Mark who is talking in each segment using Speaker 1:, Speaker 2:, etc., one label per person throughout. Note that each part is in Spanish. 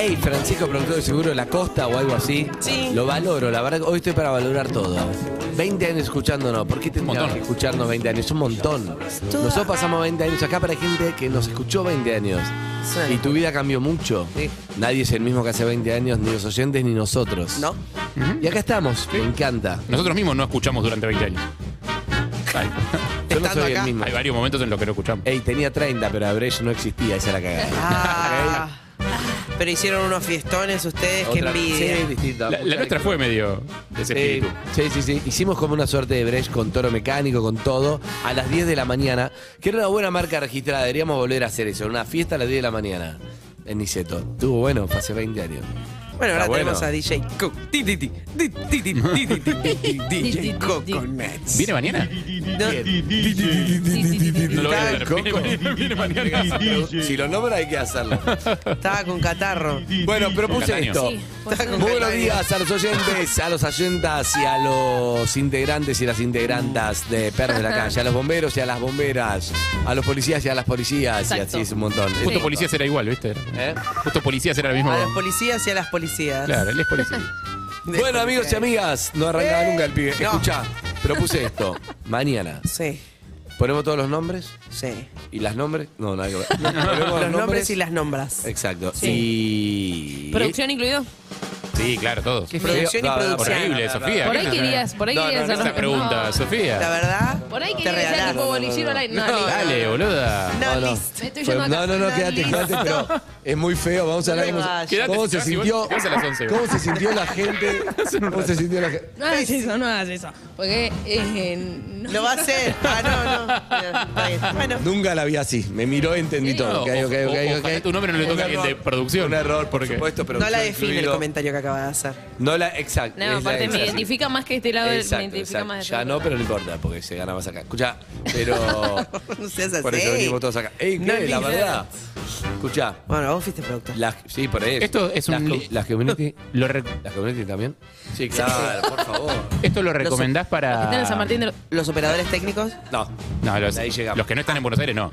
Speaker 1: Hey, Francisco, productor de seguro de la costa o algo así.
Speaker 2: Sí.
Speaker 1: Lo valoro, la verdad. que Hoy estoy para valorar todo. 20 años escuchándonos. ¿Por qué tendríamos que escucharnos 20 años? Un montón. Nosotros pasamos 20 años acá para gente que nos escuchó 20 años.
Speaker 2: Sí.
Speaker 1: Y tu vida cambió mucho.
Speaker 2: Sí.
Speaker 1: Nadie es el mismo que hace 20 años, ni los oyentes ni nosotros.
Speaker 2: ¿No?
Speaker 1: Y acá estamos. Me encanta.
Speaker 3: Nosotros mismos no escuchamos durante 20 años. Hay,
Speaker 1: Yo no
Speaker 2: Estando
Speaker 1: soy
Speaker 2: acá.
Speaker 1: el mismo.
Speaker 3: hay varios momentos en los que no escuchamos.
Speaker 1: Ey, tenía 30, pero Abresh no existía. Esa era la cagada.
Speaker 2: Ah. Pero hicieron unos fiestones ustedes, que
Speaker 1: Otra-
Speaker 2: envidia.
Speaker 1: Sí, distinta.
Speaker 3: La, la
Speaker 1: Mucha
Speaker 3: nuestra fue medio de ese
Speaker 1: Sí,
Speaker 3: espíritu.
Speaker 1: Eh, sí, sí, sí. Hicimos como una suerte de break con toro mecánico, con todo, a las 10 de la mañana, que era una buena marca registrada. Deberíamos volver a hacer eso, una fiesta a las 10 de la mañana en Niceto. Estuvo bueno, fue hace 20 años.
Speaker 2: Bueno, ahora
Speaker 1: Está bueno.
Speaker 2: tenemos a DJ Cook. Ti, ti, ti, ti, ti, ti, ti, ti, ti, ti, DJ Coconuts.
Speaker 3: ¿Viene mañana?
Speaker 2: No,
Speaker 3: No lo voy
Speaker 2: Está
Speaker 3: a ver. Viene, mañana- viene mañana.
Speaker 1: Si lo nombran hay que hacerlo.
Speaker 2: Estaba con catarro.
Speaker 1: Bueno, propuse
Speaker 3: Cataño.
Speaker 1: esto.
Speaker 2: Estaba con
Speaker 1: Muy buenos
Speaker 2: catarro.
Speaker 1: días a los oyentes, a los ayentas y a los integrantes y las integrantas de Perros de la Calle, a los bomberos y a las bomberas, a los policías y a las policías, y
Speaker 4: Exacto.
Speaker 1: así es un montón.
Speaker 3: Justo policías era igual, ¿viste?
Speaker 1: ¿Eh?
Speaker 3: Justo policías era el mismo.
Speaker 5: Ah,
Speaker 2: A los policías y a las policías.
Speaker 3: Claro, él es policía.
Speaker 1: Bueno, amigos y amigas, no arrancaba nunca el pibe.
Speaker 2: Eh, No.
Speaker 1: Escucha, propuse esto. Mañana.
Speaker 2: Sí,
Speaker 1: Ponemos todos los nombres
Speaker 2: sí.
Speaker 1: y las nombres. No, nada que ver. Ponemos
Speaker 2: Los nombres y las nombras.
Speaker 1: Exacto. Y.
Speaker 4: ¿Producción incluido?
Speaker 3: Sí, claro, todos.
Speaker 1: Qué feo.
Speaker 2: Producción y
Speaker 1: No, no,
Speaker 2: producción.
Speaker 3: Horrible, Sofía.
Speaker 4: Por
Speaker 3: ¿qué
Speaker 4: ahí
Speaker 3: es
Speaker 4: querías, por ahí
Speaker 1: No,
Speaker 4: querías
Speaker 1: no,
Speaker 3: esa
Speaker 4: hacerlo.
Speaker 3: pregunta,
Speaker 4: No.
Speaker 2: La
Speaker 3: Sofía?
Speaker 2: verdad,
Speaker 4: Por ahí
Speaker 2: te
Speaker 4: querías ser tipo
Speaker 2: regalaron.
Speaker 4: bolillero al aire. No, listo.
Speaker 3: Dale, boluda.
Speaker 2: No,
Speaker 1: No, no.
Speaker 2: listo.
Speaker 4: Me estoy
Speaker 1: Fue-
Speaker 4: yendo
Speaker 1: no,
Speaker 4: acá.
Speaker 1: no, no,
Speaker 4: No,
Speaker 1: quédate,
Speaker 4: listo.
Speaker 1: quédate, pero es muy feo. Vamos a hablar
Speaker 2: No
Speaker 1: cómo, se-
Speaker 2: vayas.
Speaker 1: cómo se
Speaker 3: Quédate, si vas,
Speaker 1: sintió.
Speaker 3: si vas a las 11,
Speaker 1: ¿Cómo se sintió la gente? ¿Cómo se sintió la gente?
Speaker 4: No hagas eso, no hagas eso. Porque eh, no.
Speaker 2: Lo va a hacer. Ah, no, no. Está bien. Bueno,
Speaker 1: Nunca la vi así. Me miró, entendí todo.
Speaker 3: No,
Speaker 1: Ok,
Speaker 3: o-
Speaker 1: ok,
Speaker 3: o-
Speaker 1: ok, ok.
Speaker 3: ojalá tu nombre no le
Speaker 1: Un
Speaker 3: toque a alguien de
Speaker 1: error.
Speaker 3: producción.
Speaker 1: Un error, por
Speaker 3: Porque-
Speaker 1: supuesto, pero.
Speaker 2: no la define el comentario que acaba de hacer.
Speaker 1: No la, exacto.
Speaker 4: No,
Speaker 1: es la-
Speaker 4: aparte me
Speaker 1: exacto.
Speaker 4: identifica más que este lado, del- me
Speaker 1: Exacto,
Speaker 4: identifica
Speaker 1: exacto.
Speaker 4: más de
Speaker 1: Ya no, pero no importa, porque se gana más acá. Escucha, pero.
Speaker 2: No seas así.
Speaker 1: por eso venimos todos acá. Ey, ¿qué?
Speaker 2: No
Speaker 1: la
Speaker 2: olvides.
Speaker 1: verdad. Escucha,
Speaker 2: Bueno, vos fuiste productor.
Speaker 1: las. Sí, por eso.
Speaker 3: Esto es
Speaker 1: Las
Speaker 3: un-
Speaker 1: com- Las community.
Speaker 3: Lo re-
Speaker 1: ¿Las community también? Sí, claro, por favor.
Speaker 3: ¿Esto lo recomendás para...?
Speaker 4: Está en San Martín Este de
Speaker 1: Ah,
Speaker 2: Los
Speaker 4: los.
Speaker 2: operadores técnicos.
Speaker 1: No.
Speaker 3: No, los,
Speaker 1: Ahí llegamos.
Speaker 3: los que no están en Buenos Aires, no.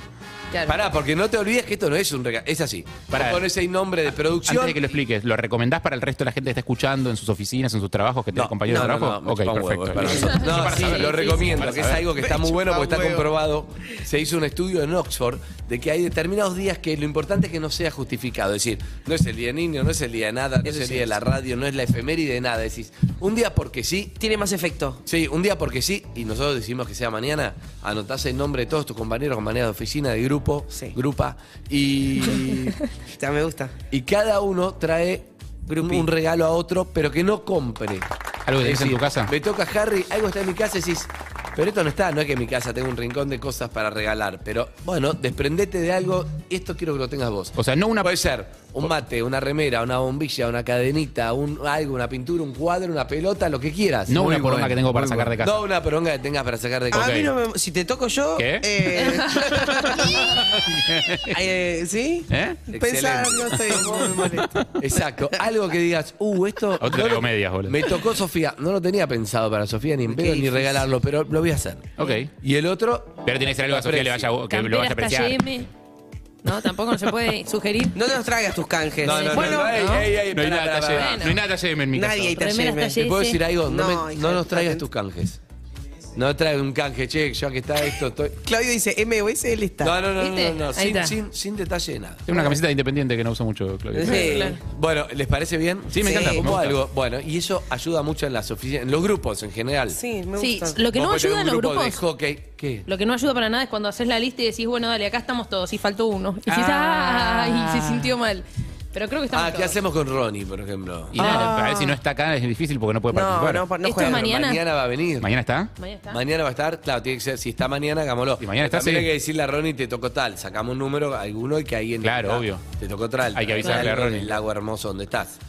Speaker 4: Claro.
Speaker 1: Pará, porque no te olvides que esto no es un regalo. Es así.
Speaker 3: Pará.
Speaker 1: Vos ponés ahí nombre de producción.
Speaker 3: Antes de que lo expliques, ¿lo recomendás para el resto de la gente que está escuchando en sus oficinas, en sus trabajos, que
Speaker 1: No,
Speaker 3: tenés compañeros
Speaker 1: no,
Speaker 3: de
Speaker 1: no,
Speaker 3: trabajo?
Speaker 1: no, me
Speaker 3: ok,
Speaker 1: chupa un
Speaker 3: perfecto.
Speaker 1: huevo, es para
Speaker 3: Eso-
Speaker 1: nosotros.
Speaker 3: eso
Speaker 1: No,
Speaker 3: para
Speaker 1: sí,
Speaker 3: saber.
Speaker 1: lo
Speaker 3: Para
Speaker 1: recomiendo, que es
Speaker 3: saber.
Speaker 1: algo que está muy bueno porque está comprobado. Se hizo un estudio en Oxford de que hay determinados días que lo importante es que no sea justificado. Es decir, no es el día del niño, no es el día de nada, no es el día de la radio, no es la efeméride de nada. Decís, un día porque sí.
Speaker 2: Tiene más efecto.
Speaker 1: Sí, un día porque sí, y nosotros decimos que sea mañana, anotás el nombre de todos tus compañeros, compañeras de oficina, de grupo,
Speaker 2: Sí.
Speaker 1: grupa, y
Speaker 2: Ya me gusta.
Speaker 1: y cada uno trae un, un regalo a otro, pero que no compre.
Speaker 3: ¿Algo que
Speaker 1: Es
Speaker 3: tenés en
Speaker 1: decir,
Speaker 3: tu casa?
Speaker 1: Me toca Harry, algo está en mi casa y decís, pero esto no está, no es que en mi casa tengo un rincón de cosas para regalar, pero bueno, desprendete de algo, esto quiero que lo tengas vos.
Speaker 3: O sea, no una...
Speaker 1: Puede ser un mate, una remera, una bombilla, una cadenita, un, algo, una pintura, un cuadro, una pelota, lo que quieras.
Speaker 3: No una
Speaker 1: Muy
Speaker 3: poronga
Speaker 1: bueno,
Speaker 3: que tengo para
Speaker 1: muy
Speaker 3: sacar de
Speaker 1: bueno.
Speaker 3: casa.
Speaker 1: No una poronga que tengas para sacar de
Speaker 2: A
Speaker 1: casa.
Speaker 2: mí no me. Si te toco yo.
Speaker 3: ¿Qué?
Speaker 2: eh, eh, ¿Sí?
Speaker 3: ¿Eh?
Speaker 2: Pensar, no estoy. no me molesta.
Speaker 1: Exacto, algo que digas, uh, esto.
Speaker 3: A vos te
Speaker 1: no
Speaker 3: traigo
Speaker 1: lo-
Speaker 3: medias, boludo.
Speaker 1: Me tocó Sofía, no lo tenía pensado para Sofía ni en
Speaker 2: Qué
Speaker 1: pedo ni
Speaker 2: difícil.
Speaker 1: regalarlo, pero lo voy a hacer.
Speaker 3: Ok.
Speaker 1: Y el otro.
Speaker 3: Pero tiene que ser algo que a Sofía le vaya, que lo vaya a
Speaker 4: Campera hasta
Speaker 3: apreciar.
Speaker 4: YM. No, tampoco se puede sugerir.
Speaker 2: No nos traigas tus canjes.
Speaker 1: No, no, no,
Speaker 4: Bueno,
Speaker 1: no, ey,
Speaker 4: ¿no?
Speaker 1: ey, ey,
Speaker 3: No
Speaker 1: pará,
Speaker 3: hay nada
Speaker 1: pará,
Speaker 3: taller,
Speaker 1: pará.
Speaker 4: pará.
Speaker 3: no hay nada taller en mi casa.
Speaker 2: Nadie hay
Speaker 4: Remeras
Speaker 2: talleres.
Speaker 4: taller.
Speaker 1: ¿Te puedo decir algo? No,
Speaker 2: No,
Speaker 1: me-
Speaker 2: hija,
Speaker 1: no nos traigas
Speaker 2: atento.
Speaker 1: tus canjes. No traigas un canje, che, yo aquí está esto, estoy.
Speaker 2: Claudio dice MOS, él está.
Speaker 1: No, no, no, no,
Speaker 4: ¿Viste?
Speaker 1: no, no,
Speaker 4: Ahí
Speaker 1: Sin,
Speaker 4: está.
Speaker 1: sin- sin detalle de nada.
Speaker 3: Tengo una camiseta de independiente que no uso mucho, Claudio.
Speaker 2: Sí.
Speaker 1: Bueno, ¿les parece bien?
Speaker 3: Sí, me
Speaker 2: Sí.
Speaker 3: encanta. me
Speaker 1: Como
Speaker 3: gusta.
Speaker 1: algo. Bueno, y eso ayuda mucho en las oficinas, en los grupos en general.
Speaker 2: Sí, me
Speaker 4: Sí,
Speaker 2: gusta.
Speaker 4: lo que
Speaker 1: Vos
Speaker 4: no
Speaker 1: podés tener
Speaker 4: ayuda
Speaker 1: un
Speaker 4: en los
Speaker 1: grupo
Speaker 4: grupos.
Speaker 1: de hockey. ¿Qué?
Speaker 4: Lo que no ayuda para nada es cuando haces la lista y decís, bueno, dale, acá estamos todos, y faltó uno. Y decís,
Speaker 2: Ah.
Speaker 4: ay, se sintió mal. Pero creo que estamos
Speaker 1: Ah, ¿qué
Speaker 4: todos.
Speaker 1: hacemos con Ronnie, por ejemplo?
Speaker 3: Y nada, a ver si no está acá es difícil porque no puede
Speaker 2: No,
Speaker 3: participar.
Speaker 2: no, por- no
Speaker 4: Esto
Speaker 2: juega.
Speaker 4: es mañana.
Speaker 1: Mañana va a venir.
Speaker 3: ¿Mañana está?
Speaker 4: Mañana está.
Speaker 1: Mañana va a estar, claro, tiene que ser, si está mañana, hagámoslo.
Speaker 3: Y mañana
Speaker 1: Pero
Speaker 3: está,
Speaker 1: También
Speaker 3: sí.
Speaker 1: hay que decirle a Ronnie, te tocó tal, sacamos un número, alguno y que alguien...
Speaker 3: Claro,
Speaker 1: diga,
Speaker 3: obvio.
Speaker 1: Te tocó tal.
Speaker 3: Hay que
Speaker 1: Algo
Speaker 3: avisarle a
Speaker 1: en
Speaker 3: Ronnie.
Speaker 1: El lago hermoso donde estás.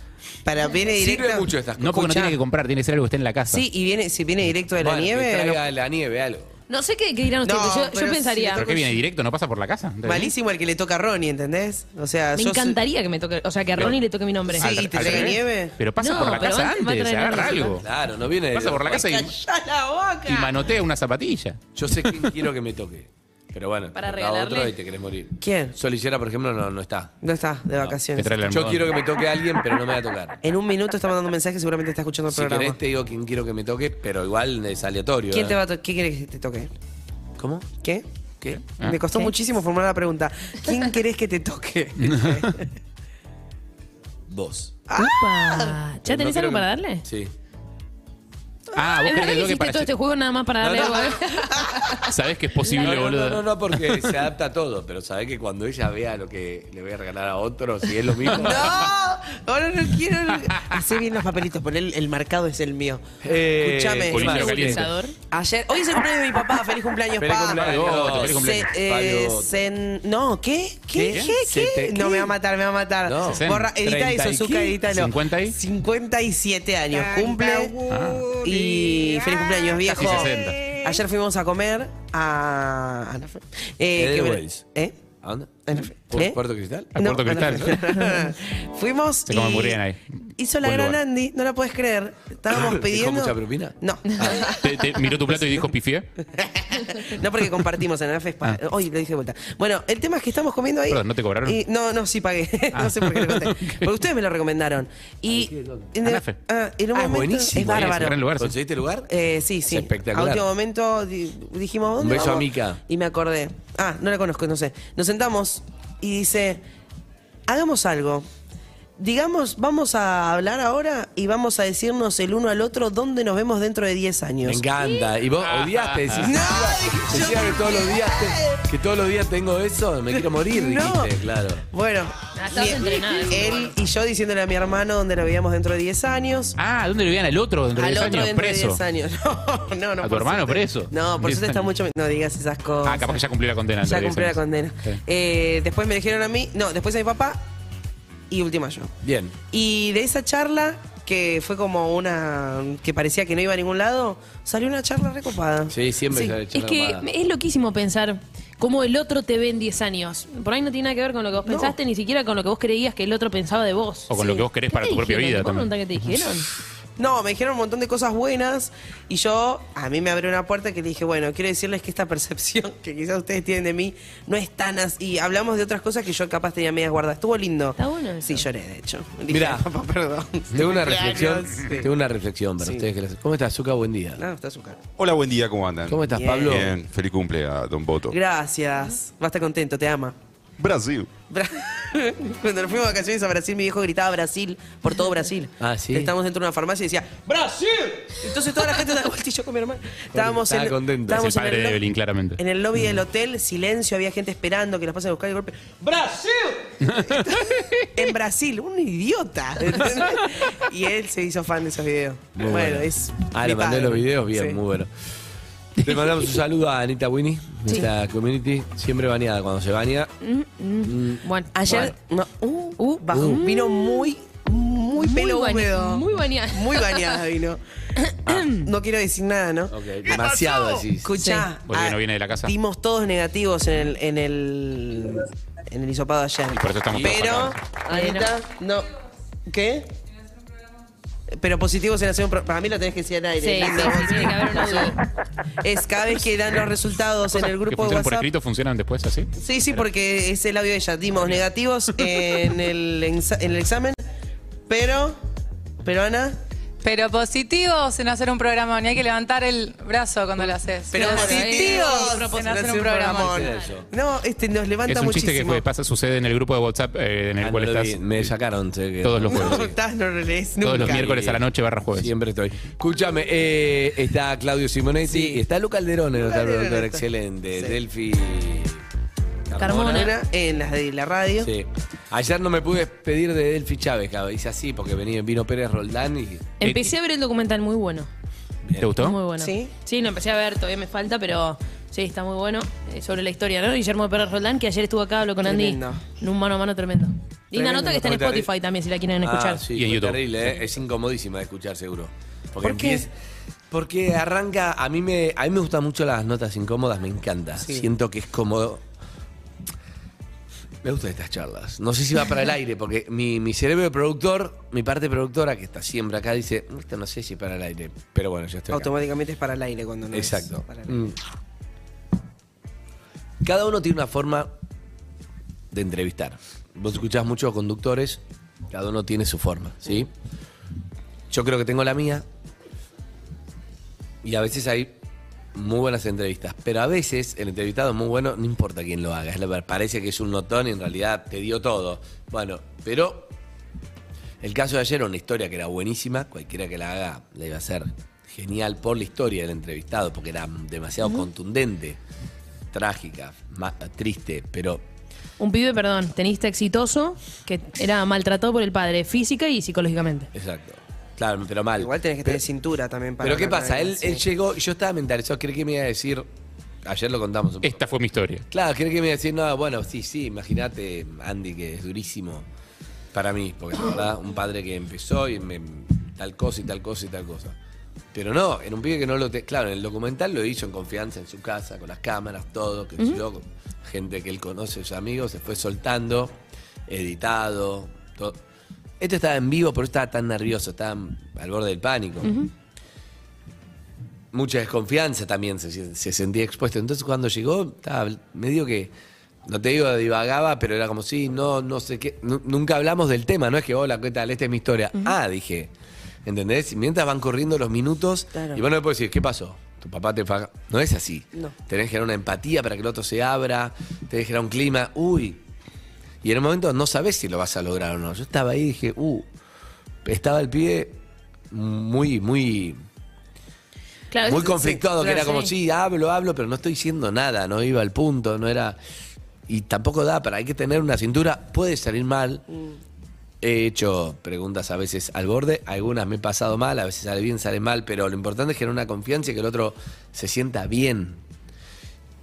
Speaker 2: Para viene directo.
Speaker 1: Sirve mucho estas cosas.
Speaker 3: No porque no
Speaker 2: Escuchá.
Speaker 3: tiene que comprar, tiene que ser algo que esté en la casa.
Speaker 2: Sí, y viene, si viene directo de la
Speaker 1: Bueno, que
Speaker 2: nieve.
Speaker 1: traiga la nieve, algo.
Speaker 4: No sé qué, qué dirán ustedes,
Speaker 5: No,
Speaker 4: pero yo- yo,
Speaker 5: pero
Speaker 4: pensaría.
Speaker 5: sí,
Speaker 3: ¿Pero qué viene directo? ¿No pasa por la casa?
Speaker 1: ¿eh?
Speaker 5: Malísimo el que le toca a Ronnie, ¿entendés? O sea,
Speaker 4: me
Speaker 5: yo soy-
Speaker 4: encantaría que me toque, o sea, que a Ronnie le toque mi nombre.
Speaker 5: eh, Sí, y te traiga
Speaker 3: revés.
Speaker 5: nieve.
Speaker 3: Pero pasa
Speaker 4: No,
Speaker 3: por la
Speaker 4: pero
Speaker 3: casa
Speaker 4: antes va a
Speaker 3: antes,
Speaker 4: traer
Speaker 3: agarra
Speaker 4: nieve.
Speaker 3: algo.
Speaker 1: Claro, no viene.
Speaker 3: Pasa por la casa y,
Speaker 5: ¡Callá la boca!
Speaker 3: y manotea una zapatilla.
Speaker 1: Yo sé quién quiero que me toque. Pero bueno,
Speaker 4: Para
Speaker 1: te tocaba
Speaker 4: regalarle.
Speaker 1: otro y te querés morir.
Speaker 5: ¿Quién?
Speaker 1: Solillera, por ejemplo, no, no está.
Speaker 5: No está, de
Speaker 3: Te
Speaker 5: vacaciones.
Speaker 3: trae el
Speaker 1: Yo
Speaker 3: almohadón.
Speaker 1: quiero que me toque a alguien, pero no me va a tocar.
Speaker 5: En un minuto está mandando un mensaje, seguramente está escuchando el
Speaker 1: Si
Speaker 5: programa.
Speaker 1: querés te digo quién quiero que me toque, pero igual es aleatorio.
Speaker 5: ¿Quién
Speaker 1: ¿eh?
Speaker 5: te va a to- ¿Qué querés que te toque?
Speaker 1: ¿Cómo?
Speaker 5: ¿Qué?
Speaker 1: ¿Qué?
Speaker 5: Me costó muchísimo formular la pregunta. ¿Quién querés que te toque?
Speaker 1: Vos.
Speaker 4: Upa. ¿Ya tenés
Speaker 1: No
Speaker 4: algo
Speaker 1: quiero
Speaker 4: para
Speaker 1: que-
Speaker 4: darle?
Speaker 1: Sí.
Speaker 3: Ah, vos
Speaker 4: Es
Speaker 3: querés que
Speaker 4: verdad que
Speaker 3: toque
Speaker 4: hiciste
Speaker 3: para...
Speaker 4: todo este juego nada más para darle
Speaker 1: No, no.
Speaker 4: algo. ¿eh?
Speaker 5: este
Speaker 3: Sabés que es posible,
Speaker 1: No, no,
Speaker 3: boludo.
Speaker 1: no, no, no, porque se adapta a todo, pero sabe que cuando ella vea lo que le voy a regalar a otro, si es lo mismo.
Speaker 5: ¡No! Ahora no quiero. Hacé bien los papelitos, pon el, el marcado es el mío.
Speaker 1: Eh,
Speaker 5: Escúchame.
Speaker 3: Polillero
Speaker 1: ¿qué
Speaker 3: caliente.
Speaker 1: más?
Speaker 4: Pensador.
Speaker 5: Ayer, hoy es el cumpleaños de mi papá. Feliz cumpleaños,
Speaker 1: Feliz
Speaker 5: pa.
Speaker 1: cumpleaños,
Speaker 3: Pablo, feliz cumpleaños.
Speaker 5: Se- eh,
Speaker 1: Pablo.
Speaker 5: sen- no, ¿qué? ¿Qué?
Speaker 1: ¿Qué?
Speaker 5: ¿Qué? ¿Qué?
Speaker 1: Se te-
Speaker 5: No,
Speaker 1: ¿qué?
Speaker 5: me va a matar, me va a matar.
Speaker 1: No.
Speaker 5: Borra, edita eso,
Speaker 3: ¿Treinta y
Speaker 5: Zuka,
Speaker 3: qué?
Speaker 5: edítalo.
Speaker 3: ¿Cincuenta y?
Speaker 5: 57 años, cumple. Y feliz cumpleaños, viejo.
Speaker 3: Casi 60.
Speaker 5: Ayer fuimos a comer a... a la-
Speaker 1: Ed
Speaker 5: que-
Speaker 1: Wells.
Speaker 5: ¿Eh?
Speaker 1: ¿A dónde?
Speaker 5: En-
Speaker 1: ¿Por
Speaker 5: ¿Eh?
Speaker 1: Puerto Cristal? Ah,
Speaker 3: A Puerto Cristal.
Speaker 5: Fuimos
Speaker 3: Se come murién ahí.
Speaker 5: Hizo la
Speaker 3: Buen
Speaker 5: gran
Speaker 3: lugar.
Speaker 5: Andy, no la puedes creer. Estábamos
Speaker 1: ¿Dejó
Speaker 5: pidiendo...
Speaker 1: mucha propina? Ah.
Speaker 5: No.
Speaker 3: ¿Te, te miró tu plato y dijo pifié?
Speaker 5: No porque compartimos en la FESPA. Hoy lo dije de vuelta. Bueno, el tema es que estamos comiendo ahí.
Speaker 3: Ah. Perdón, ¿no te cobraron? Ah.
Speaker 5: Y- no, no, sí pagué. no sé por qué lo conté. Porque ustedes me lo recomendaron. Y en,
Speaker 3: Anafe.
Speaker 5: ah, en un
Speaker 1: Ah,
Speaker 5: momento-
Speaker 1: buenísimo.
Speaker 5: Es
Speaker 3: Es un gran
Speaker 5: bárbaro.
Speaker 3: lugar. sí.
Speaker 1: ¿Conseguiste lugar?
Speaker 5: Eh, sí, sí.
Speaker 1: Es espectacular.
Speaker 5: A último momento di- dijimos, ¿dónde
Speaker 1: Un beso
Speaker 5: vamos?
Speaker 1: a Mica.
Speaker 5: Y me acordé. Ah, no la conozco, no sé. Nos sentamos y dice, hagamos algo. Digamos, vamos a hablar ahora y vamos a decirnos el uno al otro dónde nos vemos dentro de 10 años.
Speaker 1: Me encanta. Y vos odiaste, decís.
Speaker 5: No,
Speaker 1: decía
Speaker 5: yo
Speaker 1: que todos los días te- que todos los días tengo eso, me quiero morir,
Speaker 5: No.
Speaker 1: dijiste, claro.
Speaker 5: Bueno,
Speaker 4: Ah, estabas
Speaker 5: mi-
Speaker 4: entrenada,
Speaker 5: él y yo diciéndole a mi hermano donde lo veíamos dentro de 10 años.
Speaker 3: Ah, ¿dónde lo veían al otro dentro
Speaker 5: al
Speaker 3: de 10
Speaker 5: otro
Speaker 3: años?
Speaker 5: dentro de
Speaker 3: Preso.
Speaker 5: 10 años. No, no, no.
Speaker 3: ¿A tu
Speaker 5: por
Speaker 3: hermano
Speaker 5: suerte.
Speaker 3: preso?
Speaker 5: No, por
Speaker 3: 10
Speaker 5: suerte está
Speaker 3: años.
Speaker 5: mucho. me- No digas esas cosas.
Speaker 3: Ah, capaz que ya cumplió la condena.
Speaker 5: Ya
Speaker 3: dentro
Speaker 5: cumplí
Speaker 3: de
Speaker 5: la
Speaker 3: 10 años.
Speaker 5: condena.
Speaker 3: Sí.
Speaker 5: Eh, después me eligieron a mí. No, después a mi papá. Y última yo.
Speaker 1: Bien.
Speaker 5: Y de esa charla, que fue como una. que parecía que no iba a ningún lado, salió una charla recopada.
Speaker 1: Sí, siempre
Speaker 5: Sí,
Speaker 1: se ha hecho
Speaker 4: Es que
Speaker 1: armada.
Speaker 4: es loquísimo pensar cómo el otro te ve en 10 años. Por ahí no tiene nada que ver con lo que vos pensaste, ni siquiera con lo que vos creías que el otro pensaba de vos.
Speaker 3: O con lo que vos querés para
Speaker 4: ¿Qué te
Speaker 3: tu propia
Speaker 4: dijeron?
Speaker 3: vida
Speaker 4: ¿Te puedo
Speaker 3: también.
Speaker 4: preguntar qué te dijeron?
Speaker 5: No, me dijeron un montón de cosas buenas y yo, a mí me abrió una puerta que le dije, bueno, quiero decirles que esta percepción que quizás ustedes tienen de mí no es tan así. Y hablamos de otras cosas que yo capaz tenía medias guardadas. Estuvo lindo.
Speaker 4: Está bueno eso.
Speaker 5: Sí, lloré, de hecho. Le dije,
Speaker 1: Mirá.
Speaker 5: papá, perdón.
Speaker 1: Tengo una reflexión,
Speaker 5: Cumpleaños, sí.
Speaker 1: tengo una reflexión para
Speaker 5: Sí.
Speaker 1: ustedes. que las- ¿Cómo estás, Zuka? Buen día.
Speaker 5: No, está azúcar.
Speaker 6: Hola, buen día, ¿cómo andan?
Speaker 1: ¿Cómo estás,
Speaker 5: Bien.
Speaker 1: Pablo?
Speaker 6: Bien, feliz cumple a Don
Speaker 1: Oh.
Speaker 6: Boto.
Speaker 5: Gracias. Va a estar contento, te ama.
Speaker 6: Brasil.
Speaker 5: Bra- Cuando nos fuimos de vacaciones a Brasil, mi viejo gritaba Brasil por todo Brasil.
Speaker 1: Ah, sí.
Speaker 5: Estábamos dentro de una farmacia y decía ¡Brasil! Entonces toda la gente daba vuelta y yo con mi hermano. Estábamos
Speaker 1: estaba
Speaker 5: en,
Speaker 1: contento.
Speaker 5: estábamos
Speaker 3: Es el
Speaker 5: en
Speaker 3: padre de
Speaker 5: lo-
Speaker 3: Evelyn, claramente.
Speaker 5: En el lobby del hotel, silencio, había gente esperando que las pasen a buscar y de golpe. ¡Brasil! en Brasil, un idiota. ¿entendés? y él se hizo fan de esos videos.
Speaker 1: Muy
Speaker 5: Bueno, es.
Speaker 1: Ah,
Speaker 5: mi
Speaker 1: le mandé
Speaker 5: padre.
Speaker 1: los videos, bien,
Speaker 5: Sí.
Speaker 1: muy bueno. Le mandamos un saludo a Anita Winnie, nuestra community, siempre bañada. Cuando se baña,
Speaker 5: Mm.
Speaker 4: Bueno,
Speaker 5: Ayer no, uh, uh, bajó.
Speaker 1: Uh.
Speaker 5: vino muy, muy, pelo
Speaker 4: bane-
Speaker 5: húmedo.
Speaker 4: Muy bañada.
Speaker 5: Muy bañada vino. Ah, No quiero decir nada, ¿no?
Speaker 1: ok, demasiado así.
Speaker 5: Escuchá.
Speaker 3: Porque
Speaker 5: ah,
Speaker 3: no viene de la casa.
Speaker 5: Dimos todos negativos en el, en el, en el hisopado ayer.
Speaker 3: por eso estamos todos
Speaker 5: Pero,
Speaker 4: acá.
Speaker 5: Anita, no. ¿Qué? Pero positivos en hacer un pro- Para mí lo tenés que decir al aire.
Speaker 4: Sí, sí,
Speaker 5: lindo,
Speaker 4: sí,
Speaker 5: vos.
Speaker 4: tiene que haber un audio.
Speaker 5: Es cada vez que dan los resultados en el
Speaker 3: que
Speaker 5: grupo de
Speaker 3: funcionan por
Speaker 5: WhatsApp.
Speaker 3: escrito, funcionan después así.
Speaker 5: Sí, sí, porque es el audio de ella. Dimos negativos en el, ensa- en el examen, pero, pero Ana,
Speaker 7: Pero positivos en hacer un programón. Y hay que levantar el brazo cuando lo haces.
Speaker 5: pero
Speaker 4: Claro,
Speaker 5: positivos
Speaker 4: eh,
Speaker 5: en
Speaker 7: en hacer un programón.
Speaker 5: No, este nos levanta
Speaker 3: Es un chiste que
Speaker 5: muchísimo.
Speaker 3: fue- pasa, sucede en el grupo de WhatsApp eh, en el
Speaker 1: Ah,
Speaker 3: cual
Speaker 1: no lo vi,
Speaker 3: estás
Speaker 1: Me sacaron. sé que-
Speaker 3: todos los
Speaker 5: no,
Speaker 3: jueves.
Speaker 5: estás, no lo lees nunca.
Speaker 3: Todos los miércoles a la noche barra jueves.
Speaker 1: Siempre estoy. Escúchame, eh, está Claudio Simonetti y está Luca Alderón, el otro
Speaker 5: Alderón
Speaker 1: productor
Speaker 5: está.
Speaker 1: excelente.
Speaker 5: Sí.
Speaker 1: Delphi.
Speaker 4: Carmona.
Speaker 5: Ana, en las de la radio.
Speaker 1: Sí. Ayer no me pude despedir de Delphi Chávez, cabrón. hice así porque venía vino Pérez Roldán y.
Speaker 3: eh,
Speaker 4: Empecé a ver el documental muy bueno.
Speaker 3: ¿Te gustó?
Speaker 4: Muy bueno.
Speaker 5: ¿Sí?
Speaker 4: lo empecé a ver, todavía me falta, pero sí, está muy bueno. Eh, sobre la historia, ¿no? Guillermo Pérez Roldán, que ayer estuvo acá, habló con Andy.
Speaker 5: Tremendo.
Speaker 4: En un mano a mano tremendo. Linda
Speaker 5: Tremendo.
Speaker 4: nota que está en
Speaker 1: Muy terrible.
Speaker 4: Spotify también, si la quieren escuchar.
Speaker 1: Ah, sí,
Speaker 3: Y en
Speaker 1: fue
Speaker 3: YouTube.
Speaker 1: terrible, ¿eh? es incomodísima de escuchar seguro. Porque
Speaker 5: ¿Por qué?
Speaker 1: empieza- Porque arranca, a mí me, a mí me gustan mucho las notas incómodas, me encanta. Siento que es cómodo. Me gustan estas charlas. No sé si va para el aire, porque mi, mi cerebro de productor, mi parte productora, que está siempre acá, dice, "Mm, esto no sé si es para el aire. Pero bueno, ya estoy. acá.
Speaker 5: Automáticamente es para el aire cuando no es
Speaker 1: Exacto.
Speaker 5: para el aire.
Speaker 1: Mm. Cada uno tiene una forma de entrevistar. Vos escuchás muchos conductores, cada uno tiene su forma, ¿sí? Yo creo que tengo la mía. Y a veces hay muy buenas entrevistas. Pero a veces el entrevistado es muy bueno, no importa quién lo haga. Es la- parece que es un notón y en realidad te dio todo. Bueno, pero el caso de ayer era una historia que era buenísima. Cualquiera que la haga la iba a ser genial por la historia del entrevistado, porque era demasiado contundente, trágica, ma- triste, pero
Speaker 4: Un pibe, perdón, tenista exitoso que era maltratado por el padre, física y psicológicamente.
Speaker 1: exacto. Claro, pero mal.
Speaker 5: Igual tenés que tener cintura también para.
Speaker 1: Pero ¿qué
Speaker 5: hablar
Speaker 1: pasa?
Speaker 5: también,
Speaker 1: Él,
Speaker 5: sí.
Speaker 1: él llegó y yo estaba mentalizado. Creí que me iba a decir. Ayer lo contamos un poco.
Speaker 3: Esta fue mi historia.
Speaker 1: Claro, creí que me iba a decir, no, bueno, sí, sí, imagínate, Andy, que es durísimo para mí, porque la verdad, un padre que empezó y me, tal cosa y tal cosa y tal cosa. Pero no, en un pibe que no lo... te- claro, en el documental lo hizo en confianza, en su casa, con las cámaras, todo, que yo, con gente que él conoce, sus amigos, se fue soltando, editado, todo. Esto estaba en vivo, pero estaba tan nervioso, estaba al borde del pánico mucha desconfianza también se, se sentía expuesto. Entonces cuando llegó, estaba medio que, no te digo divagaba, pero era como, sí, no, no sé qué. Nu- Nunca hablamos del tema, no es que, hola, ¿qué tal? Esta es mi historia. Ah, dije, ¿entendés? Y mientras van corriendo los minutos,
Speaker 5: Claro.
Speaker 1: y vos no le puedes decir, ¿qué pasó? Tu papá te fa-". No es así.
Speaker 5: No.
Speaker 1: Tenés que generar una empatía para que el otro se abra, tenés que generar un clima, uy. Y en el momento no sabés si lo vas a lograr o no. Yo estaba ahí y dije, uh, estaba el pie muy, muy
Speaker 4: Claro,
Speaker 1: muy
Speaker 4: es-
Speaker 1: conflictuado, que
Speaker 4: claro,
Speaker 1: era como,
Speaker 4: sí.
Speaker 1: sí, hablo, hablo, pero no estoy diciendo nada, no iba al punto, no era... Y tampoco da, para hay que tener una cintura, puede salir mal. He hecho preguntas a veces al borde, algunas me he pasado mal, a veces sale bien, sale mal, pero lo importante es generar una confianza y que el otro se sienta bien.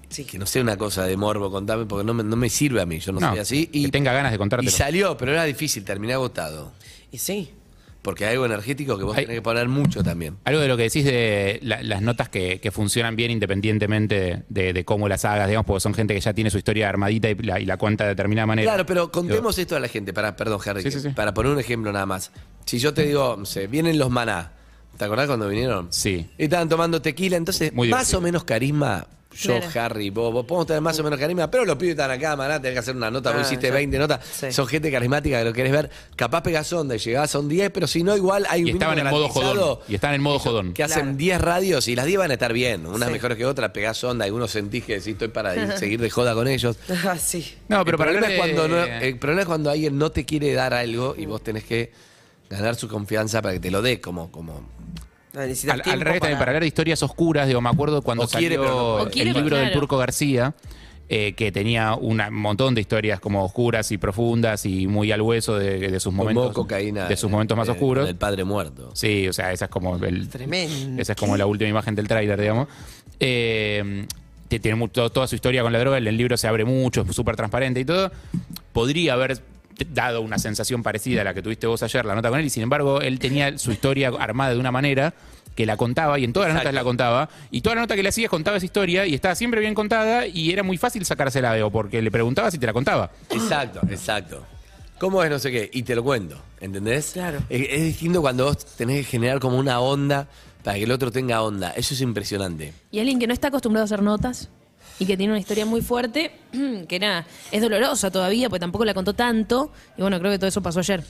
Speaker 5: Sí.
Speaker 1: Que no sea una cosa de morbo, contame, porque no me, no me sirve a mí, yo no,
Speaker 3: No,
Speaker 1: soy así.
Speaker 3: que tenga ganas de contártelo.
Speaker 1: Y salió, pero era difícil, terminé agotado.
Speaker 5: Y sí.
Speaker 1: Porque hay algo energético que vos
Speaker 3: Hay-
Speaker 1: tenés que poner mucho también.
Speaker 3: Algo de lo que decís de la- las notas que, que funcionan bien independientemente de, de cómo las hagas, digamos, porque son gente que ya tiene su historia armadita y la, y la cuenta de determinada manera.
Speaker 1: Claro, pero contemos esto a la gente, para, perdón, Harry,
Speaker 3: Sí, sí, sí.
Speaker 1: para poner un ejemplo nada más. Si yo te digo, no sé, vienen los maná, ¿te acordás cuando vinieron?
Speaker 3: Sí.
Speaker 1: Y estaban tomando tequila, entonces
Speaker 3: Muy
Speaker 1: más
Speaker 3: divertido.
Speaker 1: o menos carisma, yo,
Speaker 4: Claro.
Speaker 1: Harry, vos, vos podemos tener más o menos carisma, pero los pibes están acá, maná, tenés que hacer una nota,
Speaker 5: Ah,
Speaker 1: vos hiciste
Speaker 5: ya.
Speaker 1: 20 notas,
Speaker 5: Sí.
Speaker 1: son gente carismática que lo querés ver, capaz pegás onda y llegás a un 10, pero si no, igual hay un
Speaker 3: Y estaban en
Speaker 1: mínimo
Speaker 3: modo jodón.
Speaker 1: garantizado
Speaker 3: Y estaban en modo jodón.
Speaker 1: que hacen
Speaker 5: Claro.
Speaker 1: 10 radios y las 10 van a estar bien, unas
Speaker 5: Sí.
Speaker 1: mejores que otras, pegás onda, algunos sentís que decís, estoy para ir- seguir de joda con ellos.
Speaker 5: Ah, sí.
Speaker 3: No, pero
Speaker 1: el
Speaker 3: para
Speaker 1: problema,
Speaker 3: hablar
Speaker 1: es cuando no- eh,
Speaker 3: de-
Speaker 1: el problema es cuando alguien no te quiere dar algo y vos tenés que ganar su confianza para que te lo dé, como, como
Speaker 5: No, necesitas
Speaker 3: Al, al
Speaker 5: tiempo
Speaker 3: revés también, para hablar de historias oscuras, digo, me acuerdo cuando
Speaker 1: O quiere,
Speaker 3: salió
Speaker 1: pero no
Speaker 4: puede. O quiere,
Speaker 3: el libro
Speaker 4: pero
Speaker 3: del
Speaker 4: claro.
Speaker 3: Turco García, eh, que tenía una- un montón de historias como oscuras y profundas y muy al hueso de, de sus
Speaker 1: como
Speaker 3: momentos.
Speaker 1: cocaína.
Speaker 3: de sus momentos más
Speaker 1: eh,
Speaker 3: oscuros.
Speaker 1: Del padre muerto.
Speaker 3: Sí, o sea, esa es como el,
Speaker 5: Tremendo.
Speaker 3: esa es como la última imagen del tráiler, digamos. Eh, que tiene mu- to- toda su historia con la droga, el, el libro se abre mucho, es súper transparente y todo. Podría haber t- dado una sensación parecida a la que tuviste vos ayer, la nota con él, y sin embargo, él tenía su historia armada de una manera que la contaba y en todas las notas la contaba y toda la nota que le hacías contaba esa historia y estaba siempre bien contada y era muy fácil sacársela de o porque le preguntabas y te la contaba.
Speaker 1: Exacto, exacto. ¿Cómo es no sé qué? Y te lo cuento, ¿entendés?
Speaker 5: Claro.
Speaker 1: Es, es distinto cuando vos tenés que generar como una onda para que el otro tenga onda. Eso es impresionante.
Speaker 4: Y alguien que no está acostumbrado a hacer notas y que tiene una historia muy fuerte, que nada, es dolorosa todavía, pues tampoco la contó tanto. Y bueno, creo que todo eso pasó ayer.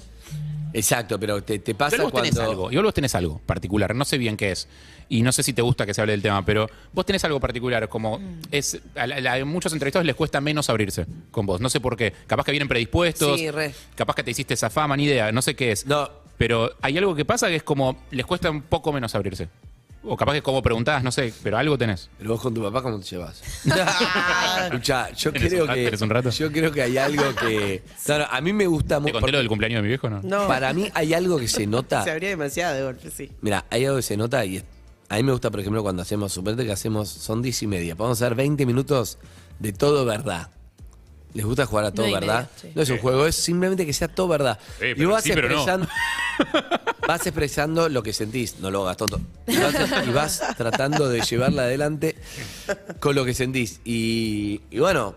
Speaker 1: Exacto, pero te, te pasa
Speaker 3: Igual vos tenés
Speaker 1: cuando...
Speaker 3: algo, igual vos tenés algo particular, no sé bien qué es, y no sé si te gusta que se hable del tema, pero vos tenés algo particular, como es a, la- la- a muchos entrevistados les cuesta menos abrirse con vos, no sé por qué, capaz que vienen predispuestos,
Speaker 5: Sí, re.
Speaker 3: capaz que te hiciste esa fama, ni idea, no sé qué es,
Speaker 1: No.
Speaker 3: pero hay algo que pasa que es como les cuesta un poco menos abrirse, o capaz que como preguntás, no sé, pero algo tenés.
Speaker 1: Pero vos con tu papá, ¿cómo te llevas? Escuchá, yo
Speaker 3: ¿Tenés
Speaker 1: creo
Speaker 3: un rato?
Speaker 1: que.
Speaker 3: ¿Tenés un rato?
Speaker 1: Yo creo que hay algo que. No, no, a mí me gusta
Speaker 3: ¿Te
Speaker 1: mucho.
Speaker 3: conté lo del cumpleaños de mi viejo, no?
Speaker 5: No.
Speaker 1: Para mí hay algo que se nota.
Speaker 5: Se abría demasiado de golpe, sí.
Speaker 1: Mira, hay algo que se nota y es- a mí me gusta, por ejemplo, cuando hacemos, suponete que hacemos, son 10 y media, podemos hacer 20 minutos de todo verdad. Les gusta jugar a todo,
Speaker 4: y media,
Speaker 1: ¿verdad?
Speaker 4: sí.
Speaker 1: No es un juego, es simplemente que sea todo verdad.
Speaker 3: Eh,
Speaker 1: y
Speaker 3: pero
Speaker 1: vas
Speaker 3: sí, pero no.
Speaker 1: expresando. Vas expresando lo que sentís, no lo hagas tonto. Y vas, y vas tratando de llevarla adelante con lo que sentís. Y, y bueno,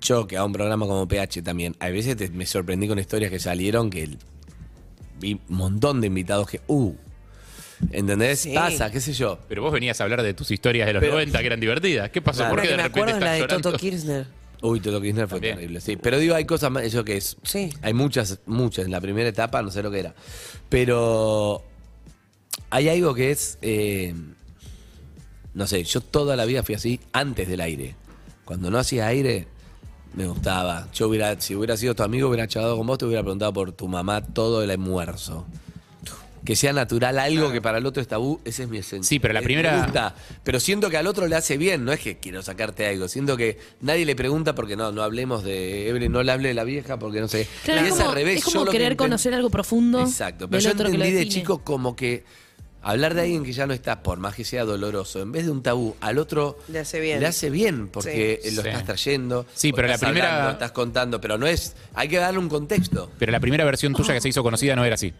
Speaker 1: yo que hago un programa como PH también, a veces te- me sorprendí con historias que salieron que el- vi un montón de invitados que, uh, ¿entendés?
Speaker 5: Sí.
Speaker 1: Pasa, qué sé yo.
Speaker 3: Pero vos venías a hablar de tus historias de los
Speaker 1: Pero-
Speaker 3: 90 que eran divertidas. ¿Qué pasó?
Speaker 1: Claro.
Speaker 3: ¿Por
Speaker 5: Una
Speaker 3: qué
Speaker 5: que
Speaker 3: de
Speaker 5: me
Speaker 3: repente
Speaker 5: acuerdo es la
Speaker 3: estás
Speaker 5: de
Speaker 3: llorando?
Speaker 5: Toto Kirchner.
Speaker 1: Uy, Toto Kirchner fue
Speaker 3: También.
Speaker 1: terrible, sí. Pero digo, hay cosas más, eso que es.
Speaker 5: Sí.
Speaker 1: Hay muchas, muchas. En la primera etapa no sé lo que era. Pero hay algo que es. eh, no sé, yo toda la vida fui así antes del aire. Cuando no hacía aire, me gustaba. Yo hubiera, si hubiera sido tu amigo, hubiera charlado con vos, te hubiera preguntado por tu mamá todo el almuerzo. Que sea natural algo que para el otro es tabú, ese es mi esencia.
Speaker 3: Sí, pero la
Speaker 1: Me
Speaker 3: primera-
Speaker 1: gusta, pero siento que al otro le hace bien, no es que quiero sacarte algo. Siento que nadie le pregunta porque no, no hablemos de Evelyn, no le hable de la vieja porque no sé.
Speaker 4: Claro,
Speaker 1: y
Speaker 4: es
Speaker 1: es
Speaker 4: como,
Speaker 1: al revés.
Speaker 4: es como
Speaker 1: yo lo que
Speaker 4: querer
Speaker 1: intent-
Speaker 4: conocer algo profundo
Speaker 1: Exacto, pero
Speaker 4: del
Speaker 1: yo
Speaker 4: otro que lo
Speaker 1: entendí de
Speaker 4: define.
Speaker 1: chico como que hablar de alguien que ya no está, por más que sea doloroso, en vez de un tabú, al otro
Speaker 5: Le hace bien.
Speaker 1: le hace bien porque
Speaker 3: Sí.
Speaker 1: lo
Speaker 3: Sí.
Speaker 1: estás trayendo.
Speaker 3: Sí,
Speaker 1: o
Speaker 3: pero la
Speaker 1: estás
Speaker 3: primera-
Speaker 1: hablando, estás contando, pero no es. Hay que darle un contexto.
Speaker 3: Pero la primera versión tuya que se hizo conocida no era así.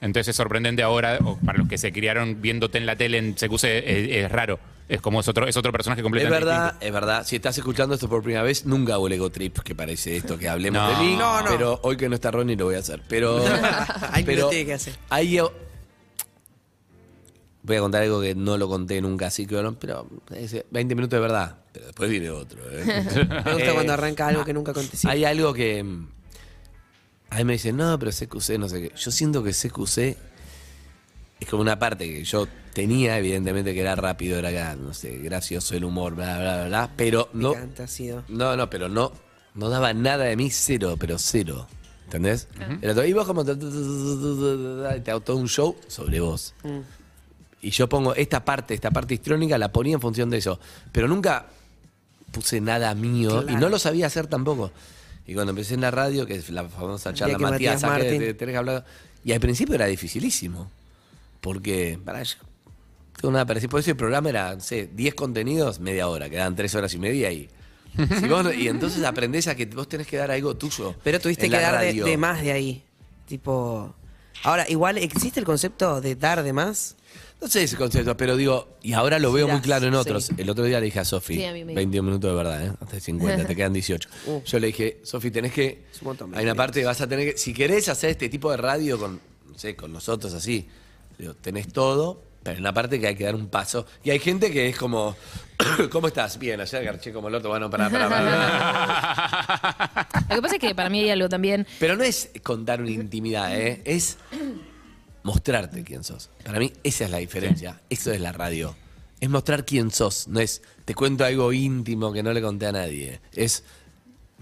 Speaker 3: Entonces es sorprendente ahora, o para los que se criaron viéndote en la tele en CQC, es, es raro. Es como es otro, es otro personaje
Speaker 1: Es
Speaker 3: completamente
Speaker 1: verdad,
Speaker 3: distinto.
Speaker 1: es verdad. Si estás escuchando esto por primera vez, nunca hago el ego trip, que parece esto que hablemos
Speaker 3: No.
Speaker 1: de mí.
Speaker 5: No, no.
Speaker 1: Pero hoy que no está Ronnie lo voy a hacer. Pero.
Speaker 5: Ay, lo tiene que hacer.
Speaker 1: hay- voy a contar algo que no lo conté nunca, así que bueno, pero ese 20 minutos de verdad. Pero después viene otro. ¿eh?
Speaker 5: Me gusta cuando arranca algo que nunca aconteció.
Speaker 1: Hay algo que. mm, A mí me dicen, no, pero CQC, no sé qué. Yo siento que CQC es como una parte que yo tenía, evidentemente, que era rápido, era, acá, no sé, gracioso el humor, bla, bla, bla, bla. Pero no.
Speaker 5: Picante ha sido.
Speaker 1: No, no, pero no, no daba nada de mí, cero, pero cero. ¿Entendés? Era todo, y vos como... y Te hago todo un show sobre vos.
Speaker 5: Mm.
Speaker 1: Y yo pongo esta parte, esta parte histrónica, la ponía en función de eso. Pero nunca puse nada mío y no lo sabía hacer tampoco. Y cuando empecé en la radio, que es la famosa charla
Speaker 5: que
Speaker 1: Matías,
Speaker 5: Matías
Speaker 1: Saqué,
Speaker 5: Martín.
Speaker 1: te- tenés que hablar. Y al principio era dificilísimo. Porque, para yo tengo nada para decir. Por eso el programa era, no sé, 10 contenidos, media hora, quedaban 3 horas y media y. si vos no- y entonces aprendés a que vos tenés que dar algo tuyo.
Speaker 5: Pero tuviste
Speaker 1: en
Speaker 5: que
Speaker 1: la
Speaker 5: dar de,
Speaker 1: radio.
Speaker 5: de más de ahí. Tipo. Ahora, igual existe el concepto de dar de más.
Speaker 1: No sé ese concepto, pero digo, y ahora lo veo
Speaker 5: Sí,
Speaker 1: muy
Speaker 5: das,
Speaker 1: claro en
Speaker 5: sí.
Speaker 1: otros. El otro día le dije a Sofi,
Speaker 4: Sí, a mí me
Speaker 1: 21 minutos de verdad, ¿eh? hasta 50, te quedan 18. Yo le dije, Sofi, tenés que.
Speaker 5: Uh. Es un montón,
Speaker 1: hay una parte que vas a tener que. Si querés hacer este tipo de radio con, no sé, con nosotros así, digo, tenés todo, pero hay una parte que hay que dar un paso. Y hay gente que es como. ¿Cómo estás? Bien, ayer garché como el otro, bueno, para, para,
Speaker 4: Lo que pasa es que para mí hay algo también.
Speaker 1: Pero no es contar una intimidad, ¿eh? es mostrarte quién sos. Para mí esa es la diferencia. Eso es la radio. Es mostrar quién sos. No es, te cuento algo íntimo que no le conté a nadie. Es,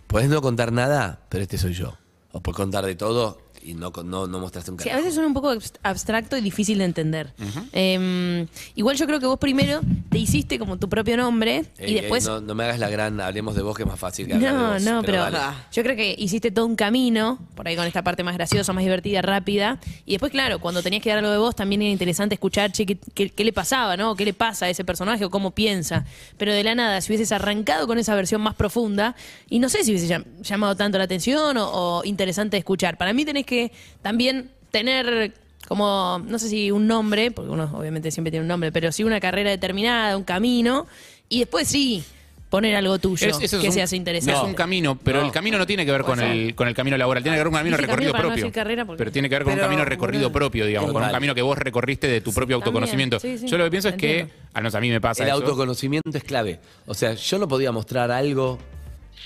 Speaker 1: podés no contar nada, pero este soy yo. O podés contar de todo y no, con- no, no mostraste un
Speaker 4: Sí,
Speaker 1: carajo.
Speaker 4: a veces suena un poco abst- abstracto y difícil de entender. Em, igual yo creo que vos primero te hiciste como tu propio nombre
Speaker 1: Ey, ey,
Speaker 4: y después
Speaker 1: Eh, no, no me hagas la gran, hablemos de vos que es más fácil que hablar de
Speaker 4: No,
Speaker 1: vos,
Speaker 4: no, pero,
Speaker 1: dale.
Speaker 4: yo creo que hiciste todo un camino, por ahí con esta parte más graciosa, más divertida, rápida. Y después, claro, cuando tenías que dar algo de vos, también era interesante escuchar, che, qué, qué- qué le pasaba, ¿no? ¿Qué le pasa a ese personaje o cómo piensa? Pero de la nada, si hubieses arrancado con esa versión más profunda, y no sé si hubiese llam- llamado tanto la atención o, o interesante escuchar. Para mí tenés que también tener como, no sé si un nombre, porque uno obviamente siempre tiene un nombre, pero sí una carrera determinada, un camino, y después sí poner algo tuyo
Speaker 3: Es- eso es
Speaker 4: que
Speaker 3: un-
Speaker 4: se hace interesante.
Speaker 3: Es un camino, pero el camino no tiene que ver con el, con el camino laboral, tiene que ver con un camino
Speaker 4: Dije
Speaker 3: recorrido
Speaker 4: camino para no
Speaker 3: propio.
Speaker 4: decir carrera porque-
Speaker 3: Pero tiene que ver con
Speaker 5: Pero,
Speaker 3: un camino recorrido
Speaker 5: boludo.
Speaker 3: propio, digamos, con un
Speaker 1: Total.
Speaker 3: camino que vos recorriste de tu propio
Speaker 4: también,
Speaker 3: autoconocimiento.
Speaker 4: sí, sí,
Speaker 3: Yo lo que pienso es que,
Speaker 4: entiendo.
Speaker 3: al menos a mí me pasa
Speaker 1: El
Speaker 3: eso.
Speaker 1: autoconocimiento es clave. O sea, yo no podía mostrar algo.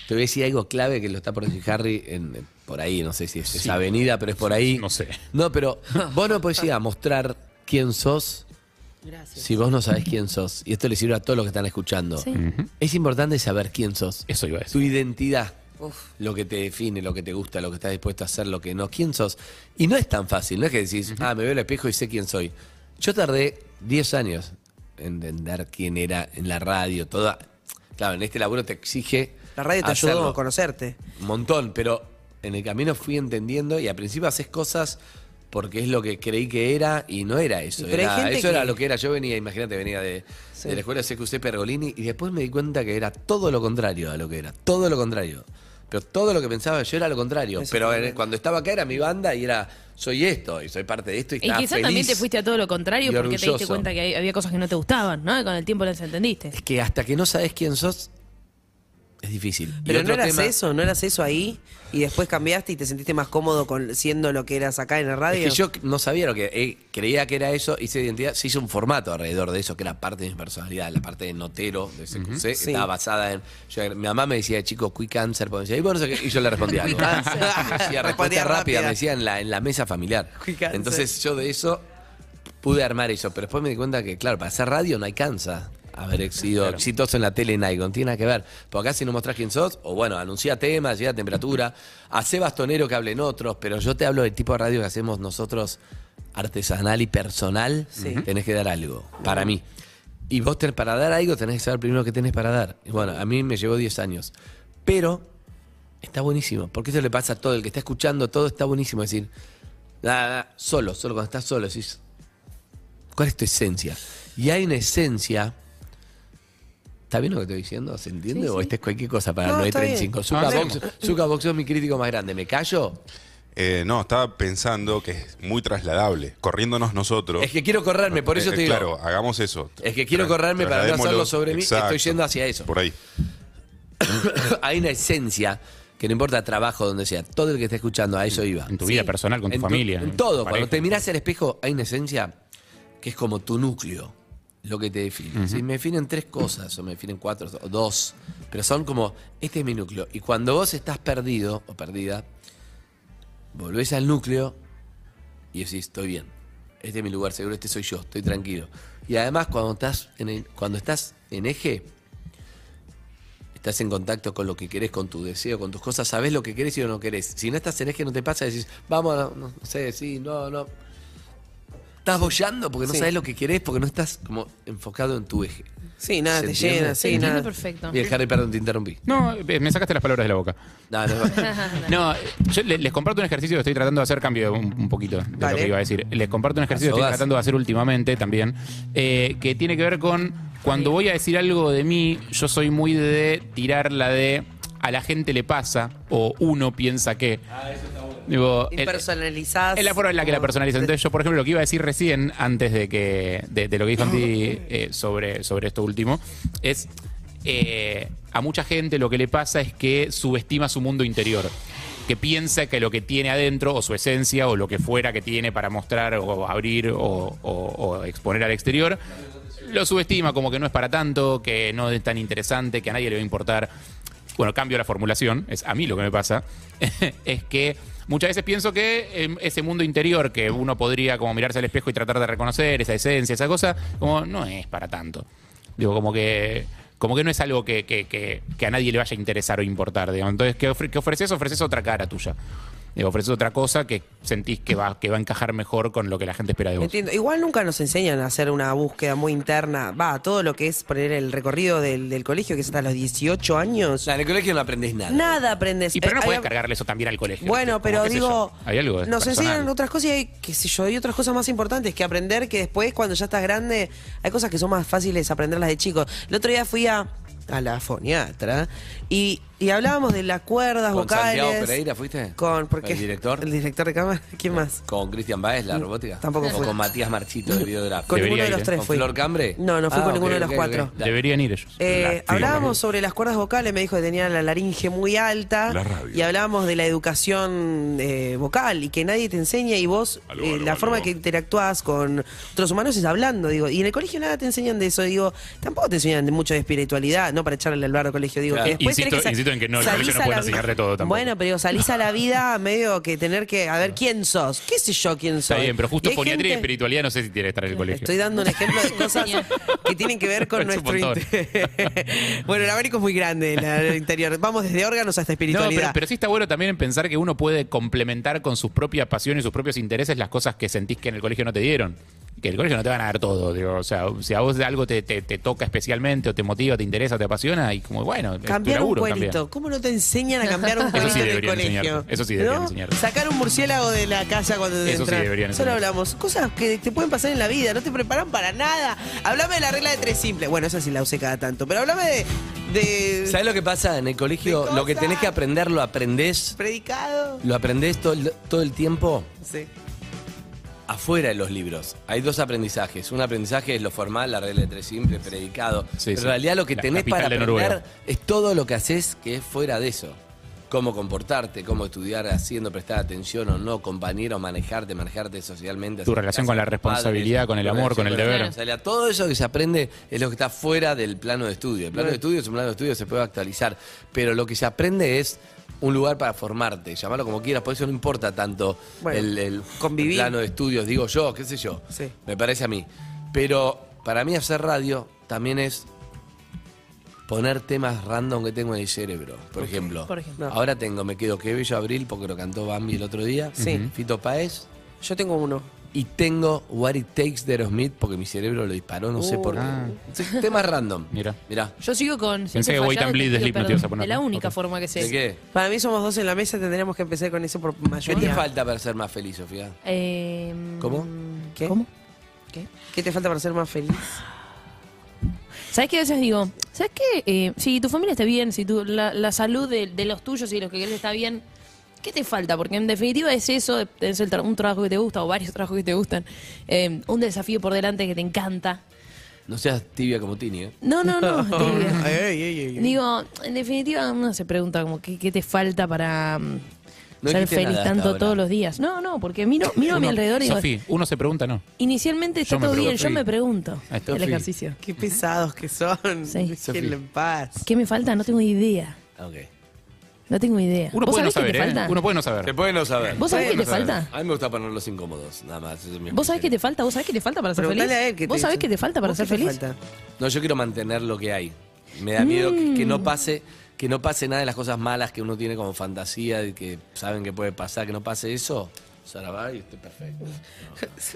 Speaker 1: Te voy a decir algo clave que lo está por decir Harry en, en- por ahí. No sé si es esa avenida, pero es por ahí.
Speaker 3: No sé.
Speaker 1: No, pero vos no podés ir a mostrar quién sos si vos no sabés quién sos. Y esto le sirve a todos los que están escuchando. Es importante saber quién sos.
Speaker 3: Eso iba a
Speaker 1: Tu
Speaker 3: decir.
Speaker 1: identidad. Lo que te define, lo que te gusta, lo que estás dispuesto a hacer, lo que no. ¿Quién sos? Y no es tan fácil. No es que decís, ah, me veo al espejo y sé quién soy. Yo tardé 10 años en entender quién era en la radio, toda. Claro, en este laburo te exige.
Speaker 5: La radio te ayudó
Speaker 1: hacerlo.
Speaker 5: a conocerte.
Speaker 1: Un montón, pero en el camino fui entendiendo y al principio haces cosas porque es lo que creí que era y no era eso.
Speaker 5: Pero hay
Speaker 1: Era-
Speaker 5: gente
Speaker 1: eso era
Speaker 5: que-
Speaker 1: lo que era. Yo venía, imagínate, venía de,
Speaker 5: Sí.
Speaker 1: de la escuela CQC Pergolini y después me di cuenta que era todo lo contrario a lo que era. Todo lo contrario. Pero todo lo que pensaba yo era lo contrario.
Speaker 5: Eso
Speaker 1: Pero
Speaker 5: es
Speaker 1: eh,
Speaker 5: verdad.
Speaker 1: cuando estaba acá era mi banda y era soy esto y soy parte de esto y,
Speaker 4: Y
Speaker 1: estaba
Speaker 4: quizás también
Speaker 1: feliz
Speaker 4: te fuiste a todo lo contrario
Speaker 1: y
Speaker 4: porque te diste
Speaker 1: orgulloso.
Speaker 4: cuenta que hay- había cosas que no te gustaban, ¿no? Y con el tiempo las entendiste.
Speaker 1: Es que hasta que no sabes quién sos, es difícil. Y
Speaker 5: Pero no
Speaker 1: otro
Speaker 5: eras
Speaker 1: tema-
Speaker 5: eso, no eras eso ahí y después cambiaste y te sentiste más cómodo con siendo lo que eras acá en la radio.
Speaker 1: Es que yo no sabía lo que eh, creía que era eso, hice identidad, se hizo un formato alrededor de eso, que era parte de mi personalidad, la parte de notero de CQC,
Speaker 5: Sí.
Speaker 1: estaba basada en. yo- mi mamá me decía, chico, quick cancer, porque decía, y, bueno, no sé qué", y yo le respondía algo. Hacía respuesta
Speaker 5: Respondía
Speaker 1: rápida,
Speaker 5: rápida.
Speaker 1: me decía en la, en la mesa familiar.
Speaker 5: Quick answer.
Speaker 1: Entonces yo de eso pude armar eso, pero después me di cuenta que, claro, para hacer radio no alcanza. Haber sido exitoso en la tele en Icon, tiene nada que ver. Porque acá si no mostrás quién sos, o bueno, anuncia temas, llega temperatura, hace bastonero que hablen otros, pero yo te hablo del tipo de radio que hacemos nosotros, artesanal y personal, tenés que dar algo, para mí. Y vos ten- para dar algo tenés que saber primero qué tenés para dar. Y bueno, a mí me llevó 10 años. Pero está buenísimo, porque eso le pasa a todo, el que está escuchando todo está buenísimo. Es decir, nada, nada, solo, solo cuando estás solo, decís, ¿Cuál es tu esencia? Y hay una esencia. ¿Está bien lo que estoy diciendo? ¿Se entiende? O este es cualquier cosa para
Speaker 5: No,
Speaker 1: el
Speaker 5: está
Speaker 1: 935.
Speaker 5: bien.
Speaker 1: Zuka
Speaker 3: Avancemos.
Speaker 1: Box, Zuka Box es mi crítico más grande. ¿Me callo?
Speaker 6: Eh, no, estaba pensando que es muy trasladable, corriéndonos nosotros.
Speaker 1: Es que quiero correrme, por eso
Speaker 6: Eh,
Speaker 1: te digo.
Speaker 6: Claro, hagamos eso.
Speaker 1: Es que quiero
Speaker 6: Tra-
Speaker 1: correrme para no
Speaker 6: trasladémoslo.
Speaker 1: hacerlo sobre mí,
Speaker 6: Exacto.
Speaker 1: estoy yendo hacia eso.
Speaker 6: Por ahí.
Speaker 1: hay una esencia que no importa trabajo, donde sea, todo el que está escuchando, a eso iba.
Speaker 3: en tu vida personal, con tu
Speaker 1: En
Speaker 3: familia,
Speaker 1: En
Speaker 3: en
Speaker 1: todo.
Speaker 3: tu
Speaker 1: Cuando
Speaker 3: pareja.
Speaker 1: te mirás al espejo, hay una esencia que es como tu núcleo, lo que te define. Si me definen tres cosas, o me definen cuatro, o dos, pero son como, este es mi núcleo. Y cuando vos estás perdido o perdida, volvés al núcleo y decís, estoy bien. Este es mi lugar seguro, este soy yo, estoy tranquilo. Y además, cuando estás en, el- cuando estás en eje, estás en contacto con lo que querés, con tu deseo, con tus cosas, sabés lo que querés y lo no querés. Si no estás en eje, no te pasa, decís, vamos, no, no sé, sí, no, no. Estás boyando porque no
Speaker 5: Sí.
Speaker 1: sabés lo que querés, porque no estás como enfocado en tu eje.
Speaker 5: sí, nada,
Speaker 1: ¿Se
Speaker 5: te
Speaker 1: entiende?
Speaker 5: llena,
Speaker 4: Se
Speaker 5: sí,
Speaker 4: entiende
Speaker 5: nada.
Speaker 4: perfecto.
Speaker 1: Bien, Harry, perdón, te interrumpí.
Speaker 3: No, eh, me sacaste las palabras de la boca.
Speaker 1: No, no, no.
Speaker 3: No, eh, yo le- les, comparto un ejercicio que estoy tratando de hacer, cambio un, un poquito de
Speaker 5: Dale.
Speaker 3: lo que iba a decir. Les comparto un ejercicio que estoy
Speaker 1: Asogaste.
Speaker 3: tratando de hacer últimamente también, eh, que tiene que ver con cuando voy a decir algo de mí, yo soy muy de tirar la de a la gente le pasa o uno piensa que. Ah, eso está bueno.
Speaker 5: Y personalizás.
Speaker 3: Es la forma en la que la
Speaker 5: como-
Speaker 3: personalizan. Entonces, yo, por ejemplo, lo que iba a decir recién, antes de que de, de lo que dijo Andy eh, sobre, sobre esto último, es eh, a mucha gente lo que le pasa es que subestima su mundo interior. Que piensa que lo que tiene adentro, o su esencia, o lo que fuera que tiene para mostrar, o abrir, o, o- o exponer al exterior, lo subestima como que no es para tanto, que no es tan interesante, que a nadie le va a importar. Bueno, cambio la formulación, es a mí lo que me pasa, es que muchas veces pienso que eh, ese mundo interior que uno podría como mirarse al espejo y tratar de reconocer esa esencia, esa cosa, como no es para tanto. Digo, como que como que no es algo que, que- que- que a nadie le vaya a interesar o importar, digamos. Entonces, ¿qué, ofre- qué ofreces? Ofreces otra cara tuya. Digo, ofreces otra cosa que sentís que va, que va a encajar mejor con lo que la gente espera de vos.
Speaker 5: Entiendo. Igual nunca nos enseñan a hacer una búsqueda muy interna. Va, todo lo que es poner el recorrido del, del colegio, que es hasta los 18 años.
Speaker 1: No, en el colegio no aprendés nada.
Speaker 5: Nada aprendes.
Speaker 3: Y pero no
Speaker 5: Eh,
Speaker 3: puedes
Speaker 5: hay-
Speaker 3: cargarle eso también al colegio.
Speaker 5: Bueno,
Speaker 3: Como,
Speaker 5: pero
Speaker 3: qué sé
Speaker 5: digo,
Speaker 3: yo, hay algo de
Speaker 5: nos
Speaker 3: personal.
Speaker 5: enseñan otras cosas y hay, qué sé yo, hay otras cosas más importantes que aprender que después cuando ya estás grande, hay cosas que son más fáciles aprenderlas de chicos. El otro día fui a, a la foniatra y, y hablábamos de las cuerdas
Speaker 1: ¿Con
Speaker 5: vocales.
Speaker 1: Santiago Pereira fuiste?
Speaker 5: Con, porque,
Speaker 1: ¿El director? Ah.
Speaker 5: El director de cámara, ¿quién más?
Speaker 1: ¿Con Cristian Baez, la robótica?
Speaker 5: Tampoco
Speaker 1: ¿O
Speaker 5: fui.
Speaker 1: con Matías Marchito, de videografía?
Speaker 5: Con
Speaker 3: Debería
Speaker 5: ninguno de
Speaker 3: ir,
Speaker 5: los
Speaker 3: ¿eh?
Speaker 5: tres
Speaker 1: ¿Con
Speaker 5: fui.
Speaker 1: Flor Cambre?
Speaker 5: No, no fui
Speaker 1: Ah,
Speaker 5: con
Speaker 1: ok,
Speaker 5: ninguno de los
Speaker 1: ok,
Speaker 5: cuatro.
Speaker 1: ok.
Speaker 3: Deberían ir ellos.
Speaker 5: Eh,
Speaker 3: La-
Speaker 5: hablábamos sobre las cuerdas vocales, me dijo que tenía la laringe muy alta.
Speaker 6: La radio.
Speaker 5: Y hablábamos de la educación eh, vocal y que nadie te enseña y vos,
Speaker 6: Aló,
Speaker 5: eh,
Speaker 6: aló,
Speaker 5: la
Speaker 6: aló.
Speaker 5: forma que interactúas con otros humanos es hablando, digo. Y en el colegio nada te enseñan de eso, digo. Tampoco te enseñan de mucho de espiritualidad, no para echarle al barro al colegio, digo.
Speaker 1: Claro.
Speaker 5: Que después
Speaker 3: Insisto-
Speaker 5: tenés que sa-
Speaker 3: insisto en que no, el
Speaker 5: salís
Speaker 3: colegio no
Speaker 5: a
Speaker 3: puede
Speaker 5: la vi-
Speaker 3: enseñarte todo tampoco.
Speaker 5: Bueno, pero digo, salís a la vida medio que tener que, a ver, ¿quién sos? ¿Qué sé yo quién soy?
Speaker 3: Está bien, pero
Speaker 5: Y
Speaker 3: justo
Speaker 5: hay
Speaker 3: foniatría y
Speaker 5: gente-
Speaker 3: espiritualidad no sé si tiene que estar en el colegio.
Speaker 5: Estoy dando un ejemplo de cosas que tienen que ver con
Speaker 3: Es un
Speaker 5: nuestro
Speaker 3: montón.
Speaker 5: interior. bueno, el abanico es muy grande, la- el interior. Vamos desde órganos hasta
Speaker 3: No, pero,
Speaker 5: espiritualidad.
Speaker 3: pero sí está bueno también en pensar que uno puede complementar con sus propias pasiones y sus propios intereses las cosas que sentís que en el colegio no te dieron. que el colegio no te van a dar todo. digo, o sea, si a vos de algo te, te- te toca especialmente, o te motiva, te interesa, te apasiona, y como, bueno, es tu
Speaker 5: Cambiar un
Speaker 3: laburo
Speaker 5: cuerito.
Speaker 3: también.
Speaker 5: ¿Cómo no te enseñan a cambiar un
Speaker 3: Eso
Speaker 5: cuerito
Speaker 3: sí
Speaker 5: en el
Speaker 3: deberían
Speaker 5: colegio?
Speaker 3: enseñarte. Eso sí deberían
Speaker 5: ¿No?
Speaker 3: enseñarte.
Speaker 5: Sacar un murciélago de la casa cuando te
Speaker 3: Eso sí
Speaker 5: entras.
Speaker 3: deberían
Speaker 5: Eso lo
Speaker 3: enseñarte.
Speaker 5: hablamos. Cosas que te pueden pasar en la vida, no te preparan para nada. Hablame de la regla de tres simples. Bueno, esa sí la usé cada tanto. Pero hablame de. de
Speaker 1: ¿Sabes lo que pasa en el colegio?
Speaker 5: De
Speaker 1: Lo que tenés
Speaker 5: cosas.
Speaker 1: que aprender lo aprendés.
Speaker 5: predicado.
Speaker 1: Lo aprendés todo el- todo el tiempo
Speaker 5: Sí.
Speaker 1: afuera de los libros. Hay dos aprendizajes. Un aprendizaje es lo formal, la regla de tres simples, predicado.
Speaker 3: Sí,
Speaker 1: Pero
Speaker 3: sí.
Speaker 1: en realidad lo que
Speaker 3: La
Speaker 1: tenés
Speaker 3: capital
Speaker 1: para
Speaker 3: de
Speaker 1: aprender
Speaker 3: Noruega.
Speaker 1: es todo lo que haces que es fuera de eso. Cómo comportarte, cómo estudiar haciendo, prestar atención o no, compañero, manejarte, manejarte socialmente.
Speaker 3: Tu
Speaker 1: hacer
Speaker 3: relación
Speaker 1: caso
Speaker 3: con
Speaker 1: a
Speaker 3: la
Speaker 1: tus
Speaker 3: responsabilidad, con el
Speaker 1: tu
Speaker 3: amor, con el
Speaker 1: relación la
Speaker 3: deber.
Speaker 1: responsabilidad. Todo eso que se aprende es lo que está fuera del plano de estudio. El plano de estudio es un plano de estudio, se puede actualizar. Pero lo que se aprende es un lugar para formarte, llamarlo como quieras, por eso no importa tanto
Speaker 5: Bueno,
Speaker 1: el, el
Speaker 5: convivir.
Speaker 1: plano de estudios, digo yo, qué sé yo.
Speaker 5: Sí.
Speaker 1: Me parece a mí. Pero para mí hacer radio también es poner temas random que tengo en el cerebro. Por ejemplo,
Speaker 4: por ejemplo.
Speaker 1: ahora tengo, me quedo que bello abril porque lo cantó Bambi el otro día.
Speaker 5: Sí. Ujú.
Speaker 1: Fito Paez.
Speaker 5: Yo tengo uno.
Speaker 1: Y tengo What It Takes de Aerosmith porque mi cerebro lo disparó, no
Speaker 4: Uh,
Speaker 1: sé por qué.
Speaker 3: Ah.
Speaker 1: Sí, Temas random.
Speaker 3: Mira.
Speaker 1: Mirá.
Speaker 4: Yo sigo con.
Speaker 3: Pensé que Wait and Bleed de Slipknot ibas a poner.
Speaker 4: Es la única
Speaker 3: Ok.
Speaker 4: forma que sé.
Speaker 1: ¿De qué?
Speaker 5: Para mí somos dos en la mesa, tendríamos que empezar con eso por
Speaker 1: ¿Qué te
Speaker 5: mayoría.
Speaker 1: falta para ser más feliz, Sofía?
Speaker 4: Eh,
Speaker 1: ¿Cómo?
Speaker 5: ¿Qué?
Speaker 4: ¿Cómo? ¿Qué?
Speaker 5: ¿Qué te falta para ser más feliz?
Speaker 4: ¿Sabes qué? A veces digo, ¿sabes qué? Eh, si tu familia está bien, si tu, la, la salud de, de los tuyos y de los que querés está bien, ¿qué te falta? Porque en definitiva es eso, es el tra- un trabajo que te gusta o varios trabajos que te gustan, eh, un desafío por delante que te encanta.
Speaker 1: No seas tibia como Tini, ¿eh?
Speaker 4: No, no, no. te digo.
Speaker 5: Ey, ey, ey, ey.
Speaker 4: Digo, en definitiva uno se pregunta como, ¿qué, qué te falta para mm,
Speaker 1: No
Speaker 4: ser
Speaker 1: dijiste
Speaker 4: feliz
Speaker 1: nada hasta
Speaker 4: tanto
Speaker 1: ahora.
Speaker 4: todos los días? No, no, porque miro, miro a mi alrededor y digo,
Speaker 3: Sofi, uno se pregunta, ¿no?
Speaker 4: inicialmente está
Speaker 3: Yo me
Speaker 4: todo bien,
Speaker 3: pregunto.
Speaker 4: yo me pregunto
Speaker 3: Ahí está.
Speaker 4: el ejercicio.
Speaker 5: Qué pesados que son.
Speaker 4: Sí.
Speaker 5: Déjenlo en paz.
Speaker 4: ¿Qué me falta? No tengo idea.
Speaker 1: Ok.
Speaker 4: No tengo idea.
Speaker 3: Uno
Speaker 4: ¿Vos
Speaker 3: puede no saber,
Speaker 4: sabés qué te
Speaker 3: ¿eh?
Speaker 4: falta?
Speaker 3: Uno puede no saber.
Speaker 1: Se puede no saber.
Speaker 4: ¿Vos sabés qué te falta?
Speaker 1: A mí me gusta ponerlos incómodos, nada más. ese es mi
Speaker 4: ¿Vos sabés qué
Speaker 1: criterio.
Speaker 4: te falta? ¿Vos sabés qué te falta para ser
Speaker 5: Preguntale
Speaker 4: feliz?
Speaker 5: a él que
Speaker 4: ¿Vos sabés qué te falta para
Speaker 5: ¿Vos
Speaker 4: ser
Speaker 5: qué te
Speaker 4: feliz?
Speaker 5: falta?
Speaker 1: No, yo quiero mantener lo que hay. Me da miedo que, que no
Speaker 4: Mm.
Speaker 1: pase que no pase nada de las cosas malas que uno tiene como fantasía y que saben que puede pasar, que no pase eso. Sara va y estoy perfecto.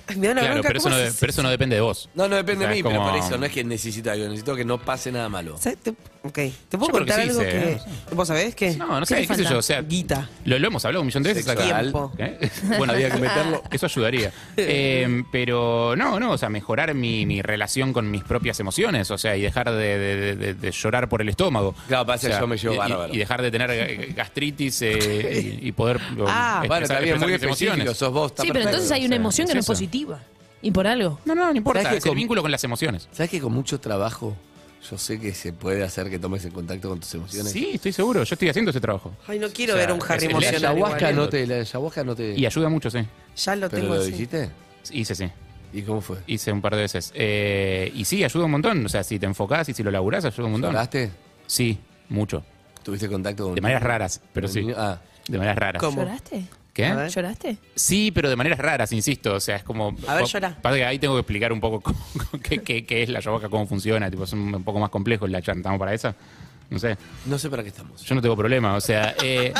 Speaker 5: Ay, Me da una
Speaker 3: Claro,
Speaker 5: bronca,
Speaker 3: pero eso,
Speaker 5: ¿cómo
Speaker 3: no, de-
Speaker 5: se-
Speaker 3: pero eso no depende de vos.
Speaker 1: No, no depende
Speaker 3: O sea,
Speaker 1: de mí,
Speaker 3: es como-
Speaker 1: pero por eso no es que necesito algo, necesito que no pase nada malo.
Speaker 5: ¿Sabes? Te- ok, te puedo
Speaker 3: Yo creo que
Speaker 5: contar
Speaker 3: sí
Speaker 5: algo
Speaker 3: sé,
Speaker 5: que.
Speaker 3: ¿eh?
Speaker 5: ¿Vos sabés qué?
Speaker 3: No, no
Speaker 4: ¿Qué
Speaker 3: sé,
Speaker 4: te
Speaker 3: qué sé
Speaker 4: falta?
Speaker 3: yo, o sea,
Speaker 5: Guita.
Speaker 3: Lo, lo hemos hablado un millón de veces.
Speaker 1: Sexo
Speaker 3: acá.
Speaker 5: Tiempo.
Speaker 3: ¿Eh? Bueno, había que meterlo. Eso ayudaría. Eh, pero no, no, o sea, mejorar mi, mi relación con mis propias emociones, o sea, y dejar de, de- de- de llorar por el estómago.
Speaker 1: Claro, pasa
Speaker 3: O sea,
Speaker 1: que yo me llevo
Speaker 3: y- y-
Speaker 1: bárbaro.
Speaker 3: Y, dejar de tener eh, gastritis eh, y, y poder o,
Speaker 1: bueno, está
Speaker 5: Ah,
Speaker 3: expresar-
Speaker 1: bien,
Speaker 3: expresar
Speaker 1: muy
Speaker 3: mis
Speaker 1: específico, sos vos, está
Speaker 4: Sí, pero
Speaker 1: perfecto.
Speaker 4: entonces hay
Speaker 3: o
Speaker 4: una
Speaker 3: sea,
Speaker 4: emoción que
Speaker 3: es
Speaker 4: no es
Speaker 3: eso.
Speaker 4: positiva. Y por algo.
Speaker 3: No, no, no importa.
Speaker 1: ¿Sabes que
Speaker 3: Es el
Speaker 1: con-
Speaker 3: vínculo con las emociones.
Speaker 1: ¿Sabes que con mucho trabajo yo sé que se puede hacer que tomes en contacto con tus emociones?
Speaker 3: Sí, estoy seguro. Yo estoy haciendo ese trabajo.
Speaker 5: Ay, no quiero
Speaker 3: O sea,
Speaker 5: ver a un Harry
Speaker 3: es-
Speaker 1: La
Speaker 3: emocional
Speaker 5: emocionado.
Speaker 1: ayahuasca
Speaker 5: igual,
Speaker 1: no
Speaker 5: ¿eh?
Speaker 1: te, la ayahuasca no te.
Speaker 3: Y ayuda mucho, sí.
Speaker 5: Ya lo
Speaker 1: ¿Pero
Speaker 5: tengo
Speaker 1: lo
Speaker 5: así.
Speaker 1: dijiste?
Speaker 3: Hice, sí.
Speaker 1: ¿Y cómo fue?
Speaker 3: Hice un par de veces. Eh, y sí, ayuda un montón. O sea, si te enfocás y si lo laburás, ayuda un montón.
Speaker 1: ¿Hablaste?
Speaker 3: Sí, mucho.
Speaker 1: ¿Tuviste contacto con
Speaker 3: De maneras raras, pero
Speaker 1: con
Speaker 3: sí.
Speaker 1: niños? Ah.
Speaker 3: De maneras raras.
Speaker 5: ¿Cómo?
Speaker 4: ¿Lloraste?
Speaker 5: A
Speaker 3: ¿Qué?
Speaker 5: ver.
Speaker 4: ¿Lloraste?
Speaker 3: Sí, pero de maneras raras, insisto. O sea, es como.
Speaker 5: A ver,
Speaker 3: o-
Speaker 5: llorá.
Speaker 3: Pasa que ahí tengo que explicar un poco cómo- qué, qué- qué es la ayahuasca, cómo funciona. Tipo, es un, un poco más complejo. ¿La chantamos para esa? No sé.
Speaker 1: No sé para qué estamos.
Speaker 3: Yo no tengo problema. O sea, eh,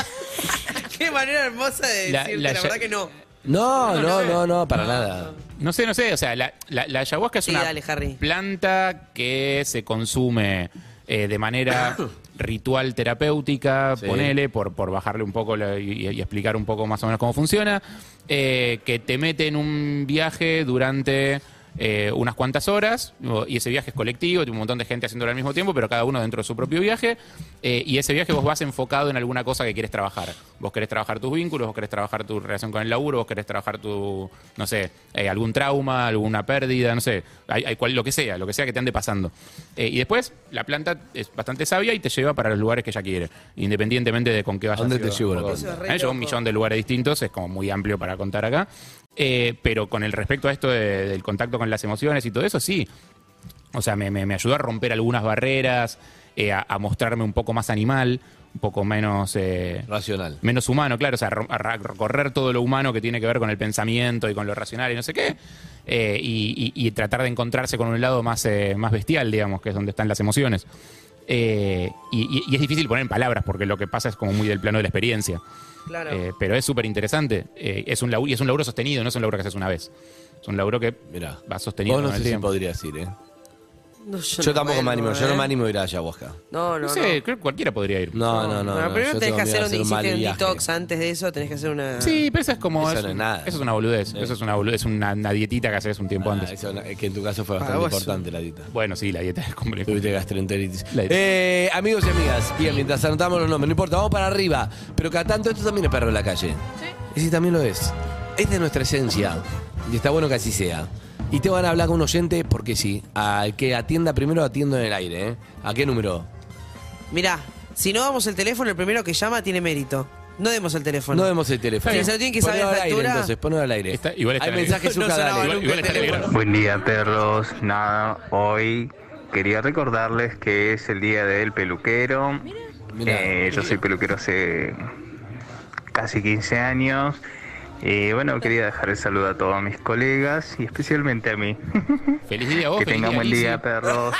Speaker 5: Qué manera hermosa de
Speaker 3: La-
Speaker 5: decirte, la,
Speaker 3: la-
Speaker 5: verdad que no.
Speaker 1: No, no, no, no, para nada.
Speaker 3: no sé, no sé. O sea, la, la- la ayahuasca es
Speaker 5: Sí,
Speaker 3: una
Speaker 5: dale, Harry.
Speaker 3: planta que se consume eh, de manera ritual terapéutica,
Speaker 1: Sí.
Speaker 3: ponele, por, por bajarle un poco la- y, y explicar un poco más o menos cómo funciona, eh, que te mete en un viaje durante eh, unas cuantas horas, o- y ese viaje es colectivo, tiene un montón de gente haciéndolo al mismo tiempo, pero cada uno dentro de su propio viaje, eh, y ese viaje vos vas enfocado en alguna cosa que quieres trabajar. Vos querés trabajar tus vínculos, vos querés trabajar tu relación con el laburo, vos querés trabajar tu, no sé, eh, algún trauma, alguna pérdida, no sé, hay, hay cual- lo que sea, lo que sea que te ande pasando. Eh, y después, la planta es bastante sabia y te lleva para los lugares que ella quiere, independientemente de con qué vayas.
Speaker 1: ¿A dónde te llevo la planta?
Speaker 5: Eso es re
Speaker 3: A mí me llevó un
Speaker 5: loco.
Speaker 3: millón de lugares distintos, es como muy amplio para contar acá. Eh, pero con el respecto a esto de- del contacto con las emociones y todo eso, sí. O sea, me, me- me ayudó a romper algunas barreras, eh, a, a mostrarme un poco más animal, un poco menos... eh,
Speaker 1: Racional.
Speaker 3: menos humano, claro, o sea, ro- a ra- recorrer todo lo humano que tiene que ver con el pensamiento y con lo racional y no sé qué, eh, y, y- y tratar de encontrarse con un lado más, eh, más bestial, digamos, que es donde están las emociones. Eh, y, y- y es difícil poner en palabras porque lo que pasa es como muy del plano de la experiencia.
Speaker 5: Claro.
Speaker 3: Eh, pero es súper interesante. Eh, es un laburo, y es un laburo sostenido, no es un laburo que haces una vez. Es un laburo que
Speaker 1: Mirá.
Speaker 3: va sosteniendo
Speaker 1: Vos no
Speaker 3: con el
Speaker 1: sé si
Speaker 3: tiempo.
Speaker 1: podrías ir, ¿eh?
Speaker 5: No,
Speaker 1: Yo,
Speaker 5: no
Speaker 1: tampoco me animo, yo no
Speaker 5: ¿eh?
Speaker 1: me animo a ir a ayahuasca.
Speaker 5: No, no,
Speaker 3: No
Speaker 5: no.
Speaker 3: sé, creo que cualquiera podría ir.
Speaker 1: No, no, no.
Speaker 5: Bueno,
Speaker 1: no,
Speaker 5: primero
Speaker 1: yo
Speaker 5: tenés
Speaker 1: tengo miedo
Speaker 5: que hacer
Speaker 1: a
Speaker 5: un,
Speaker 1: mal
Speaker 5: hiciste un
Speaker 1: viaje.
Speaker 5: detox. Antes de eso tenés que hacer una...
Speaker 3: Sí, pero eso es como.
Speaker 1: Eso
Speaker 3: es,
Speaker 1: no es nada.
Speaker 3: Eso es una boludez.
Speaker 1: Sí.
Speaker 3: Eso es una boludez, es una, una dietita que haces un tiempo
Speaker 1: Ah,
Speaker 3: antes.
Speaker 1: eso no- es que en tu caso fue
Speaker 5: Para
Speaker 1: bastante
Speaker 5: vos.
Speaker 1: importante la dieta.
Speaker 3: Bueno, sí, la dieta es compleja.
Speaker 1: Tuviste gastroenteritis.
Speaker 3: La dieta.
Speaker 1: Eh, amigos y amigas, bien, mientras anotamos los nombres, no importa, vamos para arriba. Pero cada tanto esto también es perro de la calle. Sí. Ese también lo es. Es de nuestra esencia. Y está bueno que así sea. Y te van a hablar con un oyente, porque sí, al que atienda primero atiendo en el aire, ¿eh? ¿A qué número?
Speaker 5: Mirá, si no damos el teléfono, el primero que llama tiene mérito. No demos el teléfono.
Speaker 1: No vemos el teléfono.
Speaker 5: Sí, se lo tienen que
Speaker 1: Ponelo
Speaker 5: saber a
Speaker 1: al
Speaker 5: esta
Speaker 1: aire,
Speaker 5: altura.
Speaker 1: entonces, ponelo al aire.
Speaker 3: Está- igual está
Speaker 1: Hay
Speaker 3: en el-
Speaker 1: mensajes
Speaker 3: No
Speaker 1: suca,
Speaker 3: sonaba
Speaker 1: dale.
Speaker 3: Igual- igual está en el grano.
Speaker 8: Buen día, perros. Nada, hoy quería recordarles que es el día del peluquero.
Speaker 1: Mirá.
Speaker 8: Eh, yo soy peluquero hace casi 15 años. Y bueno, quería dejar el saludo a todos mis colegas y especialmente a mí.
Speaker 3: Feliz día a vos,
Speaker 8: Que
Speaker 3: feliz
Speaker 8: tengan
Speaker 3: día,
Speaker 8: buen
Speaker 3: Lizzy.
Speaker 8: día, perros.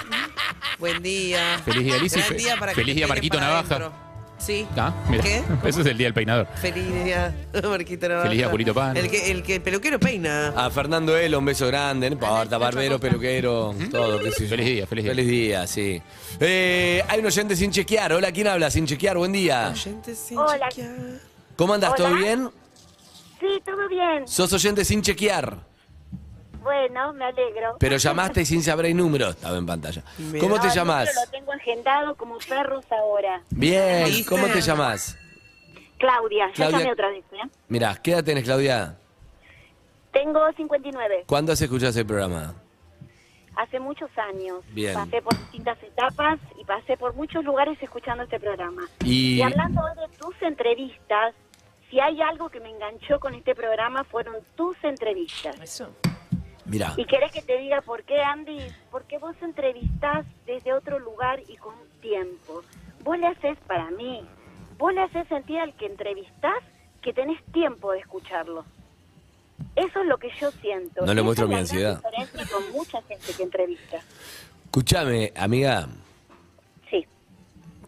Speaker 5: Buen día.
Speaker 3: Feliz día, Lizzy.
Speaker 5: Gran día para que
Speaker 3: Feliz
Speaker 5: te
Speaker 3: día,
Speaker 5: tiren
Speaker 3: Marquito
Speaker 5: para
Speaker 3: Navaja.
Speaker 5: adentro. Sí.
Speaker 3: Ah, mira.
Speaker 5: ¿Qué?
Speaker 3: Eso es el día del peinador.
Speaker 5: Feliz día, Marquito Navaja.
Speaker 3: Feliz día, Julito Ah. Pan.
Speaker 5: El que, el que el peluquero peina.
Speaker 1: A Fernando Elo, un beso grande, no importa, barbero, peluquero, todo. qué sé yo.
Speaker 3: Feliz día, feliz día.
Speaker 1: Feliz día, sí. Eh, hay un oyente sin chequear. Hola, ¿quién habla sin chequear? Buen día.
Speaker 5: Gente sin
Speaker 9: Hola.
Speaker 5: chequear.
Speaker 1: ¿Cómo andas? ¿Todo
Speaker 9: Hola.
Speaker 1: bien?
Speaker 9: Sí, todo bien.
Speaker 1: Sos oyente sin chequear,
Speaker 9: Bueno, me alegro.
Speaker 1: pero llamaste sin saber el número. Estaba en pantalla.
Speaker 5: Mirá.
Speaker 1: ¿Cómo te
Speaker 9: No, el
Speaker 1: llamás?
Speaker 9: número Lo tengo agendado como perros ahora.
Speaker 1: Bien,
Speaker 5: ¿Viste?
Speaker 1: ¿cómo te llamás?
Speaker 9: Claudia, ya
Speaker 1: Claudia.
Speaker 9: llamé otra vez. ¿eh?
Speaker 1: Mirá, ¿qué edad tenés, Claudia?
Speaker 9: Tengo 59.
Speaker 1: ¿Cuándo has escuchado el programa?
Speaker 9: Hace muchos años.
Speaker 1: Bien.
Speaker 9: Pasé por distintas etapas y pasé por muchos lugares escuchando este programa.
Speaker 1: Y-
Speaker 9: hablando hoy de tus entrevistas, si hay algo que me enganchó con este programa fueron tus entrevistas.
Speaker 4: Eso.
Speaker 1: Mirá.
Speaker 9: ¿Y querés que te diga por qué, Andy? Porque vos entrevistás desde otro lugar y con tiempo. Vos le haces para mí. Vos le haces sentir al que entrevistás que tenés tiempo de escucharlo. Eso es lo que yo siento.
Speaker 1: No le
Speaker 9: Esa
Speaker 1: muestro
Speaker 9: es
Speaker 1: mi
Speaker 9: la gran
Speaker 1: ansiedad.
Speaker 9: diferencia con mucha gente que entrevista.
Speaker 1: Escuchame, amiga.
Speaker 9: Sí,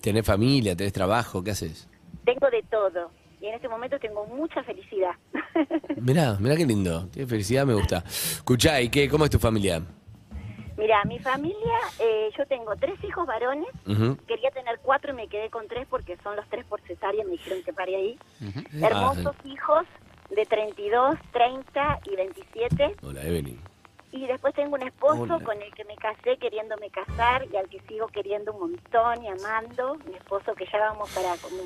Speaker 1: ¿Tenés familia? ¿Tenés trabajo? ¿Qué haces?
Speaker 9: tengo de todo. Y en este momento tengo mucha felicidad.
Speaker 1: Mirá, mirá qué lindo. Tiene felicidad, me gusta. Escuchá, ¿y qué? ¿Cómo es tu familia?
Speaker 9: Mira, mi familia, eh, yo tengo tres hijos varones.
Speaker 1: Ujú.
Speaker 9: Quería tener cuatro y me quedé con tres porque son los tres por cesárea, me dijeron que pare ahí. Hermosos
Speaker 1: Ah,
Speaker 9: hijos de 32, 30 y 27.
Speaker 1: Hola, Evelyn.
Speaker 9: Y después tengo un esposo
Speaker 1: Hola.
Speaker 9: con el que me casé queriéndome casar y al que sigo queriendo un montón y amando. Mi esposo que ya vamos para como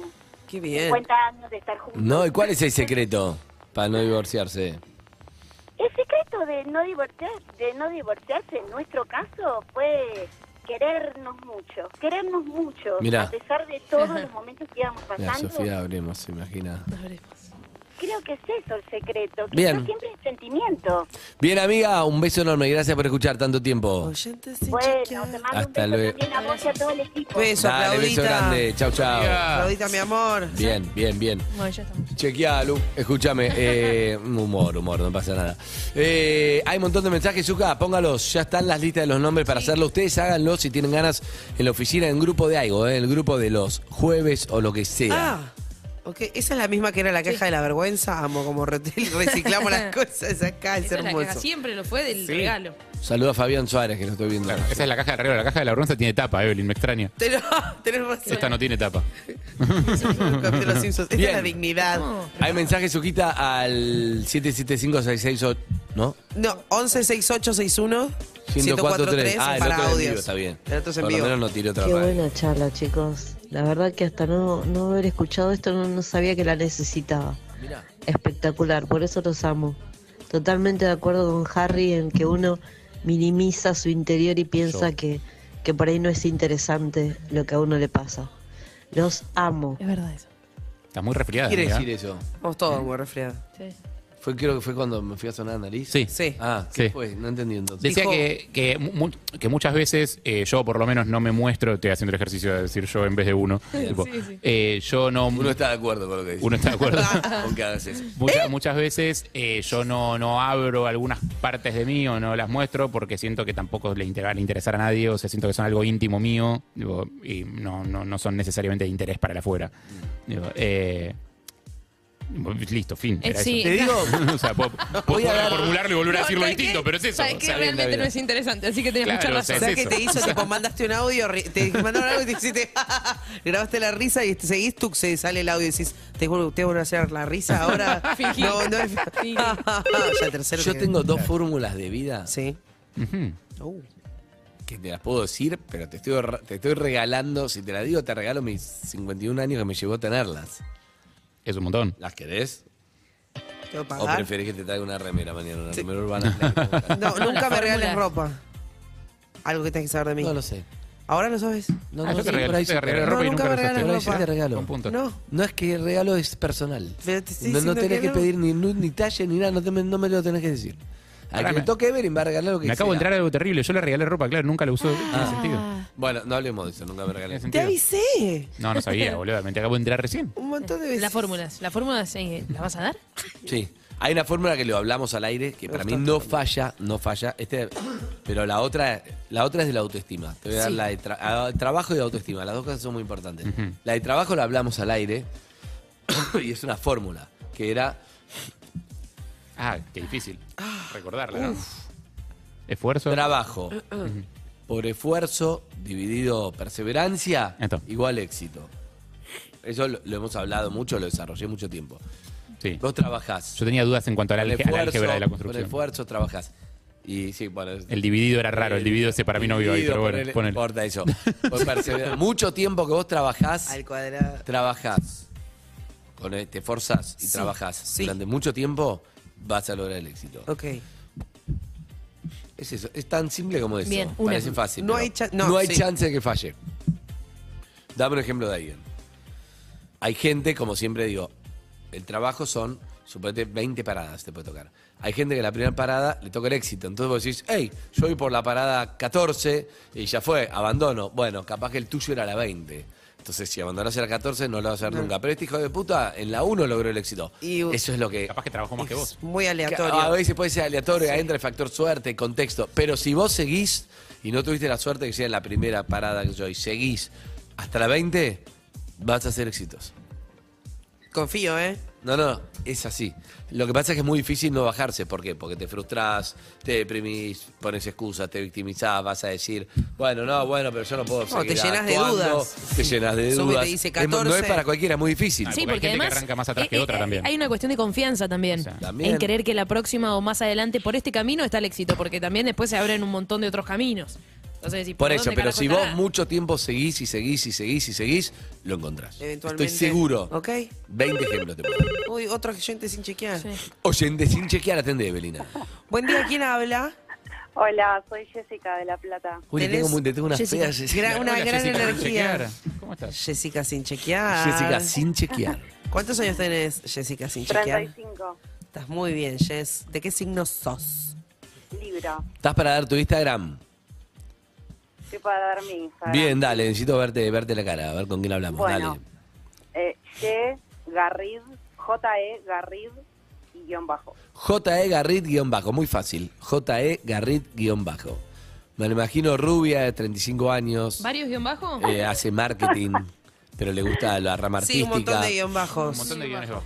Speaker 5: Qué bien.
Speaker 9: 50 años de estar juntos.
Speaker 1: No, ¿y cuál es el secreto para no divorciarse?
Speaker 9: El secreto de no, divorciar, de no divorciarse en nuestro caso fue querernos mucho, querernos mucho,
Speaker 1: Mirá.
Speaker 9: a pesar de todos los momentos que íbamos
Speaker 1: Mira,
Speaker 9: pasando.
Speaker 1: Sofía hablemos, se imagina.
Speaker 9: Creo que es eso el secreto, que
Speaker 1: Bien.
Speaker 9: no siempre es sentimiento.
Speaker 1: Bien, amiga, un beso enorme. Gracias por escuchar tanto tiempo.
Speaker 5: Oyente sin
Speaker 9: Bueno, te
Speaker 5: chequear.
Speaker 9: mando un
Speaker 1: Hasta
Speaker 9: beso
Speaker 1: luego.
Speaker 9: también a vos y a todo el equipo.
Speaker 5: Beso,
Speaker 1: Dale, beso
Speaker 5: Claudita.
Speaker 1: grande. Chau, chau.
Speaker 3: Ah.
Speaker 5: Claudita, mi amor.
Speaker 1: Bien, bien, bien.
Speaker 4: Bueno, ya estamos.
Speaker 1: Chequeá, Lu. Escúchame. eh, humor, humor, no pasa nada. Eh, hay un montón de mensajes, Zuka. Póngalos. Ya están las listas de los nombres para hacerlo. Ustedes háganlo si tienen ganas en la oficina, en grupo de algo, eh, en el grupo de los jueves o lo que sea.
Speaker 5: Ah, ok. Esa es la misma que era la caja de la vergüenza. Amo como re- reciclamos las cosas acá. Es
Speaker 4: Esa es la caja,
Speaker 5: hermoso.
Speaker 4: siempre lo fue del regalo.
Speaker 1: Saludo a Fabián Suárez, que lo estoy viendo.
Speaker 3: Esa es la caja de arriba. La caja de la bronza tiene tapa, Evelyn, me extraña.
Speaker 5: Te lo- Tenés razón.
Speaker 3: Esta no tiene tapa.
Speaker 5: de los Simpsons. Esta
Speaker 1: Bien.
Speaker 5: es la dignidad.
Speaker 1: Hay mensajes, Zuquita, al 775-668. ¿No?
Speaker 5: No, 116861
Speaker 1: 1043. Ah, el
Speaker 5: para
Speaker 1: otro es en
Speaker 5: audios.
Speaker 1: vivo, está bien.
Speaker 5: El otro es en
Speaker 1: Por lo
Speaker 5: vivo.
Speaker 1: menos no tiré otra radio.
Speaker 9: charla, chicos. La verdad que hasta no, no haber escuchado esto no, no sabía que la necesitaba.
Speaker 1: Mirá.
Speaker 9: Espectacular, por eso los amo. Totalmente de acuerdo con Harry en que uno minimiza su interior y piensa
Speaker 1: Yo.
Speaker 9: que, que por ahí no es interesante lo que a uno le pasa. Los amo.
Speaker 4: Es verdad eso.
Speaker 3: Está muy resfriada.
Speaker 1: ¿Qué quiere
Speaker 3: amiga.
Speaker 1: decir eso?
Speaker 5: Vamos todos, muy resfriado.
Speaker 4: Sí.
Speaker 1: Fue, creo que fue cuando me fui a sonar la nariz.
Speaker 3: Sí.
Speaker 5: Sí.
Speaker 1: Ah, ¿qué
Speaker 3: Sí.
Speaker 1: fue? No entendí entonces.
Speaker 3: Decía
Speaker 5: Dijo-
Speaker 3: que, que mu- que muchas veces eh, yo por lo menos no me muestro, estoy haciendo el ejercicio de decir yo en vez de uno. Tipo, eh, yo no...
Speaker 1: Uno está de acuerdo con lo que dice.
Speaker 3: uno está de acuerdo.
Speaker 1: Con que hagas eso.
Speaker 3: Mucha- muchas veces eh, yo no, no abro algunas partes de mí o no las muestro porque siento que tampoco le, inter- le interesar a nadie, o sea, siento que son algo íntimo mío digo, y no, no, no son necesariamente de interés para el afuera. Digo, eh, Listo, fin.
Speaker 4: Eh,
Speaker 3: era
Speaker 4: sí.
Speaker 3: eso.
Speaker 4: Te
Speaker 1: digo-
Speaker 3: o sea, puedo,
Speaker 1: Voy a
Speaker 3: puedo
Speaker 1: dar-
Speaker 3: reformularlo y volver a
Speaker 1: No,
Speaker 3: decirlo
Speaker 1: ¿sabes
Speaker 3: distinto,
Speaker 1: qué?
Speaker 3: pero es eso.
Speaker 1: ¿Sabes
Speaker 3: o
Speaker 1: qué?
Speaker 3: sea,
Speaker 1: Bien,
Speaker 4: Realmente
Speaker 1: David.
Speaker 4: no es interesante, así que tenés
Speaker 3: Claro,
Speaker 4: mucha
Speaker 3: o sea,
Speaker 4: razón.
Speaker 3: es
Speaker 5: ¿Sabes qué
Speaker 3: eso.
Speaker 5: te hizo? tipo, mandaste un audio, ri- te mandaron algo y te hiciste. grabaste la risa y te seguís tú, se sale el audio y decís, te vuelvo, te vuelvo a hacer la risa ahora.
Speaker 4: Fingí.
Speaker 5: no, no es. ya tercero.
Speaker 1: Yo
Speaker 5: que-
Speaker 1: tengo dos fórmulas de vida
Speaker 5: Sí.
Speaker 3: Ujú.
Speaker 5: Uh,
Speaker 1: que te las puedo decir, pero te estoy, re- te estoy regalando, si te las digo, te regalo mis 51 años que me llevó tenerlas.
Speaker 3: Es un montón.
Speaker 1: ¿Las querés?
Speaker 5: ¿Te voy a
Speaker 1: ¿O
Speaker 5: pagar?
Speaker 1: prefieres que te traiga una remera mañana, una remera urbana?
Speaker 5: No, nunca me
Speaker 4: fórmula.
Speaker 5: regales ropa. Algo que tenés que saber de mí.
Speaker 1: No lo sé.
Speaker 5: Ahora lo sabes.
Speaker 1: No,
Speaker 3: Ah,
Speaker 1: no,
Speaker 3: yo te
Speaker 1: sí, por
Speaker 3: regalo,
Speaker 1: ahí
Speaker 3: yo te
Speaker 1: sí,
Speaker 3: regalo
Speaker 1: pero-
Speaker 3: ropa
Speaker 5: No,
Speaker 3: y nunca
Speaker 5: nunca me
Speaker 3: me regalaste.
Speaker 5: regalan
Speaker 3: Por ahí sí
Speaker 5: ropa.
Speaker 3: te regalo.
Speaker 5: No.
Speaker 3: Un punto.
Speaker 5: No.
Speaker 1: No es que el regalo es personal.
Speaker 5: Pero te estoy
Speaker 1: no, no
Speaker 5: diciendo
Speaker 1: tenés
Speaker 5: que
Speaker 1: que,
Speaker 5: no.
Speaker 1: pedir ni nud ni talle ni nada, no, te me, no me lo tenés que decir. A
Speaker 3: Pará,
Speaker 1: que me
Speaker 3: me-
Speaker 1: toque Evelyn va a regalar lo que
Speaker 3: Me acabo de
Speaker 1: sea. Ah.
Speaker 3: entrar algo terrible. Yo le regalé ropa, claro, nunca la usó. Tiene sentido.
Speaker 1: Bueno, no hablemos de eso, nunca me regalé.
Speaker 3: Tiene
Speaker 5: Te
Speaker 3: sentido.
Speaker 5: avisé.
Speaker 3: No, no sabía, boludo. Me te acabo de entrar recién.
Speaker 5: Un montón de veces.
Speaker 4: Las fórmulas, las fórmulas, eh, ¿las vas a dar?
Speaker 1: Sí. Hay una fórmula que lo hablamos al aire, que para mí no falla, no falla. Este, pero la otra, la otra es de la autoestima. Te voy a dar la de tra- ah, trabajo y de autoestima. Las dos cosas son muy importantes. La de trabajo la hablamos al aire y es una fórmula que era
Speaker 3: Ah, qué difícil. Recordarla, ¿no? Esfuerzo.
Speaker 1: trabajo
Speaker 5: Mm,
Speaker 1: por esfuerzo dividido perseverancia
Speaker 3: Esto.
Speaker 1: igual éxito. Eso lo, lo hemos hablado mucho, lo desarrollé mucho tiempo.
Speaker 3: Sí.
Speaker 1: Vos trabajás.
Speaker 3: Yo tenía dudas en cuanto a la,
Speaker 1: Con
Speaker 3: alge- a la álgebra de la
Speaker 1: Con
Speaker 3: construcción.
Speaker 1: esfuerzo trabajás. Y sí, bueno. es-
Speaker 3: El dividido era raro, el dividido ese para mí no vivo ahí,
Speaker 1: dividido,
Speaker 3: pero bueno,
Speaker 1: ponele,
Speaker 3: ponele.
Speaker 1: No importa eso. Por perseverar. Mucho tiempo que vos trabajás,
Speaker 5: Al cuadrado.
Speaker 1: trabajás. Con, el- te forzás y trabajás.
Speaker 5: sí.
Speaker 1: Durante mucho tiempo vas a lograr el éxito.
Speaker 5: Ok.
Speaker 1: Es eso. Es tan simple como eso.
Speaker 4: Bien, una.
Speaker 1: Parece fácil.
Speaker 5: No
Speaker 1: pero
Speaker 5: hay chan- no,
Speaker 1: hay
Speaker 5: sí.
Speaker 1: chance de que falle. Dame un ejemplo de alguien. Hay gente, como siempre digo, el trabajo son, suponete, 20 paradas te puede tocar. Hay gente que la primera parada le toca el éxito. Entonces vos decís, hey, yo voy por la parada 14 y ya fue, abandono. Bueno, capaz que el tuyo era la 20. Entonces, si abandonas a la 14, no lo vas a hacer nunca. Pero este hijo de puta, en la 1 logró el éxito.
Speaker 5: Y-
Speaker 1: Eso es lo que
Speaker 3: Capaz que trabajó más que vos.
Speaker 5: Es muy aleatorio.
Speaker 1: a veces puede ser aleatorio, entra el factor suerte, contexto. Pero si vos seguís y no tuviste la suerte que sea en la primera parada que yo y seguís hasta la 20, vas a ser exitoso.
Speaker 5: Confío, ¿eh?
Speaker 1: No, no, es así. Lo que pasa es que es muy difícil no bajarse. ¿Por qué? Porque te frustrás, te deprimís, pones excusas, te victimizás, vas a decir, bueno, no, bueno, pero yo no puedo
Speaker 5: No, te
Speaker 1: seguir
Speaker 5: llenas de
Speaker 1: actuando,
Speaker 5: dudas.
Speaker 1: Te llenas de
Speaker 5: Sube, te
Speaker 1: dudas.
Speaker 5: dice
Speaker 1: Es mu- no es
Speaker 5: 14.
Speaker 1: para cualquiera, es muy difícil.
Speaker 3: Ah,
Speaker 4: Sí,
Speaker 3: porque hay
Speaker 4: porque
Speaker 3: gente que
Speaker 4: además eh,
Speaker 3: arranca más atrás que otra también.
Speaker 4: Hay una cuestión de confianza también,
Speaker 3: O sea,
Speaker 1: también.
Speaker 4: En querer que la próxima o más adelante por este camino está el éxito, porque también después se abren un montón de otros caminos. Entonces, ¿y
Speaker 1: Por
Speaker 4: dónde
Speaker 1: eso, pero
Speaker 4: carajo
Speaker 1: si
Speaker 4: estará?
Speaker 1: vos mucho tiempo seguís y seguís y seguís y seguís, lo encontrás.
Speaker 5: Eventualmente.
Speaker 1: Estoy seguro.
Speaker 5: Ok.
Speaker 1: 20 ejemplos te puedo dar.
Speaker 5: Uy, otro gente sin chequear.
Speaker 4: Sí.
Speaker 1: Oyente sin chequear, atende, Evelina.
Speaker 5: Buen día, ¿quién habla?
Speaker 9: Hola, soy Jessica de La Plata.
Speaker 1: Uy,
Speaker 5: Tenés-
Speaker 1: tengo, muy- te tengo unas
Speaker 4: Jessica,
Speaker 1: feas, Jessica.
Speaker 5: gran- una
Speaker 3: Hola,
Speaker 5: gran
Speaker 3: Jessica, ¿puedes
Speaker 5: energía.
Speaker 3: chequear? ¿Cómo estás?
Speaker 5: Jessica sin chequear.
Speaker 1: Jessica sin chequear.
Speaker 5: ¿Cuántos años tenés, Jessica sin chequear?
Speaker 9: 35,
Speaker 5: Estás muy bien, Jess. ¿De qué signo sos?
Speaker 9: Libra.
Speaker 1: ¿Estás para dar tu Instagram?
Speaker 9: Estoy para dar mi Instagram.
Speaker 1: Bien, dale, necesito verte, verte la cara, a ver con quién hablamos.
Speaker 9: Bueno,
Speaker 1: Dale.
Speaker 9: eh, Ye Garrid, J.E. Garrid E, y guión bajo.
Speaker 1: J.E. E Garrit guión bajo, muy fácil. J.E. Garrit guión bajo. Me lo imagino rubia, de 35 años,
Speaker 4: ¿Varios guión bajo?
Speaker 1: eh, hace marketing, pero le gusta la rama
Speaker 5: Sí,
Speaker 1: artística.
Speaker 5: un montón de guión
Speaker 3: Un
Speaker 5: bajos.
Speaker 3: montón de guiones bajos.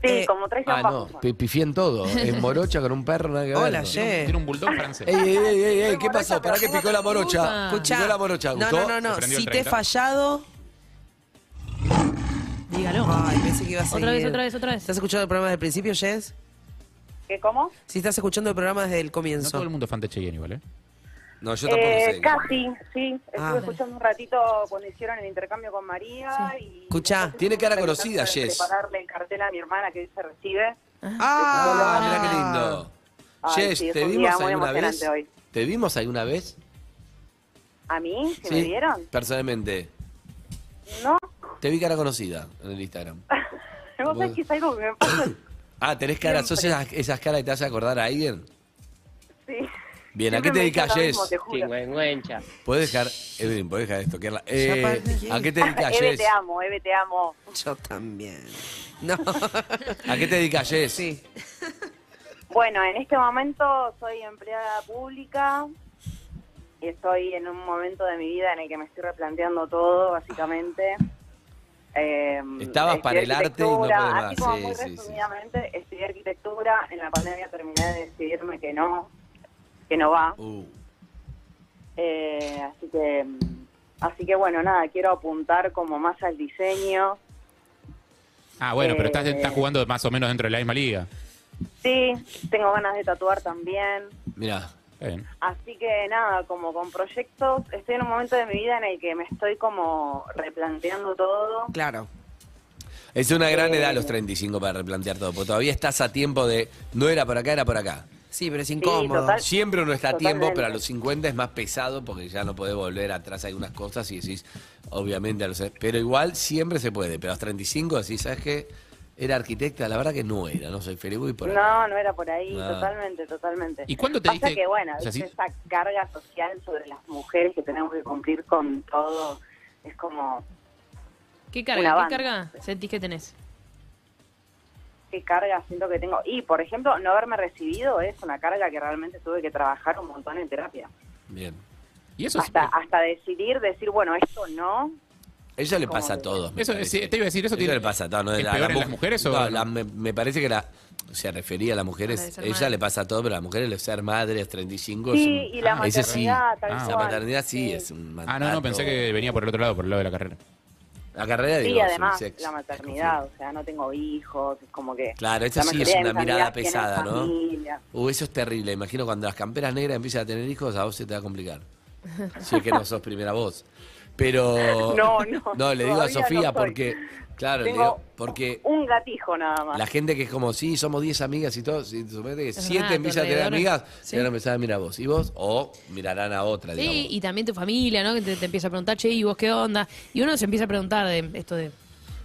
Speaker 9: Sí,
Speaker 5: Eh,
Speaker 9: como tres guión
Speaker 1: Ah, no,
Speaker 9: bajos.
Speaker 1: pi- pifié en todo. En morocha con un perro, nada que ver.
Speaker 5: Hola, Ye.
Speaker 3: Tiene un bulldog francés.
Speaker 1: Ey, ey, ey, ey, ey, ¿qué
Speaker 9: Morocha,
Speaker 1: pasó? ¿Para
Speaker 9: pero
Speaker 1: qué
Speaker 9: ¿cómo
Speaker 1: picó la
Speaker 9: te
Speaker 1: morocha?
Speaker 4: gusta?
Speaker 5: Escuchá.
Speaker 1: Picó la morocha,
Speaker 5: no,
Speaker 1: ¿gustó?
Speaker 5: no, no,
Speaker 3: ¿Te
Speaker 5: no.
Speaker 3: prendió el
Speaker 5: Si te he
Speaker 3: 30?
Speaker 5: fallado.
Speaker 4: Dígalo.
Speaker 5: Ay, pensé que iba a seguir.
Speaker 4: Otra vez, otra vez, otra vez.
Speaker 5: ¿Estás escuchando el programa desde el principio, Jess?
Speaker 9: ¿Qué cómo?
Speaker 5: Si estás escuchando el programa desde el
Speaker 3: No todo
Speaker 5: comienzo.
Speaker 3: el mundo es fan de Cheyenne igual, ¿eh?
Speaker 1: No, yo tampoco
Speaker 9: Eh,
Speaker 1: sé.
Speaker 9: casi, sí. Estuve
Speaker 5: Ah.
Speaker 9: escuchando un ratito cuando hicieron el intercambio con María. y
Speaker 5: Escuchá.
Speaker 9: después
Speaker 1: Tiene cara
Speaker 9: estuvimos
Speaker 1: conocida,
Speaker 9: tratando de
Speaker 1: Jess.
Speaker 9: Prepararle el cartel a mi hermana que hoy se recibe.
Speaker 1: Ah,
Speaker 5: ¡Ah!
Speaker 1: mirá qué lindo.
Speaker 9: Ay,
Speaker 1: Jess,
Speaker 9: sí, es
Speaker 1: ¿te
Speaker 9: un
Speaker 1: vimos
Speaker 9: día muy
Speaker 1: alguna vez?
Speaker 9: emocionante hoy.
Speaker 1: ¿Te vimos alguna vez?
Speaker 9: ¿A mí? ¿Que me vieron?
Speaker 1: Personalmente.
Speaker 9: No.
Speaker 1: Te vi cara conocida en el Instagram.
Speaker 9: Vos sabés que es algo que me pasa.
Speaker 1: Ah, ¿tenés cara? ¿Sos esas, esas caras que te hace acordar a alguien?
Speaker 9: Sí.
Speaker 1: Bien, ¿a
Speaker 9: Siempre
Speaker 1: qué te
Speaker 9: me dicen
Speaker 1: dedicas,
Speaker 9: lo mismo,
Speaker 1: Jess?
Speaker 9: te juro.
Speaker 1: Puedes dejar. Evelyn, podés dejar de estoquearla. Eh,
Speaker 5: aparte dije-
Speaker 1: ¿A qué te dedicas,
Speaker 9: Eve,
Speaker 1: Jess?
Speaker 9: te amo, Eve, te amo.
Speaker 5: Yo también. No.
Speaker 1: ¿A qué te dedicas, Jess?
Speaker 5: Sí.
Speaker 9: Bueno, en este momento soy empleada pública y estoy en un momento de mi vida en el que me estoy replanteando todo, básicamente. Eh,
Speaker 1: Estabas
Speaker 9: estudié
Speaker 1: para el arte y no
Speaker 9: arquitectura,
Speaker 1: podés más,
Speaker 9: Así como
Speaker 1: sí,
Speaker 9: muy
Speaker 1: sí, sí.
Speaker 9: resumidamente, estudié arquitectura, en la pandemia terminé de decidirme que no, que no va.
Speaker 1: Uh,
Speaker 9: Eh, así que, mm, así que bueno, nada, quiero apuntar como más al diseño.
Speaker 3: Ah, bueno, pero estás,
Speaker 9: Eh,
Speaker 3: estás jugando más o menos dentro de la misma liga.
Speaker 9: Sí, tengo ganas de tatuar también.
Speaker 1: Mirá.
Speaker 9: Así que nada, como con proyectos, estoy en un momento de mi vida en el que me estoy como replanteando todo.
Speaker 5: Claro.
Speaker 1: Es una gran edad los 35 para replantear todo, porque todavía estás a tiempo de. No era por acá, era por acá.
Speaker 5: Sí, pero es
Speaker 9: incómodo. total-
Speaker 1: Siempre uno está a
Speaker 9: totalmente.
Speaker 1: tiempo, pero a los 50 es más pesado porque ya no podés volver atrás algunas cosas y decís, obviamente, a los. Pero igual siempre se puede. Pero a los 35 decís, ¿sabes qué? Era arquitecta, la verdad que no era, no soy feliz y por ahí.
Speaker 9: No, no era por ahí,
Speaker 1: Ah.
Speaker 9: totalmente, totalmente.
Speaker 1: ¿Y cuándo te
Speaker 9: Pasa
Speaker 1: diste-
Speaker 9: que, bueno,
Speaker 1: o sea,
Speaker 9: viste,
Speaker 1: sí-
Speaker 9: esa carga social sobre las mujeres que tenemos que cumplir con todo, es como,
Speaker 4: ¿Qué
Speaker 9: Una
Speaker 4: carga? ¿Qué
Speaker 9: banda.
Speaker 4: carga sentís que tenés?
Speaker 9: qué carga siento que tengo. Y, por ejemplo, no haberme recibido es una carga que realmente tuve que trabajar un montón en terapia.
Speaker 1: Bien.
Speaker 3: Y eso
Speaker 9: Hasta, hasta decidir, decir, bueno, esto no.
Speaker 1: Eso le pasa a todos. me
Speaker 3: Eso,
Speaker 1: parece.
Speaker 3: sí, te iba a decir, eso tiene-
Speaker 1: le pasa a todos. No,
Speaker 3: ¿es
Speaker 1: La-
Speaker 3: peor
Speaker 1: la
Speaker 3: en
Speaker 1: mu-
Speaker 3: las mujeres o
Speaker 1: No,
Speaker 3: no?
Speaker 1: la- me, me parece que la. Se refería a las
Speaker 9: A
Speaker 1: mujeres.
Speaker 9: las hermanas.
Speaker 1: ella le pasa a todo, pero a las mujeres, el ser madre a los 35. es
Speaker 9: Sí,
Speaker 1: un-
Speaker 9: y la
Speaker 1: Ah, ese sí.
Speaker 9: maternidad, tal
Speaker 1: La
Speaker 9: cual.
Speaker 1: maternidad sí, es un
Speaker 3: Ah, no, no, pensé que venía por el otro lado, por el lado de la carrera.
Speaker 1: La carrera,
Speaker 9: Sí,
Speaker 1: digo, es
Speaker 9: además,
Speaker 1: unisex.
Speaker 9: la maternidad, o sea, no tengo hijos, es como que...
Speaker 1: Claro,
Speaker 9: la
Speaker 1: esa sí es
Speaker 9: mayoría de
Speaker 1: una
Speaker 9: mis
Speaker 1: mirada
Speaker 9: amigas tienen
Speaker 1: pesada, ¿no?
Speaker 9: familia.
Speaker 1: Uh, eso es terrible. Imagino cuando las camperas negras empiezan a tener hijos, a vos se te va a complicar. Si es que no sos primera voz. Pero.
Speaker 9: No, no,
Speaker 1: No, le digo a
Speaker 9: todavía no
Speaker 1: Sofía
Speaker 9: soy.
Speaker 1: porque. Claro, le
Speaker 9: Tengo
Speaker 1: digo. Porque
Speaker 9: Un gatijo nada más.
Speaker 1: la gente que es como, sí, somos 10 amigas y todo, si suponete que
Speaker 4: Es
Speaker 1: 7
Speaker 4: verdad,
Speaker 1: empiezan a tener
Speaker 4: alrededor.
Speaker 1: amigas,
Speaker 4: Sí.
Speaker 1: ya no empezar a mirar a vos. ¿Y vos? O mirarán a otra,
Speaker 4: Sí,
Speaker 1: Eh, digamos.
Speaker 4: y también tu familia, ¿no? Que te, te empieza a preguntar, che, ¿y vos qué onda? Y uno se empieza a preguntar de esto de,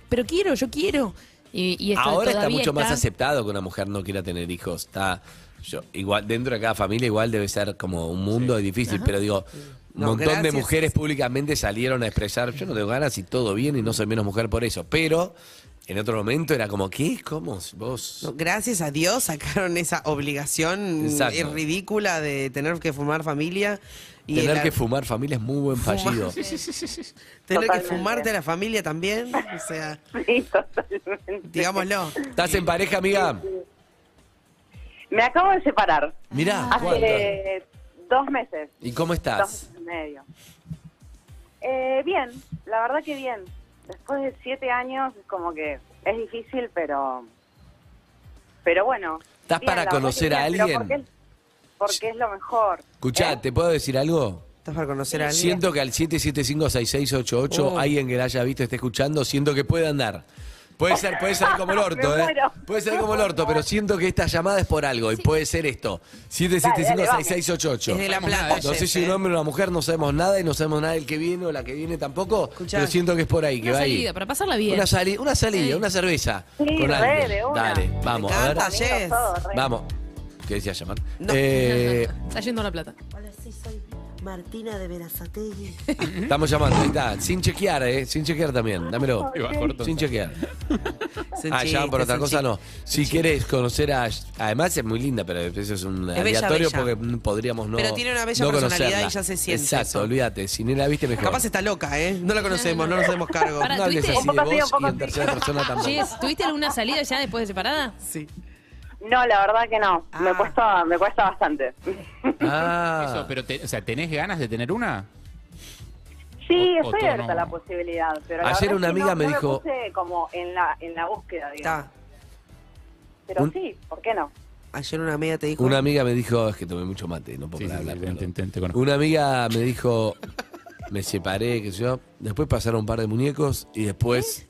Speaker 4: pero quiero, yo quiero. Y, y esto de
Speaker 1: Ahora está
Speaker 4: todavía
Speaker 1: mucho más
Speaker 4: está-
Speaker 1: aceptado que una mujer no quiera tener hijos. Está yo, igual dentro de cada familia igual debe ser como un mundo difícil, pero digo, un
Speaker 5: No,
Speaker 1: montón de
Speaker 5: gracias.
Speaker 1: mujeres públicamente salieron a expresar, yo no tengo ganas y todo bien y no soy menos mujer por eso, pero en otro momento era como, ¿qué? ¿Cómo? ¿Vos?
Speaker 5: No, gracias a Dios sacaron esa obligación
Speaker 1: Exacto.
Speaker 5: eh, ridícula de tener que formar familia. Y
Speaker 1: Tener
Speaker 5: la-
Speaker 1: que fumar familia es muy buen
Speaker 5: Fumar.
Speaker 1: fallido.
Speaker 5: tener que
Speaker 9: Totalmente.
Speaker 5: fumarte a la familia también. O sea,
Speaker 9: Sí, totalmente.
Speaker 5: digámoslo.
Speaker 1: ¿Estás en pareja, amiga?
Speaker 9: Me acabo de separar.
Speaker 1: Mirá, ¿cuánto?
Speaker 9: Hace dos meses.
Speaker 1: ¿Y cómo
Speaker 9: Dos
Speaker 1: estás?
Speaker 9: meses y medio. Eh, bien, la verdad que bien. Después de siete años, es como que es difícil, pero. Pero bueno.
Speaker 1: ¿Estás
Speaker 9: bien,
Speaker 1: para
Speaker 9: la verdad que
Speaker 1: conocer
Speaker 9: bien,
Speaker 1: a
Speaker 9: pero
Speaker 1: alguien?
Speaker 9: Porque es, porque es lo mejor. ¿eh?
Speaker 1: Escuchá, ¿te puedo decir algo?
Speaker 5: ¿Estás para conocer a alguien?
Speaker 1: Siento que al 775-6688
Speaker 5: Oh.
Speaker 1: alguien que la haya visto esté escuchando, siento que puede andar. Puede ser, puede salir como el orto,
Speaker 9: Me
Speaker 1: ¿eh?
Speaker 9: muero.
Speaker 1: Puede salir como el orto, pero siento que esta llamada es por algo y puede ser esto.
Speaker 5: Es de
Speaker 1: 775-6688.
Speaker 5: La
Speaker 3: Vamos,
Speaker 5: Plata,
Speaker 3: nada,
Speaker 1: No sé
Speaker 5: Jeff,
Speaker 1: si
Speaker 5: ¿eh?
Speaker 1: un hombre o una mujer, no sabemos nada y no sabemos nada del que viene o la que viene tampoco,
Speaker 5: Escuchá.
Speaker 1: pero siento que es por ahí, que
Speaker 4: Una
Speaker 1: va ahí.
Speaker 4: salida, para pasarla bien.
Speaker 1: Una, sali- una salida, una cerveza.
Speaker 9: Sí,
Speaker 1: con
Speaker 9: re,
Speaker 1: alguien.
Speaker 9: de una.
Speaker 1: Dale, vamos, a ver.
Speaker 5: encanta, Jeff.
Speaker 9: Amigos, todo, re.
Speaker 1: Vamos. ¿Qué decía llamar?
Speaker 5: No.
Speaker 1: Eh,
Speaker 4: Está yendo a la plata.
Speaker 10: Hola, sí, soy Martina de Verazategui.
Speaker 1: estamos llamando, ahí está. Sin chequear, ¿eh? Sin chequear también, dámelo.
Speaker 3: Iba corto.
Speaker 1: Sin chequear.
Speaker 5: Es un
Speaker 1: Ah, ya,
Speaker 5: chiste,
Speaker 1: por otra
Speaker 5: es un
Speaker 1: cosa
Speaker 5: chiste.
Speaker 1: no. Si quieres conocer a... Además es muy linda, pero eso es un
Speaker 5: Es bella,
Speaker 1: aleatorio
Speaker 5: bella.
Speaker 1: porque mm, podríamos no
Speaker 5: Pero tiene una bella
Speaker 1: no
Speaker 5: personalidad
Speaker 1: conocerla.
Speaker 5: y ya se siente
Speaker 1: Exacto,
Speaker 5: eso.
Speaker 1: olvídate. Si ni la viste, mejor.
Speaker 5: Capaz está loca, ¿eh? No la conocemos, no nos hacemos cargo.
Speaker 4: Pará,
Speaker 1: no hables
Speaker 4: ¿tuviste?
Speaker 1: así
Speaker 9: Un
Speaker 1: de
Speaker 9: poco así,
Speaker 1: vos
Speaker 9: un
Speaker 1: y
Speaker 9: poco
Speaker 1: en
Speaker 9: así.
Speaker 1: tercera persona tampoco.
Speaker 4: Jess, ¿tuviste alguna salida ya después de separada?
Speaker 5: Sí.
Speaker 9: No, la verdad que no.
Speaker 5: Ah.
Speaker 9: Me, cuesta, me cuesta bastante.
Speaker 3: Eso,
Speaker 1: Ah,
Speaker 3: pero te- o sea, ¿tenés ganas de tener una?
Speaker 9: Sí,
Speaker 3: O- o
Speaker 9: estoy
Speaker 3: todo
Speaker 9: abierta
Speaker 3: no.
Speaker 9: a la posibilidad, pero la
Speaker 1: Ayer
Speaker 9: verdad es
Speaker 1: una
Speaker 9: que
Speaker 1: amiga
Speaker 9: no-
Speaker 1: me
Speaker 9: no
Speaker 1: dijo-
Speaker 9: puse como en la, en la búsqueda, digamos.
Speaker 5: Está.
Speaker 9: Pero
Speaker 1: Un-
Speaker 9: sí, ¿por qué no?
Speaker 5: Ayer una amiga te dijo.
Speaker 1: una amiga me dijo... Es que tomé mucho mate, no puedo
Speaker 3: Sí, sí,
Speaker 1: parar de
Speaker 3: sí,
Speaker 1: hablar.
Speaker 3: te- te- te- te
Speaker 1: perdón.
Speaker 3: conozco.
Speaker 1: Una amiga me dijo... Me separé, qué sé yo. Después pasaron un par de muñecos y después...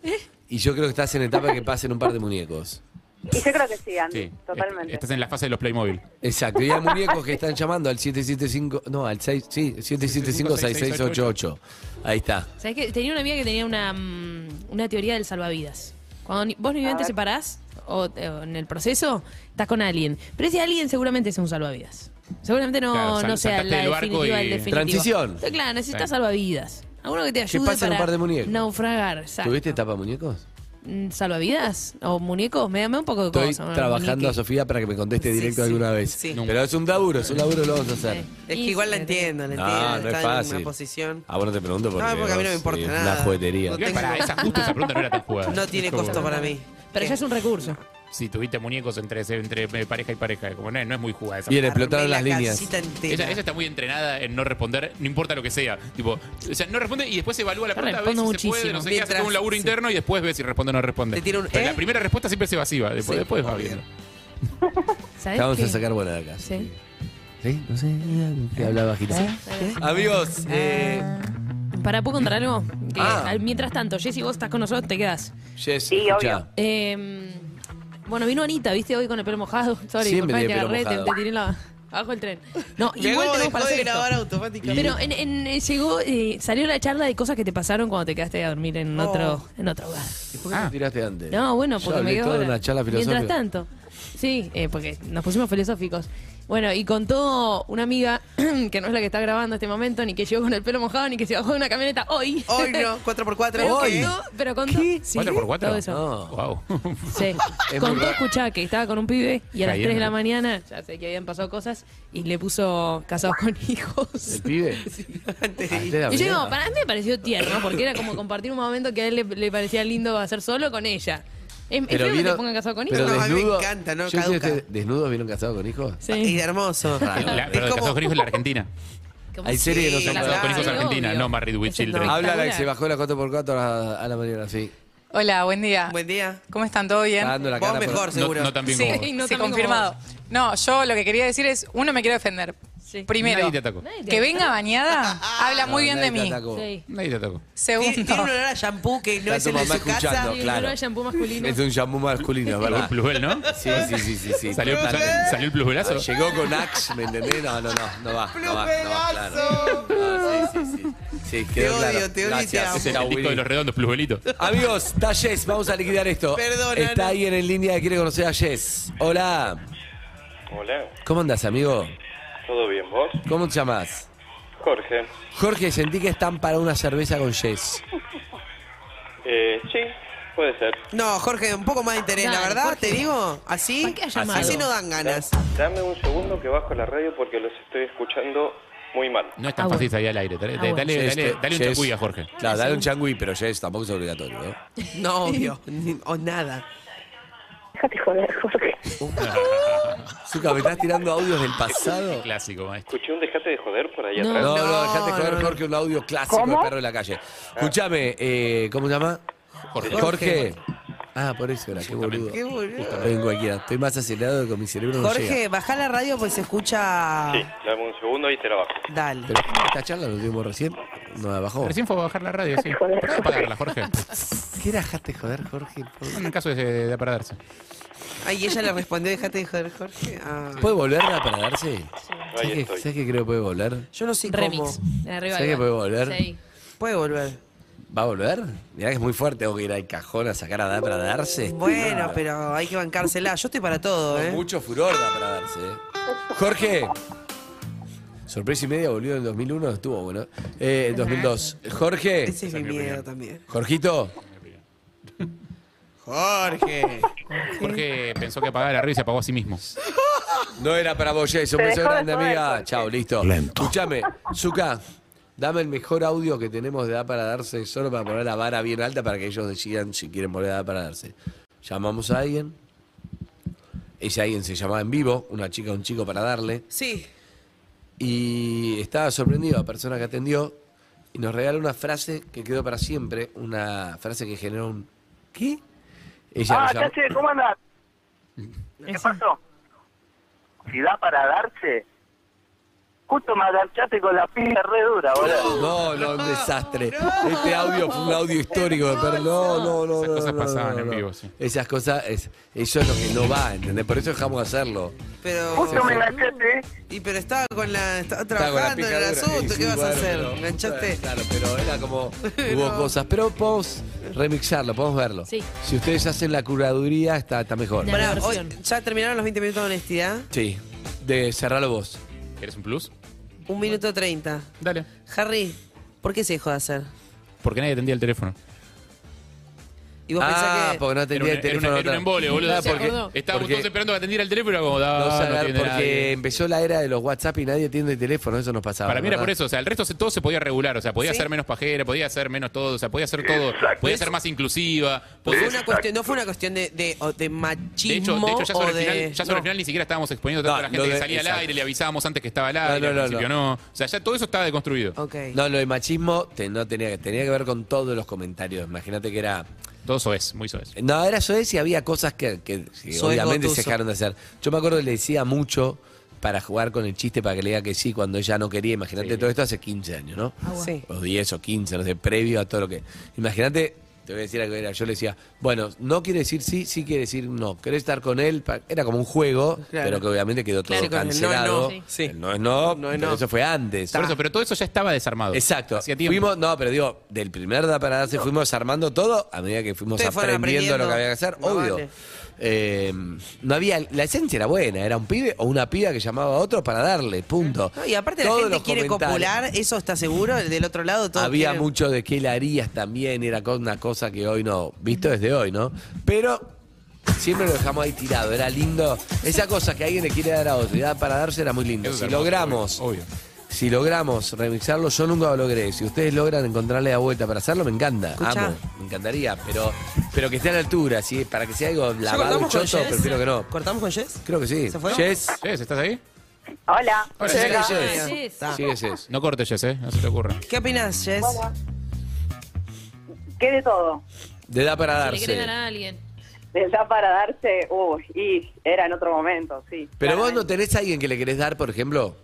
Speaker 1: Y yo creo que estás en etapa que pasen un par de muñecos.
Speaker 9: Y yo creo que sí, Andy,
Speaker 3: Sí.
Speaker 1: este,
Speaker 9: totalmente.
Speaker 3: Estás en la fase de los Playmobil.
Speaker 1: Exacto, y hay muñecos que están llamando al 775, no, al 6, sí, 775-6688. Ahí está.
Speaker 4: ¿Sabés que tenía una amiga que tenía una, mm, una teoría del salvavidas? Cuando ni- vos ni bien te
Speaker 9: ver.
Speaker 4: separás, o, te- o en el proceso, estás con alguien. Pero ese alguien seguramente es un salvavidas. Seguramente no,
Speaker 3: Claro, sal-
Speaker 4: no sea
Speaker 3: saltaste
Speaker 4: la
Speaker 3: del barco
Speaker 4: definitiva,
Speaker 3: y-
Speaker 4: el definitivo.
Speaker 1: Transición.
Speaker 4: Entonces, claro, necesitas
Speaker 3: Sí.
Speaker 4: salvavidas. Alguno que te ayude
Speaker 1: pasen un
Speaker 4: para
Speaker 1: par de muñecos.
Speaker 4: naufragar. exacto.
Speaker 1: ¿Tuviste tapa muñecos?
Speaker 4: mm, salvavidas o muñecos? Me da un poco de
Speaker 1: Estoy
Speaker 4: cosa. ¿no?
Speaker 1: trabajando a Sofía para que me conteste directo alguna vez. Pero es un laburo, es un laburo, lo vamos a hacer.
Speaker 5: Es que igual la entiendo, la
Speaker 1: No,
Speaker 5: entiendo.
Speaker 1: no es
Speaker 5: está en
Speaker 1: fácil.
Speaker 5: una posición.
Speaker 1: Ah, bueno, te pregunto porque,
Speaker 5: No, porque a mí no me
Speaker 1: vos,
Speaker 5: importa
Speaker 1: sí,
Speaker 5: nada.
Speaker 1: Una juguetería.
Speaker 5: No tengo- Pará, esa-
Speaker 3: Justo esa pregunta no era tan jugada.
Speaker 5: No tiene
Speaker 3: Es como-
Speaker 5: costo para mí.
Speaker 4: Pero ya es un recurso.
Speaker 3: Si tuviste muñecos entre, entre eh, pareja y pareja, como no, es- no es muy jugada esa
Speaker 1: Bien,
Speaker 3: pregunta.
Speaker 1: explotaron las líneas.
Speaker 3: Ella, ella está muy entrenada en no responder, no importa lo que sea. Tipo, o sea, no responde y después evalúa la
Speaker 4: Yo
Speaker 3: pregunta, a ver si
Speaker 4: respondo
Speaker 3: se puede, no sé
Speaker 5: muchísimo.
Speaker 3: qué, hace todo un laburo
Speaker 5: Mientras-
Speaker 3: interno y después ve si responde o no responde.
Speaker 5: Te tira un,
Speaker 3: Pero
Speaker 5: ¿eh?
Speaker 3: la primera respuesta siempre es evasiva, después,
Speaker 1: Sí,
Speaker 3: después va viendo.
Speaker 4: ¿Sabes
Speaker 1: Te vamos
Speaker 4: qué?
Speaker 1: a sacar buena de acá.
Speaker 4: Sí. ¿Eh?
Speaker 1: ¿Sí? No sé. Te hablaba bajito.
Speaker 4: Ah.
Speaker 1: Amigos, eh,
Speaker 4: ¿Para puedo contar algo? Que,
Speaker 1: Ah.
Speaker 4: al- Mientras tanto, Jessy, vos estás con nosotros, te quedás.
Speaker 1: Jess,
Speaker 4: Sí,
Speaker 1: escuchá.
Speaker 4: Eh, bueno, vino Anita, viste, hoy con el pelo mojado.
Speaker 1: Siempre
Speaker 4: Sorry, disculpame,
Speaker 1: tiene
Speaker 4: te
Speaker 1: pelo
Speaker 4: agarré, te,
Speaker 1: mojado.
Speaker 4: te tiré la, abajo el tren. No,
Speaker 5: Me
Speaker 4: igual
Speaker 5: acabo
Speaker 4: tenemos
Speaker 5: de
Speaker 4: para
Speaker 5: joder
Speaker 4: hacer esto.
Speaker 5: grabar automáticamente.
Speaker 4: Pero en- en- eh, llegó, eh, salió la charla de cosas que te pasaron cuando te quedaste a dormir en
Speaker 5: Oh.
Speaker 4: otro, en otro hogar.
Speaker 1: ¿y ¿por qué no tiraste antes?
Speaker 4: Ah. No, bueno,
Speaker 1: Yo
Speaker 4: porque me
Speaker 1: hablé
Speaker 4: quedo
Speaker 1: todo
Speaker 4: ahora.
Speaker 1: en la charla filosófica.
Speaker 4: Mientras tanto. Sí, eh, porque nos pusimos filosóficos. Bueno, y contó una amiga que no es la que está grabando este momento, ni que llegó con el pelo mojado, ni que se bajó de una camioneta hoy.
Speaker 5: Hoy no, 4x4.
Speaker 4: Pero
Speaker 5: hoy.
Speaker 4: contó, pero contó. sí,
Speaker 3: ¿Cuatro por
Speaker 4: todo
Speaker 3: cuatro?
Speaker 4: eso.
Speaker 3: Wow.
Speaker 4: Sí.
Speaker 3: Es muy
Speaker 4: Contó,
Speaker 3: raro.
Speaker 4: escuchá, que estaba con un pibe y a las
Speaker 3: Cayendo.
Speaker 4: 3 de la mañana, ya sé que habían pasado cosas, y le puso casados con hijos.
Speaker 1: ¿El pibe? Ah, Antes de la
Speaker 4: Y yo digo,
Speaker 1: mañana.
Speaker 4: para mí me pareció tierno, porque era como compartir un momento que a él le, le parecía lindo hacer solo con ella. Es, es feo que te
Speaker 1: vieron-
Speaker 4: pongan casado con
Speaker 1: pero
Speaker 4: hijos.
Speaker 5: a mí me
Speaker 1: desnudo-
Speaker 5: encanta, ¿no?
Speaker 1: Yo hice
Speaker 5: Caduca.
Speaker 1: este- ¿Desnudos vieron casados con hijos?
Speaker 4: Sí.
Speaker 5: Y hermoso.
Speaker 3: La-
Speaker 5: Ah,
Speaker 3: pero
Speaker 5: Es
Speaker 3: de
Speaker 5: como-
Speaker 3: casados con hijos en la Argentina.
Speaker 4: Como
Speaker 1: Hay
Speaker 4: si-
Speaker 1: series que no son
Speaker 3: Casados con hijos
Speaker 4: obvio.
Speaker 3: Argentina, no Married with Children.
Speaker 1: Habla la que se bajó la 4x4 a la, a la mañana, sí.
Speaker 7: Hola, buen día.
Speaker 5: Buen día.
Speaker 7: ¿Cómo están? ¿Todo bien?
Speaker 1: Está dando la
Speaker 5: Vos
Speaker 1: cara.
Speaker 5: mejor,
Speaker 1: por-
Speaker 5: seguro.
Speaker 3: No, no tan bien
Speaker 7: Sí,
Speaker 3: como vos.
Speaker 7: sí,
Speaker 4: no tan bien
Speaker 7: confirmado. No, yo lo que quería decir es, uno, me quiero defender.
Speaker 4: Sí.
Speaker 7: Primero,
Speaker 3: Nadie te atacó.
Speaker 4: Nadie te
Speaker 7: que
Speaker 4: va a
Speaker 7: venga bañada habla muy bien de
Speaker 1: Nadie te
Speaker 7: mí.
Speaker 1: atacó.
Speaker 4: Sí.
Speaker 3: Nadie te atacó.
Speaker 5: Tiene tiene un
Speaker 7: Segundo,
Speaker 5: olor a shampoo que no
Speaker 1: Está
Speaker 5: es
Speaker 1: tu
Speaker 5: el de
Speaker 1: mamá
Speaker 5: su casa.
Speaker 1: escuchando.
Speaker 4: Sí,
Speaker 1: Claro.
Speaker 4: olor a shampoo masculino.
Speaker 1: Es un shampoo masculino,
Speaker 3: Plugel,
Speaker 1: ¿verdad?
Speaker 3: plugel, ¿no?
Speaker 1: Sí, Ah, sí, sí, sí. sí.
Speaker 3: ¿Salió,
Speaker 1: Total.
Speaker 3: sal- ¿Salió el plugelazo?
Speaker 1: Llegó con Axe, ¿me entendés? No, no, no, no va, no va, no va, claro. Ah, sí, sí, sí. Sí, quedó
Speaker 5: Te odio,
Speaker 1: claro.
Speaker 5: te odio y te
Speaker 1: Gracias.
Speaker 5: amo.
Speaker 3: Es el,
Speaker 1: Chau,
Speaker 3: el disco de
Speaker 1: Willy.
Speaker 3: los redondos, plugelito.
Speaker 1: Amigos, está Jess, vamos a liquidar esto.
Speaker 5: Perdónanos.
Speaker 1: Está alguien en línea que quiere conocer a Jess. Hola,
Speaker 11: Hola,
Speaker 1: ¿cómo andás, amigo?
Speaker 11: ¿todo bien vos?
Speaker 1: ¿Cómo te llamás?
Speaker 11: Jorge.
Speaker 1: Jorge, sentí que están para una cerveza con Jess.
Speaker 11: Eh, sí, puede ser.
Speaker 5: No, Jorge, un poco más de interés, la
Speaker 4: Dale,
Speaker 5: verdad,
Speaker 4: Jorge.
Speaker 5: te digo, así,
Speaker 4: ¿Para qué ha llamado?
Speaker 5: así no dan ganas.
Speaker 11: Dame un segundo que bajo la radio porque los estoy escuchando muy mal.
Speaker 3: No es tan
Speaker 4: Ah,
Speaker 3: fácil
Speaker 4: bueno.
Speaker 3: salir al aire. Dale,
Speaker 4: Ah, bueno.
Speaker 3: dale,
Speaker 1: Jess,
Speaker 3: dale,
Speaker 1: te-
Speaker 3: dale un
Speaker 1: Jess-
Speaker 3: chacuy a Jorge.
Speaker 1: Claro, dale un changui, pero Jess tampoco es obligatorio, ¿eh? ¿no?
Speaker 5: No, obvio, ni- o nada.
Speaker 12: Déjate joder, Jorge.
Speaker 1: Zuka, ¿me estás tirando audios del pasado?
Speaker 3: Clásico, maestro.
Speaker 11: Escuché un dejate de joder por ahí
Speaker 4: No.
Speaker 11: atrás.
Speaker 1: No, no,
Speaker 5: No,
Speaker 1: dejate joder,
Speaker 5: no, no.
Speaker 1: Jorge, un audio clásico de
Speaker 12: ¿Cómo?
Speaker 1: perro de la calle. Escuchame, eh, ¿cómo se llama? Eh,
Speaker 3: Jorge.
Speaker 1: Jorge. Ah, por eso era, qué boludo.
Speaker 5: Qué boludo.
Speaker 1: Ven cualquiera, estoy más acelerado que con mi cerebro no llega.
Speaker 5: Jorge, bajá la radio pues se escucha.
Speaker 11: Sí, dame un segundo y te la bajo.
Speaker 5: Dale.
Speaker 1: Pero esta charla lo tuvimos recién, no la bajó.
Speaker 3: Recién fue a bajar la radio, sí.
Speaker 12: Joder.
Speaker 3: ¿Por qué apagarla, Jorge? Pues,
Speaker 1: ¿Qué era dejate joder, Jorge?
Speaker 3: En caso de, de apagarse.
Speaker 5: Ay, y ella le respondió, déjate de joder, Jorge. Ah.
Speaker 1: ¿Puede volverla para darse?
Speaker 11: Ahí
Speaker 1: ¿Sabes qué,
Speaker 11: estoy.
Speaker 1: sabes qué creo que puede volver?
Speaker 5: Yo no sé
Speaker 4: Remix.
Speaker 5: cómo.
Speaker 4: de arriba
Speaker 1: ¿Sabés
Speaker 4: igual.
Speaker 1: que puede volver?
Speaker 4: Sí.
Speaker 5: Puede volver.
Speaker 1: ¿Va a volver? Mirá que es muy fuerte, tengo que ir al cajón a sacar a dar para darse.
Speaker 5: Bueno, pero hay que bancársela. Yo estoy para todo,
Speaker 1: Con
Speaker 5: ¿eh?
Speaker 1: Mucho furor da para darse. ¿eh? Jorge. Sorpresa y media volvió en el 2001, estuvo bueno. Eh, en 2002. Jorge.
Speaker 5: Ese es mi miedo también.
Speaker 1: Jorgito.
Speaker 5: Jorge.
Speaker 3: Jorge pensó que apagaba la radio y se apagó a sí mismo.
Speaker 1: No era para vos, Jess. Un beso
Speaker 12: dejó de
Speaker 1: grande,
Speaker 12: joder,
Speaker 1: amiga.
Speaker 12: Jorge.
Speaker 1: Chao, listo. Escúchame, Zuka, dame el mejor audio que tenemos de edad para darse, solo para poner la vara bien alta para que ellos decidan si quieren volver a edad para darse. Llamamos a alguien. Ese alguien se llamaba en vivo, una chica, un chico para darle.
Speaker 5: Sí.
Speaker 1: Y estaba sorprendido la persona que atendió y nos regaló una frase que quedó para siempre, una frase que generó un ¿qué? Ella
Speaker 13: Ah,
Speaker 1: lo llamó-
Speaker 13: Chache, ¿cómo andas? ¿Qué pasó? Si da para darse, justo me agarchaste con la pila re dura, boludo.
Speaker 1: No, no, un desastre. este audio fue un audio histórico de Perro. No, no, no. no, no,
Speaker 3: Esas cosas
Speaker 1: no,
Speaker 3: pasaban
Speaker 1: no,
Speaker 3: en
Speaker 1: no.
Speaker 3: vivo, sí.
Speaker 1: Esas cosas, es, eso es lo que no va, ¿entendés? Por eso dejamos de hacerlo.
Speaker 5: Pero.
Speaker 13: Justo me enganchaste,
Speaker 5: Y pero estaba con la. Estaba
Speaker 1: Estaba con la
Speaker 5: trabajando en el
Speaker 1: picadura.
Speaker 5: asunto.
Speaker 1: Sí,
Speaker 5: ¿Qué vas a
Speaker 1: bueno,
Speaker 5: hacer?
Speaker 1: pero-
Speaker 5: Enganchaste.
Speaker 1: Claro, pero era como. Hubo cosas. Pero podemos remixarlo, podemos verlo.
Speaker 4: Sí.
Speaker 1: Si ustedes hacen la curaduría, está, está mejor.
Speaker 4: Dale.
Speaker 5: Pará,
Speaker 4: La
Speaker 5: hoy-
Speaker 4: versión.
Speaker 5: ya terminaron los 20 minutos de honestidad.
Speaker 1: Sí. De cerrarlo vos.
Speaker 3: ¿Querés un plus?
Speaker 5: Un minuto 30.
Speaker 3: Dale.
Speaker 5: Harry, ¿por qué se dejó de hacer?
Speaker 3: Porque nadie atendía el teléfono.
Speaker 5: Y vos
Speaker 1: ah,
Speaker 5: pensás
Speaker 1: porque
Speaker 5: que.
Speaker 1: no
Speaker 3: Era un,
Speaker 1: atendía el
Speaker 3: era un-
Speaker 1: teléfono.
Speaker 3: era un embole, boludo.
Speaker 1: Ah, porque-
Speaker 3: Estábamos
Speaker 1: porque-
Speaker 3: todos esperando que atendiera el teléfono como da,
Speaker 1: No,
Speaker 3: no
Speaker 1: sabe,
Speaker 3: tiene
Speaker 1: porque
Speaker 3: nadie.
Speaker 1: empezó la era de los WhatsApp y nadie atiende el teléfono, eso nos pasaba.
Speaker 3: Para mí era
Speaker 1: ¿verdad?
Speaker 3: por eso, o sea, el resto se- todo se podía regular, o sea, podía
Speaker 5: Sí.
Speaker 3: ser menos pajera, podía ser menos todo, o sea, podía ser todo, podía ser más inclusiva.
Speaker 5: Fue
Speaker 3: podía-
Speaker 5: una cuestión- no fue una cuestión de, de, o de
Speaker 3: de hecho,
Speaker 5: machismo.
Speaker 3: de hecho, ya sobre,
Speaker 5: o
Speaker 3: el,
Speaker 5: de-
Speaker 3: final, ya sobre
Speaker 5: no.
Speaker 3: el final ni siquiera estábamos exponiendo tanto
Speaker 1: No,
Speaker 3: a la
Speaker 1: lo
Speaker 3: gente
Speaker 1: de-
Speaker 3: que salía
Speaker 1: exacto.
Speaker 3: al aire, le avisábamos antes que estaba al
Speaker 1: No,
Speaker 3: aire,
Speaker 1: no, no,
Speaker 3: al principio no. O sea, ya todo eso estaba deconstruido.
Speaker 5: Ok.
Speaker 1: No, lo de machismo te- no tenía, que- tenía que ver con todos los comentarios. Imagínate que era.
Speaker 3: Todo eso es, muy eso es.
Speaker 1: No, era soez y había cosas que, que- que
Speaker 5: Soez
Speaker 1: obviamente
Speaker 5: Gotuso.
Speaker 1: se dejaron de hacer. Yo me acuerdo que le decía mucho para jugar con el chiste para que le diga que sí cuando ella no quería. Imagínate todo esto hace 15 años, ¿no?
Speaker 5: Sí.
Speaker 1: O 10 o 15, no sé, previo a todo lo que. Imagínate, te voy a decir algo. Era, yo le decía, bueno, no quiere decir sí, sí quiere decir no. ¿Querés estar con él? Pa- Era como un juego,
Speaker 5: Claro.
Speaker 1: pero que obviamente quedó todo
Speaker 5: Claro, con el no es no,
Speaker 1: cancelado.
Speaker 5: sí. Sí.
Speaker 1: El No es no,
Speaker 5: No es
Speaker 1: pero
Speaker 5: no.
Speaker 1: eso fue antes.
Speaker 3: Por eso, pero todo eso ya estaba desarmado.
Speaker 1: Exacto.
Speaker 3: Hacía tiempo.
Speaker 1: Fuimos, no, pero digo, del primer da para darse fuimos armando todo a medida que fuimos
Speaker 5: Ustedes fueron
Speaker 1: aprendiendo, lo que había que hacer,
Speaker 5: aprendiendo.
Speaker 1: obvio.
Speaker 5: No vale.
Speaker 1: Eh, no había, la esencia era buena, era un pibe o una piba que llamaba a otro para darle, punto.
Speaker 5: No, y aparte
Speaker 1: Todos
Speaker 5: la
Speaker 1: los
Speaker 5: gente quiere
Speaker 1: comentarios.
Speaker 5: copular, eso está seguro, el del otro lado todo.
Speaker 1: Había
Speaker 5: quieren-
Speaker 1: mucho de qué la harías también, era co- una cosa que hoy no, visto desde hoy, ¿no? Pero siempre lo dejamos ahí tirado, era lindo. Esa cosa que alguien le quiere dar a otro y da para darse era muy lindo.
Speaker 3: Eso es
Speaker 1: si
Speaker 3: hermoso,
Speaker 1: logramos
Speaker 3: Obvio. obvio.
Speaker 1: si logramos remixarlo, yo nunca lo logré. Si ustedes logran encontrarle la vuelta para hacerlo, me encanta.
Speaker 5: Escuchá.
Speaker 1: Amo, me encantaría, pero, pero que esté a la altura, ¿sí? para que sea algo lavado
Speaker 5: ¿Ya
Speaker 1: y
Speaker 5: cortamos con
Speaker 1: choto,
Speaker 5: Jess?
Speaker 1: prefiero que no.
Speaker 5: ¿Cortamos con Jess?
Speaker 1: Creo que sí.
Speaker 5: ¿Se fueron?
Speaker 1: Jess,
Speaker 3: Jess, ¿estás ahí?
Speaker 12: Hola.
Speaker 3: Hola,
Speaker 1: sigue
Speaker 3: Jess.
Speaker 1: Jess.
Speaker 5: Está.
Speaker 1: Sigue Jess.
Speaker 3: No cortes, Jess, ¿eh? No se te ocurra.
Speaker 5: ¿Qué opinás, Jess?
Speaker 12: Bueno. ¿Qué de todo?
Speaker 1: Le da para
Speaker 4: Si le quieren dar
Speaker 1: darse.
Speaker 4: a alguien.
Speaker 12: Les da para darse, uy, y era en otro momento, sí.
Speaker 1: Pero vos no
Speaker 12: claramente,
Speaker 1: tenés a alguien que le querés dar, por ejemplo.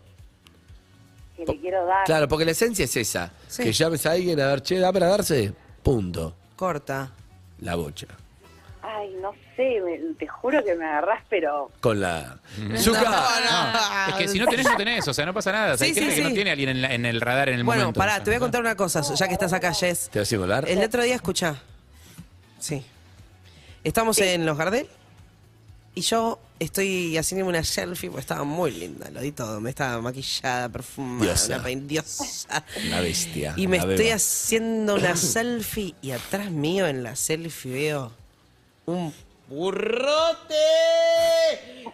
Speaker 12: que le quiero dar.
Speaker 1: Claro, porque la esencia es esa.
Speaker 5: Sí.
Speaker 1: Que llames a alguien a ver, che, da para darse. Punto.
Speaker 5: Corta.
Speaker 1: La bocha.
Speaker 12: Ay, no sé, me- te juro que me agarrás, pero
Speaker 1: Con la. ¡Zuka!
Speaker 3: No, Ah, es que si no tenés, no tenés, o sea, no pasa nada. O sea, hay
Speaker 5: Ah, Sí, sí,
Speaker 3: gente que
Speaker 5: sí.
Speaker 3: no tiene a alguien en, la- en el radar en el
Speaker 5: Bueno,
Speaker 3: momento. o
Speaker 5: pará,
Speaker 3: sea,
Speaker 5: te voy a
Speaker 3: ¿no?
Speaker 5: contar una cosa, ya que estás acá, Jess.
Speaker 1: ¿Te vas a volar?
Speaker 5: El otro día escuchá. Sí. Estamos en Los Gardel y yo estoy haciéndome una selfie porque estaba muy linda, lo di todo. Me estaba maquillada, perfumada,
Speaker 1: Diosa.
Speaker 5: una pein- diosa.
Speaker 1: La bestia.
Speaker 5: Y me
Speaker 1: la
Speaker 5: estoy
Speaker 1: beba.
Speaker 5: haciendo una selfie y atrás mío en la selfie veo un burrote.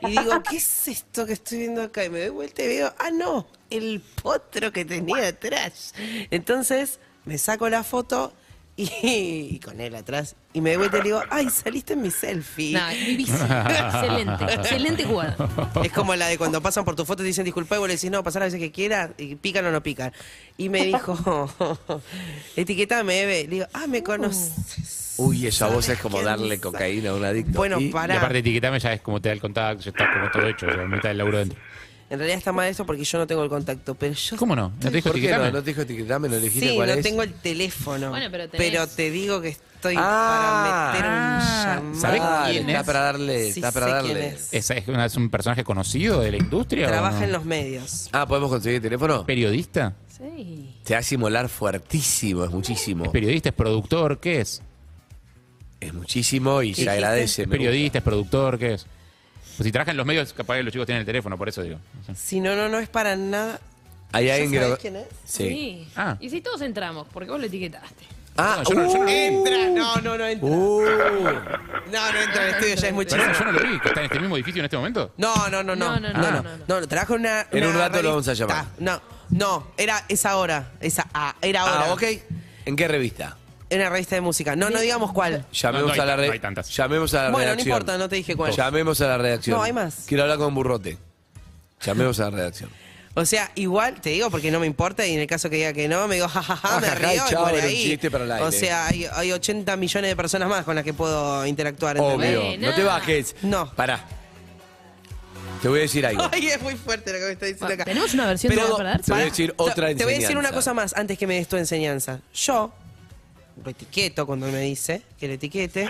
Speaker 5: Y digo, ¿qué es esto que estoy viendo acá? Y me doy vuelta y veo, ah, no, el potro que tenía atrás. Entonces me saco la foto y, y con él atrás. Y me doy vuelta y le digo, ay, saliste en mi selfie.
Speaker 4: Nah, vivísimo. excelente, excelente jugada.
Speaker 5: Es como la de cuando pasan por tu foto y te dicen disculpa y vos le decís, no, pasar las veces que quieras, y pican o no pican. Y me dijo, etiquetame, Eve. Le digo, ah, me conoces.
Speaker 1: Uy, esa voz es
Speaker 5: ¿Sabes
Speaker 1: como
Speaker 5: quién
Speaker 1: darle
Speaker 5: sa-
Speaker 1: cocaína a un adicto.
Speaker 5: Bueno,
Speaker 1: Y-
Speaker 3: Y
Speaker 5: pará.
Speaker 3: aparte, etiquetame ya es como te da el contacto, ya está como todo hecho, o sea, mitad del laburo dentro.
Speaker 5: En realidad está mal esto porque yo no tengo el contacto, pero yo...
Speaker 3: ¿Cómo no? ¿No te dijo
Speaker 1: ¿Por qué no?
Speaker 3: etiquetame?
Speaker 1: ¿No te dijo etiquetame? ¿No le dijiste
Speaker 5: Sí,
Speaker 1: cuál
Speaker 5: no
Speaker 1: es?
Speaker 5: tengo el teléfono.
Speaker 4: Bueno, pero tenés.
Speaker 5: pero te digo que estoy
Speaker 1: Ah.
Speaker 5: para meter un llamado.
Speaker 3: ¿Sabés
Speaker 1: Ah,
Speaker 3: quién
Speaker 1: está
Speaker 3: es?
Speaker 1: para darle,
Speaker 5: Sí
Speaker 1: está para
Speaker 5: sé
Speaker 1: darle.
Speaker 5: quién es.
Speaker 3: ¿Es, es una- es un personaje conocido de la industria? o
Speaker 5: Trabaja
Speaker 3: no?
Speaker 5: en los medios.
Speaker 1: Ah, ¿podemos conseguir el teléfono?
Speaker 3: ¿Periodista?
Speaker 4: Sí.
Speaker 1: Te hace inmolar fuertísimo, es muchísimo.
Speaker 5: Oh.
Speaker 3: ¿Es periodista? ¿Es productor? ¿Qué es?
Speaker 1: Es muchísimo y se agradece.
Speaker 3: ¿Es
Speaker 1: me
Speaker 3: periodista? ¿Es productor? ¿Qué es? Pues si trabaja en los medios, capaz que los chicos tienen el teléfono, por eso digo. No sé.
Speaker 5: Si no, no, no es para nada.
Speaker 1: gusta. ¿Hay alguien que
Speaker 5: ¿Ya
Speaker 1: lo-
Speaker 5: sabés quién es?
Speaker 1: Sí.
Speaker 3: Ah.
Speaker 4: Y si todos entramos, porque vos lo etiquetaste.
Speaker 1: Ah,
Speaker 3: No, yo no- yo no-
Speaker 1: uh,
Speaker 5: Entra, no, no, no entra.
Speaker 1: uh.
Speaker 5: No, no entra al estudio, ya es muy
Speaker 3: Pero
Speaker 5: chido.
Speaker 3: eso yo no lo vi, que está en este mismo edificio en este momento.
Speaker 5: No, no, no, no. no,
Speaker 4: No, no, no,
Speaker 5: no,
Speaker 4: no,
Speaker 5: no,
Speaker 4: no.
Speaker 5: no, trabajo en una.
Speaker 1: En
Speaker 5: una
Speaker 1: un rato lo vamos a
Speaker 5: revista.
Speaker 1: llamar.
Speaker 5: No, no, era esa hora. Esa ah, era hora.
Speaker 1: Ah, ok. ¿En qué revista?
Speaker 5: Era una revista de música. No, no digamos cuál.
Speaker 1: Llamemos
Speaker 3: No, no hay
Speaker 1: a la
Speaker 3: tan-
Speaker 1: re-
Speaker 3: no hay tantas.
Speaker 1: Llamemos a la
Speaker 5: Bueno, no
Speaker 1: redacción.
Speaker 5: importa, no te dije cuál.
Speaker 1: Llamemos a la redacción.
Speaker 5: No, hay más.
Speaker 1: Quiero hablar con Burrote. Llamemos a la redacción.
Speaker 5: O sea, igual te digo porque no me importa y en el caso que diga que no, me digo, jajaja,
Speaker 1: Ah,
Speaker 5: me
Speaker 1: jaja,
Speaker 5: río y
Speaker 1: chao,
Speaker 5: muere
Speaker 1: era un
Speaker 5: ahí.
Speaker 1: chiste para el aire.
Speaker 5: O sea, hay, hay 80 millones de personas más con las que puedo interactuar. ¿entendés?
Speaker 1: Obvio. No te bajes.
Speaker 5: No.
Speaker 1: Pará. Te voy a decir algo.
Speaker 5: Ay, es muy fuerte lo que me está diciendo acá.
Speaker 4: Tenemos una versión de Vamos para
Speaker 1: Te voy a decir
Speaker 5: Pará,
Speaker 1: otra
Speaker 5: Te voy a decir
Speaker 1: enseñanza.
Speaker 5: una cosa más antes que me des tu enseñanza. Yo lo etiqueto cuando me dice que lo etiquete.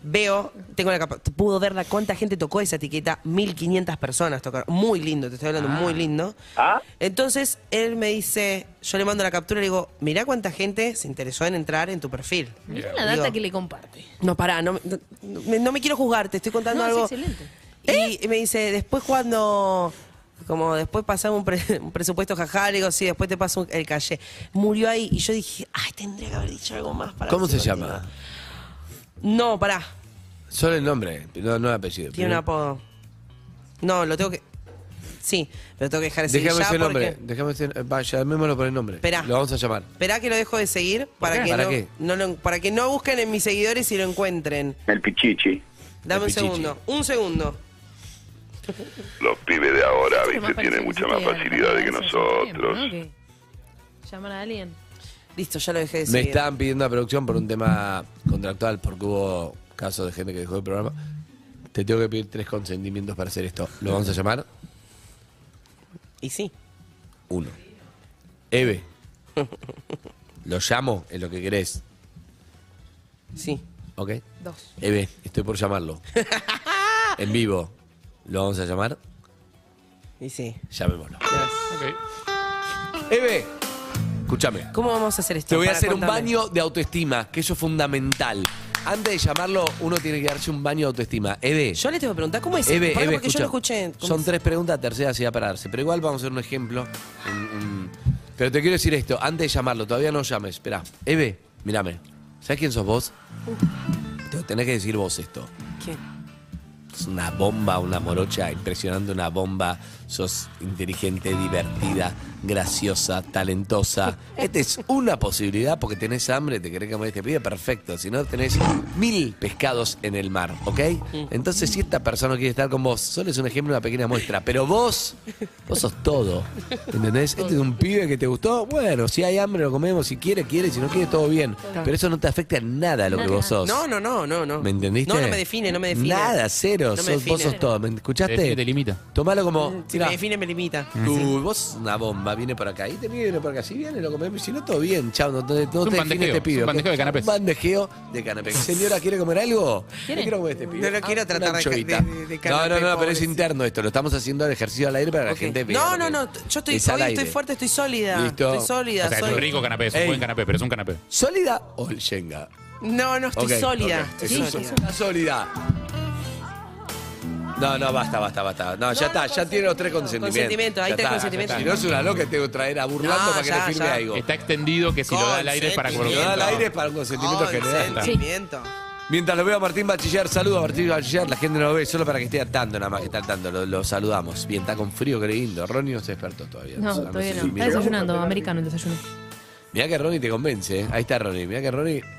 Speaker 5: Veo, tengo la capa- pudo ver la cuánta gente tocó esa etiqueta, 1500 personas tocaron. Muy lindo, te estoy hablando, muy lindo.
Speaker 13: ¿Ah?
Speaker 5: Entonces él me dice, yo le mando la captura y le digo, mirá cuánta gente se interesó en entrar en tu perfil.
Speaker 4: Mirá la
Speaker 5: Digo,
Speaker 4: data que le comparte.
Speaker 5: No, pará, no, no- no me- no me quiero juzgar, te estoy contando
Speaker 4: No, es
Speaker 5: algo.
Speaker 4: excelente.
Speaker 1: ¿Eh?
Speaker 5: Y me dice, después cuando, como después pasamos un, pre- un presupuesto jajá, le digo, sí, después te paso un- el calle. Murió ahí y yo dije, ay, tendría que haber dicho algo más para...
Speaker 1: ¿Cómo
Speaker 5: que
Speaker 1: se llama?
Speaker 5: continúe". No, pará.
Speaker 1: Solo el nombre, no, no el apellido.
Speaker 5: Tiene un apodo. No, lo tengo que. Sí, lo tengo que dejar de seguir
Speaker 1: Déjame
Speaker 5: ya
Speaker 1: ese nombre,
Speaker 5: porque.
Speaker 1: déjame ese eh, va, llamémoslo por el nombre.
Speaker 5: Esperá.
Speaker 1: Lo vamos a llamar.
Speaker 5: Esperá que lo dejo de seguir para
Speaker 1: qué?
Speaker 5: que,
Speaker 1: ¿Para
Speaker 5: no,
Speaker 1: qué?
Speaker 5: no lo- para que no busquen en mis seguidores y lo encuentren.
Speaker 9: El pichichi.
Speaker 5: Dame un
Speaker 9: El pichichi.
Speaker 5: segundo, un segundo.
Speaker 14: Los pibes de ahora,
Speaker 4: Esto es lo más
Speaker 14: viste, tienen
Speaker 4: parecido que
Speaker 14: mucha más
Speaker 4: estoy a la
Speaker 14: facilidad de que
Speaker 4: competencia hace tiempo,
Speaker 14: nosotros.
Speaker 4: ¿no? Que Llaman a alguien.
Speaker 5: Listo, ya lo dejé de
Speaker 1: Me
Speaker 5: seguir.
Speaker 1: estaban pidiendo a producción por un tema contractual, porque hubo casos de gente que dejó el programa. Te tengo que pedir tres consentimientos para hacer esto. ¿Lo vamos a llamar?
Speaker 5: Y sí.
Speaker 1: Uno. Eve. ¿Lo llamo? Es lo que querés.
Speaker 5: Sí.
Speaker 1: ¿Ok?
Speaker 5: Dos.
Speaker 1: Eve, estoy por llamarlo. en vivo. ¿Lo vamos a llamar?
Speaker 5: Y sí.
Speaker 1: Llamémoslo.
Speaker 3: Eh,
Speaker 1: Eve, escúchame.
Speaker 5: ¿Cómo vamos a hacer esto?
Speaker 1: Te voy a
Speaker 5: Pará,
Speaker 1: hacer un
Speaker 5: contame.
Speaker 1: baño de autoestima, que eso es fundamental. Antes de llamarlo, uno tiene que darse un baño de autoestima. Eve.
Speaker 5: Yo le tengo que preguntar cómo es.
Speaker 1: Eve,
Speaker 5: Pará,
Speaker 1: Eve,
Speaker 5: porque yo
Speaker 1: escucha.
Speaker 5: no escuché. ¿Cómo
Speaker 1: Son
Speaker 5: es?
Speaker 1: tres preguntas, tercera se va a pararse. Pero igual vamos a hacer un ejemplo. un- un- Pero te quiero decir esto, antes de llamarlo, todavía no llames. Espera, Eve, mírame. ¿Sabes quién sos vos? Te lo tenés que decir vos esto.
Speaker 5: ¿Quién?
Speaker 1: Es una bomba, una morocha, impresionante una bomba. Sos inteligente, divertida, graciosa, talentosa. Esta es una posibilidad porque tenés hambre, te querés comer este pibe, perfecto. Si no, tenés mil pescados en el mar, ¿ok? Entonces, si esta persona quiere estar con vos, solo es un ejemplo, una pequeña muestra. Pero vos, vos sos todo. ¿Entendés? Este es un pibe que te gustó. Bueno, si hay hambre lo comemos, si quiere, quiere, si no quiere, todo bien. Pero eso no te afecta en nada a lo que vos sos.
Speaker 5: No, no, no, no, no.
Speaker 1: ¿Me entendiste?
Speaker 5: No, no me define, no me define.
Speaker 1: Nada, cero.
Speaker 5: No me
Speaker 1: sos-
Speaker 5: define. Mm,
Speaker 1: vos sos todo. ¿Me escuchaste?
Speaker 3: Te define, te
Speaker 1: limita. Tomalo como.
Speaker 5: Si
Speaker 1: mirá,
Speaker 5: me define, me limita.
Speaker 1: tu voz es una bomba, viene por acá. Y te mide, viene por acá. Si viene, lo comemos. Si no, todo bien. Chao, no, no, no te define
Speaker 3: bandejeo,
Speaker 1: este pibe.
Speaker 3: es un bandejeo de
Speaker 1: ¿ok?
Speaker 3: canapés.
Speaker 1: Un bandejeo de canapés. Señora, ¿quiere comer algo?
Speaker 5: ¿Quiere?
Speaker 1: No quiero comer este pibe.
Speaker 5: No lo quiero
Speaker 1: Ah,
Speaker 5: tratar
Speaker 1: una
Speaker 5: de-
Speaker 1: anchoita.
Speaker 5: de- de- de
Speaker 1: No,
Speaker 5: canapé,
Speaker 1: no, no, pero es
Speaker 5: pobrecito.
Speaker 1: interno esto. Lo estamos haciendo al ejercicio al aire para que la gente vea
Speaker 5: No,
Speaker 1: lo
Speaker 5: no,
Speaker 1: que-
Speaker 5: no. t- Yo estoy,
Speaker 1: Es al
Speaker 5: hoy estoy
Speaker 1: aire.
Speaker 5: fuerte, estoy sólida.
Speaker 1: Listo.
Speaker 5: Estoy sólida.
Speaker 3: O sea, es
Speaker 5: soy-
Speaker 3: un rico canapé, es un
Speaker 1: Ey.
Speaker 3: buen canapé, pero es un canapé.
Speaker 1: ¿Sólida o el Shenga?
Speaker 5: No, no, estoy
Speaker 1: Ok,
Speaker 5: sólida.
Speaker 1: ok.
Speaker 5: Estoy
Speaker 1: Eso
Speaker 5: sólida.
Speaker 1: es una sólida. No, no, basta, basta, basta. No, ya está, ya tiene los tres consentimientos.
Speaker 5: Consentimiento, ahí
Speaker 1: Ya
Speaker 5: tres
Speaker 1: está.
Speaker 5: consentimientos.
Speaker 1: Si no es una loca, tengo que traer a burlando
Speaker 5: No,
Speaker 1: para que
Speaker 5: ya,
Speaker 1: le firme
Speaker 5: ya.
Speaker 1: algo.
Speaker 3: Está extendido que si lo da al aire es para
Speaker 1: Si lo da al aire es para un consentimiento general.
Speaker 5: Consentimiento.
Speaker 1: Mientras lo veo a Martín Bachiller, saludo a Martín Bachiller, la gente no lo ve, solo para que esté al tanto, nada más que está al tanto, lo, lo saludamos. Bien, está con frío, qué lindo. Ronnie no se despertó todavía.
Speaker 4: No,
Speaker 1: sé,
Speaker 4: todavía
Speaker 1: sé
Speaker 4: no.
Speaker 1: si
Speaker 4: Está
Speaker 1: mira.
Speaker 4: desayunando, americano el desayuno.
Speaker 1: Mirá que Ronnie te convence, ¿eh? ahí está Ronnie, mirá que Ronnie...
Speaker 3: Te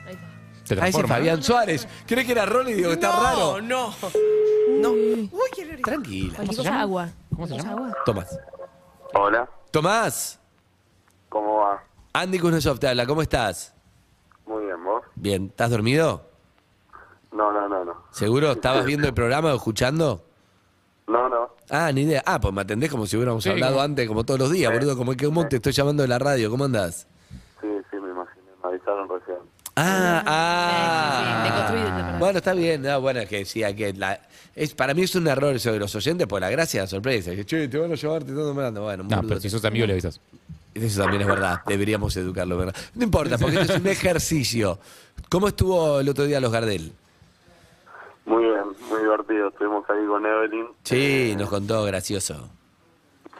Speaker 1: Ahí está
Speaker 3: transforma.
Speaker 1: Fabián Suárez. ¿Crees que era Ronnie? Digo, está
Speaker 5: no,
Speaker 1: raro.
Speaker 5: Oh, No, no. Uy, qué olor.
Speaker 1: Tranquila.
Speaker 4: Cualquier cosa, agua.
Speaker 3: ¿Cómo se llama?
Speaker 1: Tomás.
Speaker 9: Hola,
Speaker 1: Tomás.
Speaker 9: ¿cómo va?
Speaker 1: Andy Kuznetsov te habla, ¿cómo estás?
Speaker 9: Muy bien, ¿vos?
Speaker 1: Bien, ¿estás dormido?
Speaker 9: No, no, no, no.
Speaker 1: ¿Seguro? ¿Estabas viendo el programa o escuchando?
Speaker 9: No, no.
Speaker 1: Ah, ni idea. Ah, pues me atendés como si hubiéramos
Speaker 3: Sí,
Speaker 1: hablado
Speaker 3: como-
Speaker 1: antes, como todos los días, boludo. Como que como te estoy llamando de la radio, ¿cómo andás?
Speaker 9: Sí, sí, me imaginé. Me avisaron recién.
Speaker 1: Ah,
Speaker 4: sí,
Speaker 1: ah.
Speaker 4: deconstruido, te parece.
Speaker 1: bueno, está bien. No, bueno, es que sí, hay que la- es, para mí es un error eso de los oyentes por la gracia de la sorpresa. Que, che, te van a llevar, te están nombrando. Bueno,
Speaker 3: No,
Speaker 1: boludo,
Speaker 3: pero si sos amigo le avisas.
Speaker 1: Eso también es verdad, deberíamos educarlo, ¿verdad? No importa, porque esto es un ejercicio. ¿Cómo estuvo el otro día los Gardel?
Speaker 9: Muy bien, muy divertido. Estuvimos ahí con Evelyn.
Speaker 1: Sí, nos contó, gracioso.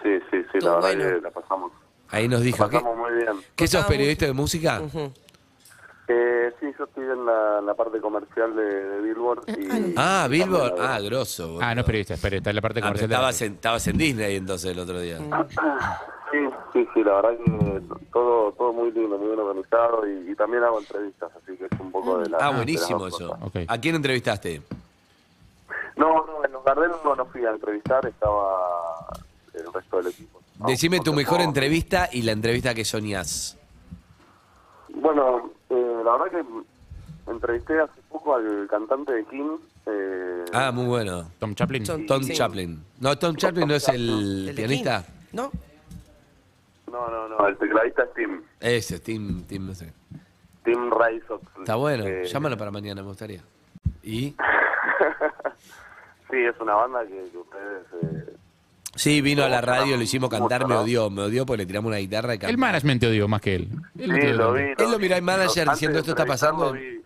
Speaker 9: Sí, sí, sí, la verdad que la pasamos.
Speaker 1: Ahí nos dijo.
Speaker 9: la
Speaker 1: ¿Qué,
Speaker 9: pasamos muy bien.
Speaker 1: qué sos periodista de música?
Speaker 9: Eh, sí, yo estoy en la, la parte comercial de, de Billboard. Y
Speaker 1: Ah, Billboard. Ah, grosso. boludo.
Speaker 3: Ah, no es periodista, espera, está en la parte
Speaker 1: Ah, pero
Speaker 3: comercial. de la-
Speaker 1: estabas, en, estabas en Disney entonces el otro
Speaker 5: Mm,
Speaker 1: día.
Speaker 9: sí, sí, sí, la verdad que todo, todo muy lindo, muy bien organizado y, y también hago entrevistas, así que es un poco de la...
Speaker 1: Ah,
Speaker 9: de
Speaker 1: buenísimo
Speaker 9: las dos
Speaker 1: eso.
Speaker 9: cosas.
Speaker 1: ¿A quién entrevistaste?
Speaker 9: No, no, en los Gardel no, no fui a entrevistar, estaba el resto del equipo. No,
Speaker 1: Decime tu
Speaker 9: no,
Speaker 1: mejor
Speaker 9: no.
Speaker 1: entrevista y la entrevista que soñás.
Speaker 9: Bueno, eh, la verdad que entrevisté hace poco al cantante de King. Eh,
Speaker 1: Ah, muy bueno.
Speaker 3: Tom Chaplin.
Speaker 5: Tom-
Speaker 1: Mm. Tom
Speaker 5: sí.
Speaker 1: Chaplin. No, Tom Chaplin no es el
Speaker 5: ¿El de
Speaker 1: pianista.
Speaker 5: King? No.
Speaker 9: No, no, no, el tecladista es Tim.
Speaker 1: Ese, Tim, Tim, no sé.
Speaker 9: Tim Rice.
Speaker 1: Está bueno,
Speaker 9: Eh,
Speaker 1: llámalo para mañana, me gustaría. ¿Y?
Speaker 9: Sí, es una banda que, que ustedes... eh,
Speaker 1: Sí, vino a la radio, lo hicimos cantar, me
Speaker 9: ¿no?
Speaker 1: odió, me odió porque le tiramos una guitarra y
Speaker 3: El
Speaker 1: cantó.
Speaker 3: management te odió más que él. Él
Speaker 9: sí,
Speaker 3: te
Speaker 9: lo
Speaker 3: odió.
Speaker 9: vi.
Speaker 1: Él lo miró al manager
Speaker 9: Antes
Speaker 1: diciendo
Speaker 9: de
Speaker 1: esto está
Speaker 9: entrevistarlo
Speaker 1: pasando.
Speaker 9: Vi,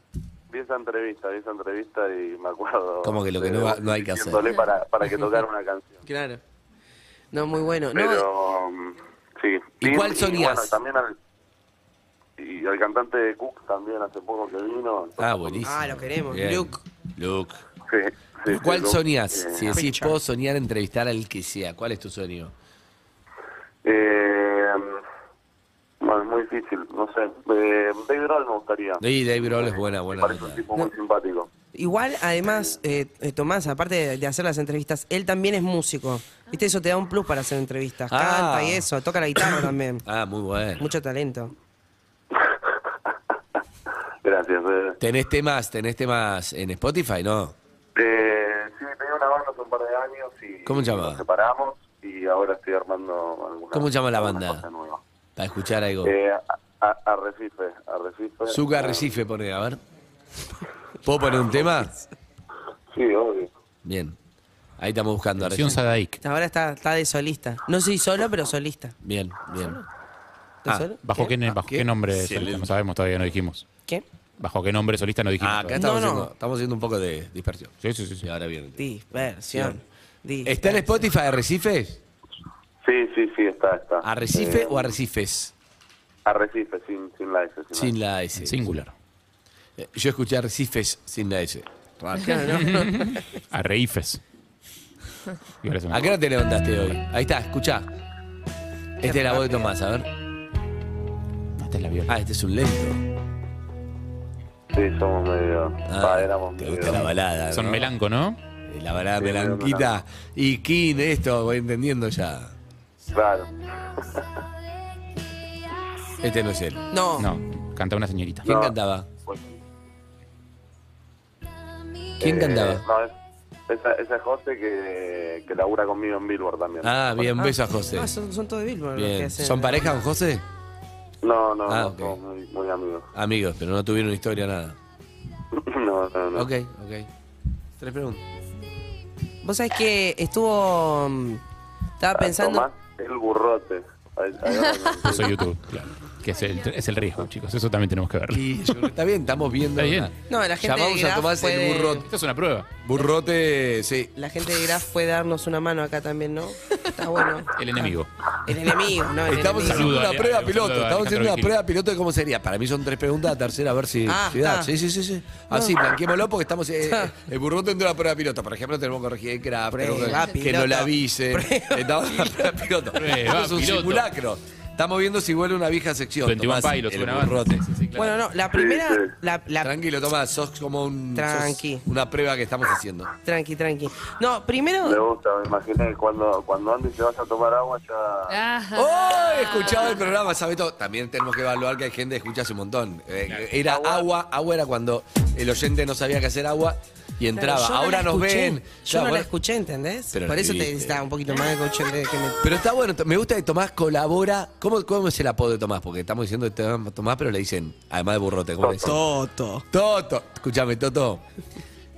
Speaker 9: vi esa entrevista, vi esa entrevista y me acuerdo...
Speaker 1: Como que lo que no
Speaker 9: de-
Speaker 1: va- no hay que hacer.
Speaker 9: diciéndole Para, para que tocara una canción.
Speaker 5: Claro. No, muy bueno. No,
Speaker 9: Pero, mm, sí.
Speaker 1: ¿Y cuál
Speaker 9: bueno,
Speaker 1: soñás?
Speaker 9: también al- Y al cantante de Cook también hace poco que vino.
Speaker 1: Ah, buenísimo.
Speaker 5: Ah, lo queremos.
Speaker 1: Bien.
Speaker 5: Luke.
Speaker 1: Luke.
Speaker 9: Sí, sí,
Speaker 1: ¿Cuál
Speaker 9: sí, lo-
Speaker 1: soñás?
Speaker 9: eh,
Speaker 1: si decís, puedo soñar entrevistar al que sea. ¿Cuál es tu sueño?
Speaker 9: eh, bueno, es muy difícil, no sé. Eh, David Roll me gustaría.
Speaker 1: Sí, Dave Grohl es buena, buena.
Speaker 9: Parece un tipo muy simpático.
Speaker 5: Igual, además, eh, eh, Tomás, aparte de- de hacer las entrevistas, él también es músico. ¿Viste? Eso te da un plus para hacer entrevistas.
Speaker 1: Ah.
Speaker 5: Canta y eso, toca la guitarra también.
Speaker 1: Ah, muy bueno.
Speaker 5: Mucho talento.
Speaker 9: Gracias. eh.
Speaker 1: ¿Tenés temas, tenés temas en Spotify, no?
Speaker 9: Eh, sí, tenía una banda hace un par de años y
Speaker 1: ¿Cómo se
Speaker 9: nos
Speaker 1: llama?
Speaker 9: separamos y ahora estoy armando alguna
Speaker 1: ¿Cómo se llama la
Speaker 9: alguna
Speaker 1: banda?
Speaker 9: cosa nueva.
Speaker 1: Para escuchar algo.
Speaker 9: Eh, a- a- Arrecife, Arrecife.
Speaker 1: Zucca
Speaker 9: Eh,
Speaker 1: Recife, pone, a ver. ¿Puedo poner un tema?
Speaker 9: Sí, obvio.
Speaker 1: Bien. Ahí estamos buscando
Speaker 3: Atención,
Speaker 1: Arrecife.
Speaker 3: Sadaik.
Speaker 5: Ahora está, está de solista. No soy solo, pero solista.
Speaker 1: Bien, bien.
Speaker 5: ¿De
Speaker 3: Ah,
Speaker 5: solo?
Speaker 3: ¿Bajo qué, bajo qué nombre?
Speaker 1: Excelente.
Speaker 3: solista? No sabemos, todavía no dijimos.
Speaker 5: ¿Qué?
Speaker 3: ¿Bajo qué nombre solista no dijimos?
Speaker 1: Ah, acá
Speaker 3: todavía.
Speaker 1: estamos,
Speaker 5: No, no.
Speaker 1: Haciendo, estamos haciendo un poco de dispersión.
Speaker 3: Sí, sí, sí. sí.
Speaker 1: Y ahora viene.
Speaker 5: Dispersión.
Speaker 1: ¿Está en Spotify Arrecifes?
Speaker 9: Sí, sí, sí, está, está.
Speaker 1: ¿Arrecife
Speaker 9: Eh,
Speaker 1: o Arrecifes?
Speaker 9: Arrecife, sin, sin la S. Sin
Speaker 1: Sin la S.
Speaker 3: Singular.
Speaker 1: Eh, Yo escuché Arrecifes sin la S. Raro.
Speaker 3: A Reifes. Y ahora es una-
Speaker 1: ¿A qué hora te levantaste hoy? Ahí está, escuchá. Este es la voz de Tomás, a ver.
Speaker 3: No, esta es la viola.
Speaker 1: Ah, este es un lento.
Speaker 9: la- Sí, somos medio...
Speaker 1: Ah,
Speaker 9: va, éramos
Speaker 1: te
Speaker 9: medio...
Speaker 1: gusta la balada.
Speaker 3: Son
Speaker 1: Ah, ¿no?
Speaker 3: melanco, ¿no?
Speaker 1: Eh, La balada
Speaker 9: Sí,
Speaker 1: melanquita.
Speaker 9: melanco.
Speaker 1: Y King, esto, voy entendiendo ya.
Speaker 9: Claro.
Speaker 1: Este no es él.
Speaker 5: No.
Speaker 3: No, canta una señorita.
Speaker 1: ¿Quién
Speaker 9: No.
Speaker 1: cantaba?
Speaker 9: Bueno,
Speaker 1: ¿Quién
Speaker 9: eh,
Speaker 1: cantaba?
Speaker 9: No, es, esa, esa es José que, que labura conmigo en Billboard también.
Speaker 1: Ah, bien,
Speaker 5: Ah,
Speaker 1: beso a José.
Speaker 5: ah, son, son todos de Billboard. los que
Speaker 1: Bien.
Speaker 5: hacen-
Speaker 1: ¿Son pareja con José?
Speaker 9: No, no,
Speaker 1: Ah,
Speaker 9: no,
Speaker 1: ok.
Speaker 9: somos muy, muy amigos.
Speaker 1: Amigos, pero no tuvieron historia nada.
Speaker 9: No, no, no.
Speaker 1: Ok, ok. Tres preguntas.
Speaker 5: Vos sabés que estuvo. mm, Estaba
Speaker 9: Ah,
Speaker 5: pensando.
Speaker 9: Tomás, el burrote. Ay, ay,
Speaker 3: Yo
Speaker 9: ay,
Speaker 3: soy YouTube, claro. Que es el, es el riesgo, chicos. Eso también tenemos que verlo.
Speaker 1: Y yo- está bien, estamos viendo.
Speaker 3: Está bien.
Speaker 1: una-
Speaker 5: No, la gente
Speaker 1: Llamamos
Speaker 5: de
Speaker 1: a
Speaker 5: Graf
Speaker 1: Tomás
Speaker 5: puede-
Speaker 1: el burrote.
Speaker 3: Esto es una prueba.
Speaker 1: Burrote, sí.
Speaker 5: La gente de Graf puede darnos una mano acá también, ¿no? Está bueno.
Speaker 3: El enemigo.
Speaker 5: El enemigo, ¿no? El
Speaker 1: Estamos haciendo
Speaker 5: enemigo.
Speaker 3: Saludo
Speaker 1: una
Speaker 3: a-
Speaker 1: prueba
Speaker 3: a-
Speaker 1: piloto.
Speaker 3: saludo a
Speaker 1: Estamos haciendo
Speaker 3: Alejandro
Speaker 1: una
Speaker 3: Vigil.
Speaker 1: prueba piloto de cómo sería. Para mí son tres preguntas, la tercera a ver si,
Speaker 5: Ah,
Speaker 1: si da.
Speaker 5: está. Ah.
Speaker 1: Sí, sí, sí, sí. Así, blanquémoslo porque estamos. eh, eh, el burrón tendrá una prueba piloto. Por ejemplo, tenemos que corregir el craft,
Speaker 5: Prueba
Speaker 1: tenemos que, que
Speaker 5: piloto.
Speaker 1: no la avise.
Speaker 5: Prueba
Speaker 1: Estamos en la prueba piloto.
Speaker 3: Prueba
Speaker 1: Esto es un
Speaker 3: piloto.
Speaker 1: simulacro. Estamos viendo si vuelve una vieja sección.
Speaker 3: 21
Speaker 1: Tomás,
Speaker 3: Pilots,
Speaker 1: el
Speaker 3: una banda.
Speaker 1: burrote.
Speaker 3: Sí, sí, claro.
Speaker 5: Bueno, no, la primera.
Speaker 9: Sí, sí.
Speaker 5: La, la,
Speaker 1: Tranquilo, Tomás, sos como un. sos
Speaker 5: Tranqui.
Speaker 1: una prueba que estamos haciendo.
Speaker 5: tranqui, tranqui. No,
Speaker 9: Me
Speaker 5: primero.
Speaker 9: gusta, me imaginé que cuando, cuando Andy se vaya a tomar agua ya...
Speaker 4: Ajá.
Speaker 1: ¡Oh! He escuchado el programa, ¿sabes todo? También tenemos que evaluar que hay gente que escucha hace un montón. Eh, era agua. agua, era cuando el oyente no sabía qué hacer agua y entraba.
Speaker 5: Yo no
Speaker 1: Ahora
Speaker 5: la
Speaker 1: nos
Speaker 5: escuché.
Speaker 1: ven.
Speaker 5: Yo
Speaker 1: Claro,
Speaker 5: no la
Speaker 1: bueno,
Speaker 5: escuché, ¿entendés?
Speaker 1: Pero
Speaker 5: Por
Speaker 1: la
Speaker 5: eso te
Speaker 1: escribiste.
Speaker 5: necesitaba un poquito más de coaching de que me.
Speaker 1: Pero está bueno, me gusta que Tomás colabora. ¿Cómo, cómo es el apodo de Tomás? Porque estamos diciendo Tom- Tomás, pero le dicen, además de burrote, ¿cómo le dicen?
Speaker 5: Toto.
Speaker 1: Toto. Escúchame, Toto.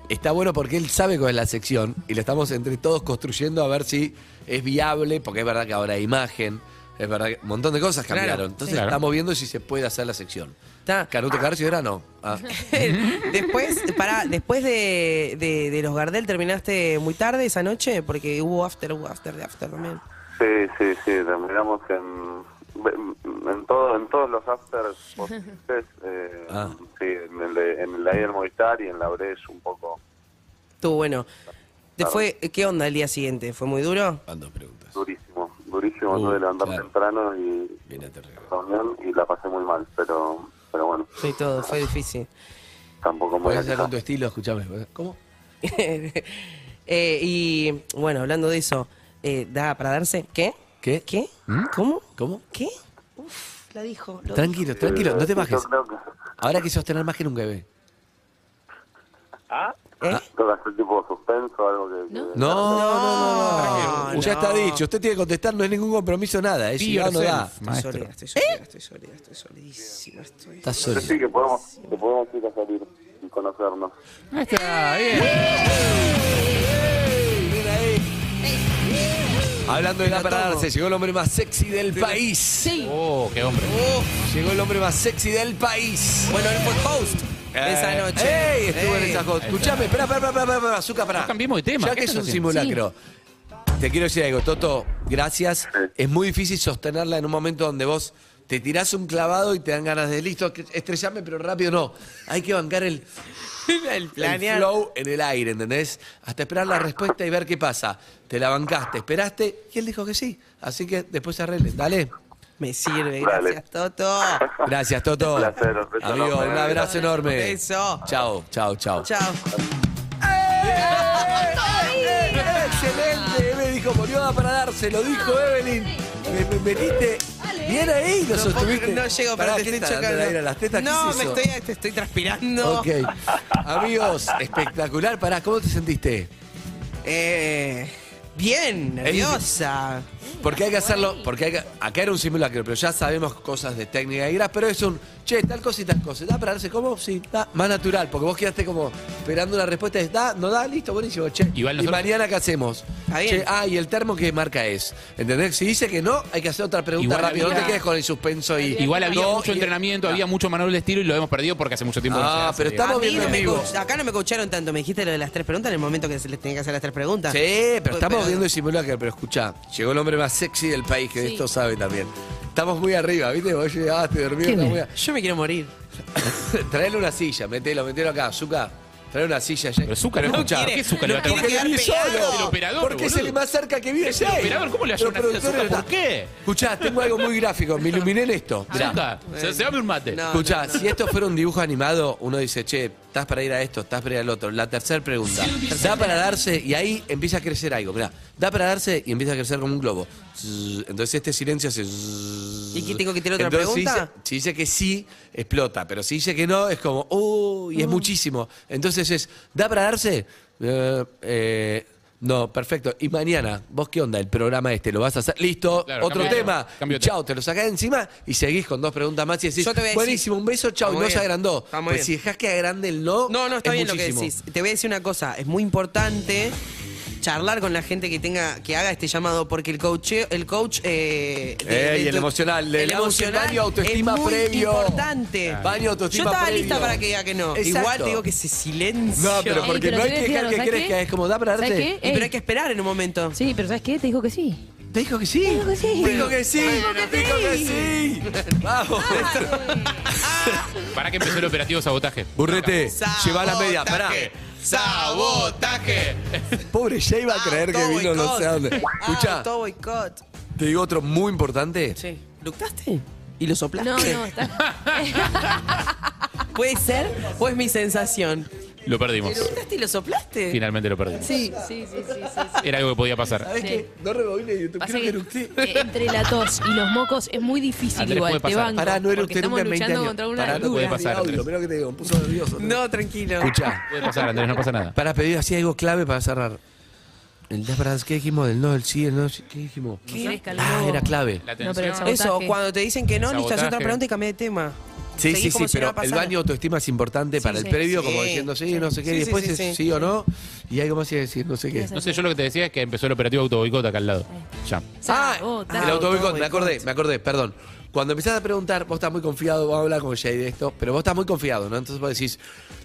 Speaker 1: Está bueno porque él sabe cuál es la sección y lo estamos entre todos construyendo a ver si es viable, porque es verdad que ahora hay imagen, es verdad que un montón de cosas
Speaker 5: Claro,
Speaker 1: cambiaron. Entonces
Speaker 3: claro.
Speaker 1: estamos viendo si se puede hacer la sección.
Speaker 5: Está.
Speaker 1: Canuto Carcio era no. Ah.
Speaker 5: después, pará, después de, de, de los Gardel terminaste muy tarde esa noche porque hubo after, hubo after de after también.
Speaker 9: Sí, sí, sí, terminamos en, en, todo, en todos los afters posibles, eh,
Speaker 1: Ah.
Speaker 9: sí, en el, de- en el de ahí del Movistar y en la Breche un poco
Speaker 5: Estuvo bueno. Te fue, ¿Qué onda el día siguiente? ¿Fue muy duro?
Speaker 1: Van dos preguntas.
Speaker 9: durísimo, durísimo,
Speaker 1: Uh,
Speaker 9: tuve que levantar
Speaker 1: claro.
Speaker 9: temprano y
Speaker 1: Bien aterrizado.
Speaker 9: reunión y la pasé muy mal, pero pero bueno,
Speaker 5: Soy todo, fue difícil.
Speaker 9: tampoco me voy a
Speaker 1: Puedes hacer con
Speaker 9: quejar.
Speaker 1: tu estilo, escúchame. ¿Cómo?
Speaker 5: Eh, y bueno, hablando de eso, eh, ¿da para darse? ¿Qué?
Speaker 1: ¿Qué? ¿Mm?
Speaker 5: ¿Qué? ¿Cómo?
Speaker 1: ¿Cómo?
Speaker 5: ¿Qué? Uf, la dijo. lo-
Speaker 1: Tranquilo, tranquilo, no te bajes.
Speaker 9: Yo creo que
Speaker 1: Ahora que sostener más que nunca ve.
Speaker 5: ¿Eh?
Speaker 9: tengo que hacer tipo suspenso algo que... que-
Speaker 1: No, no, no, no.
Speaker 5: No,
Speaker 1: Ya
Speaker 5: no.
Speaker 1: está dicho, usted tiene que contestar, no es ningún compromiso, nada. Es
Speaker 3: Be
Speaker 1: si da o no da.
Speaker 3: yourself,
Speaker 5: Estoy
Speaker 3: maestro.
Speaker 5: sólida, estoy sólida, estoy sólida, estoy solidísima, estoy...
Speaker 1: Está
Speaker 9: Yo
Speaker 1: solo.
Speaker 9: sí que podemos, que podemos ir a salir y conocernos.
Speaker 3: Ahí está, Ah, bien.
Speaker 1: Hablando de la
Speaker 5: Pero
Speaker 1: para
Speaker 5: todo.
Speaker 1: darse, llegó el hombre más sexy del país. Sí.
Speaker 3: Oh, qué hombre.
Speaker 1: Llegó el hombre más sexy del país.
Speaker 5: Bueno, él fue host de esa
Speaker 1: Eh,
Speaker 5: noche.
Speaker 1: ¡Ey! Estuvo en
Speaker 5: Ey.
Speaker 1: esa cosa. Escuchame, espera, espera, espera, espera, azúcar, espera.
Speaker 3: No cambiemos de tema,
Speaker 1: Ya
Speaker 3: ¿qué
Speaker 1: que es un
Speaker 3: estás haciendo?
Speaker 1: simulacro. Te quiero decir algo, Toto, gracias. Es muy difícil sostenerla en un momento donde vos te tirás un clavado y te dan ganas de listo, estrellame, pero rápido no. Hay que bancar el, el,
Speaker 5: planear.
Speaker 1: flow en el aire, ¿entendés? Hasta esperar la respuesta y ver qué pasa. Te la bancaste, esperaste y él dijo que sí. Así que después se arreglen, dale.
Speaker 5: Me sirve,
Speaker 1: Dale.
Speaker 5: gracias, Toto.
Speaker 1: Gracias, Toto.
Speaker 5: Un placer, un beso
Speaker 1: Amigo,
Speaker 5: enorme.
Speaker 1: un abrazo enorme.
Speaker 5: Beso.
Speaker 1: Chao, chao, chao.
Speaker 5: Chao.
Speaker 1: ¡Eh! Excelente, Eve dijo Morioda para darse, lo dijo Evelyn. Me, me metiste bien ahí, lo
Speaker 5: No
Speaker 1: sostuviste.
Speaker 5: puedo- no llego, pero
Speaker 1: Pará,
Speaker 5: te
Speaker 1: ¿qué
Speaker 5: estoy
Speaker 1: está dando el
Speaker 5: chocando.
Speaker 1: aire a las tetas? ¿Qué
Speaker 5: No,
Speaker 1: es
Speaker 5: me
Speaker 1: eso?
Speaker 5: estoy, te estoy transpirando.
Speaker 1: Ok. Amigos, espectacular. Pará, ¿cómo te sentiste?
Speaker 5: Eh, bien, nerviosa.
Speaker 1: Porque hay que hacerlo, porque hay que- acá era un simulacro, pero ya sabemos cosas de técnica y gras, pero es un, che, tal cosa y tal cosa. ¿Da para darse cómo? Sí, da. Más natural, porque vos quedaste como esperando una respuesta, es da, no da, listo, buenísimo, che.
Speaker 3: Igual
Speaker 1: y
Speaker 3: nosotros-
Speaker 1: mañana qué hacemos?
Speaker 5: bien.
Speaker 1: Che, ah, y el termo qué marca es. ¿Entendés? Si dice que no, hay que hacer otra pregunta
Speaker 3: Igual
Speaker 1: rápido, no
Speaker 3: había-
Speaker 1: te quedes con el suspenso y.
Speaker 3: Igual había
Speaker 1: Eh, no,
Speaker 3: mucho
Speaker 1: y-
Speaker 3: entrenamiento, había mucho manual de estilo y lo hemos perdido porque hace mucho tiempo que no se
Speaker 1: Ah,
Speaker 3: hace,
Speaker 1: pero
Speaker 3: digamos.
Speaker 1: estamos
Speaker 5: Y
Speaker 1: viendo
Speaker 5: no
Speaker 1: en
Speaker 5: me
Speaker 1: vivo.
Speaker 5: co- acá no me coacharon tanto, me dijiste lo de las tres preguntas en el momento que se les tenía que hacer las tres preguntas.
Speaker 1: Sí, pero
Speaker 5: Pues,
Speaker 1: estamos viendo el simulacro, pero escuchá, llegó el hombre más sexy del país, que de
Speaker 5: Sí.
Speaker 1: esto sabe también. Estamos muy arriba, ¿viste? Vos llegaste, dormido,
Speaker 5: ¿Quién
Speaker 1: estamos
Speaker 5: es?
Speaker 1: muy a-
Speaker 5: Yo me quiero morir.
Speaker 1: Traele una silla, metelo, metelo acá, Zuka. Traele una silla, Jack. Pero
Speaker 3: Zucca no escucha, ¿por qué Zucca le va a traer
Speaker 1: Porque
Speaker 3: una
Speaker 1: vive
Speaker 3: silla?
Speaker 1: solo.
Speaker 3: El operador,
Speaker 1: Porque es
Speaker 3: boludo.
Speaker 1: el más cerca que vive
Speaker 3: El
Speaker 1: Jack.
Speaker 3: operador, ¿cómo le va a llevar
Speaker 1: Los
Speaker 3: una silla a Zucca?
Speaker 1: productores
Speaker 3: ¿Por qué? Ah,
Speaker 1: Escuchá, tengo algo muy gráfico, me iluminé en esto. Mirá.
Speaker 3: Zucca, se, se abre un mate.
Speaker 1: Escuchá, si esto fuera un dibujo animado, uno dice, che, estás para ir a esto, estás para ir al otro. La tercera pregunta. Da para darse, y ahí empieza a crecer algo. Mirá, da para darse y empieza a crecer como un globo. Zzzz. Entonces este silencio hace. ¿Y
Speaker 5: qué, tengo que tirar otra pregunta?
Speaker 1: si dice que sí, explota. Pero si dice que no, es como, oh, y es muchísimo. Entonces es, ¿da para darse? Eh, eh, no, perfecto. Y mañana, ¿vos qué onda? El programa este, ¿lo vas a hacer? Listo,
Speaker 3: Claro,
Speaker 1: otro
Speaker 3: cambio de
Speaker 1: tema.
Speaker 3: tema, cambio de
Speaker 1: Chao, te lo sacás de encima y seguís con dos preguntas más y decís,
Speaker 5: Yo te voy a decir-
Speaker 1: buenísimo, un beso, chao. Y
Speaker 5: Está muy
Speaker 1: no se
Speaker 5: bien.
Speaker 1: agrandó.
Speaker 5: Está muy
Speaker 1: Pues si
Speaker 5: bien.
Speaker 1: dejás que agrande el no,
Speaker 5: No, no, está
Speaker 1: es
Speaker 5: bien lo
Speaker 1: muchísimo.
Speaker 5: que decís. Te voy a decir una cosa, es muy importante charlar con la gente que tenga, que haga este llamado, porque el coach, el coach eh,
Speaker 1: Eh, y el emocional, le
Speaker 5: el
Speaker 1: damos un
Speaker 5: emocional
Speaker 1: baño autoestima
Speaker 5: es muy
Speaker 1: previo.
Speaker 5: importante.
Speaker 1: Baño autoestima
Speaker 5: Yo estaba
Speaker 1: previo.
Speaker 5: lista para que diga que no.
Speaker 1: Exacto.
Speaker 5: Igual te digo que se silencio.
Speaker 1: No, pero porque no hay que dejar que crezca, es como da para
Speaker 4: ¿Sabes
Speaker 1: darte.
Speaker 4: qué?
Speaker 5: Y pero
Speaker 4: Ey.
Speaker 5: hay que esperar en un momento.
Speaker 4: Sí, pero ¿sabes qué? Te dijo que sí.
Speaker 1: ¿Te dijo que sí? Te
Speaker 4: dijo que sí.
Speaker 1: Dijo que sí, dijo que sí. Vamos.
Speaker 5: Ah.
Speaker 3: Para que empezó el operativo sabotaje.
Speaker 1: Burrete, lleva la media, pará.
Speaker 3: ¡Sabotaje!
Speaker 1: Pobre Jay va a
Speaker 5: Ah,
Speaker 1: creer que vino no sé a dónde. Escucha,
Speaker 5: Auto Ah, boicot.
Speaker 1: te digo otro muy importante.
Speaker 5: Sí. ¿Luctaste? ¿Y lo soplaste?
Speaker 4: No, no, está.
Speaker 5: ¿Puede ser? ¿O es mi sensación?
Speaker 3: Lo perdimos.
Speaker 5: ¿Luctaste y lo soplaste?
Speaker 3: Finalmente lo perdimos.
Speaker 5: Sí.
Speaker 4: Sí, sí, sí, sí. sí.
Speaker 3: Era algo que podía pasar.
Speaker 1: ¿Sabes qué? No rebobine YouTube,
Speaker 4: Pasa
Speaker 1: creo que
Speaker 4: que,
Speaker 1: era usted.
Speaker 4: eh, entre la tos y los mocos es muy difícil
Speaker 3: Andrés,
Speaker 4: igual,
Speaker 3: puede
Speaker 4: te
Speaker 3: pasar.
Speaker 4: banco.
Speaker 1: Pará, no era
Speaker 4: porque
Speaker 1: usted nunca
Speaker 4: estamos
Speaker 1: en 20
Speaker 4: luchando
Speaker 1: años.
Speaker 4: contra una
Speaker 1: Pará, no puede
Speaker 4: altura.
Speaker 1: pasar.
Speaker 3: Andrés.
Speaker 1: Audio, mirá lo que te digo, me puso nervioso.
Speaker 5: No, tranquilo.
Speaker 1: Escucha,
Speaker 3: Puede pasar, Andrés, no pasa nada.
Speaker 1: para pedir así algo clave para cerrar. El da para- ¿Qué dijimos? El no, el sí, el no, el sí, ¿qué dijimos?
Speaker 4: No crezca el
Speaker 1: Ah,
Speaker 4: globo.
Speaker 1: era clave.
Speaker 3: La
Speaker 4: No, pero el
Speaker 3: tensión.
Speaker 4: sabotaje.
Speaker 5: Eso, cuando te dicen que no, listo, haces otra
Speaker 3: Sabotaje.
Speaker 5: pregunta y cambié de tema.
Speaker 1: Sí,
Speaker 5: Seguís
Speaker 1: sí, sí,
Speaker 5: como si
Speaker 1: pero
Speaker 5: nada
Speaker 1: el
Speaker 5: pasara.
Speaker 1: baño de autoestima es importante para
Speaker 4: Sí,
Speaker 1: el
Speaker 4: sí.
Speaker 1: previo, como
Speaker 5: Sí.
Speaker 1: diciendo sí, no sé qué,
Speaker 5: Sí,
Speaker 1: y
Speaker 5: sí,
Speaker 1: después
Speaker 5: sí,
Speaker 1: es sí,
Speaker 5: sí.
Speaker 1: o no, y algo más que decir, no sé qué.
Speaker 3: No sé, yo lo que te decía es que empezó el operativo auto boicot acá al lado. Ya.
Speaker 1: Ah,
Speaker 4: Sabotaje.
Speaker 1: el autoboicot, me
Speaker 5: Autoboicot.
Speaker 1: acordé, me acordé, perdón. Cuando empezás a preguntar, vos estás muy confiado, vamos a hablar con Jay de esto, pero vos estás muy confiado, ¿no? Entonces vos decís,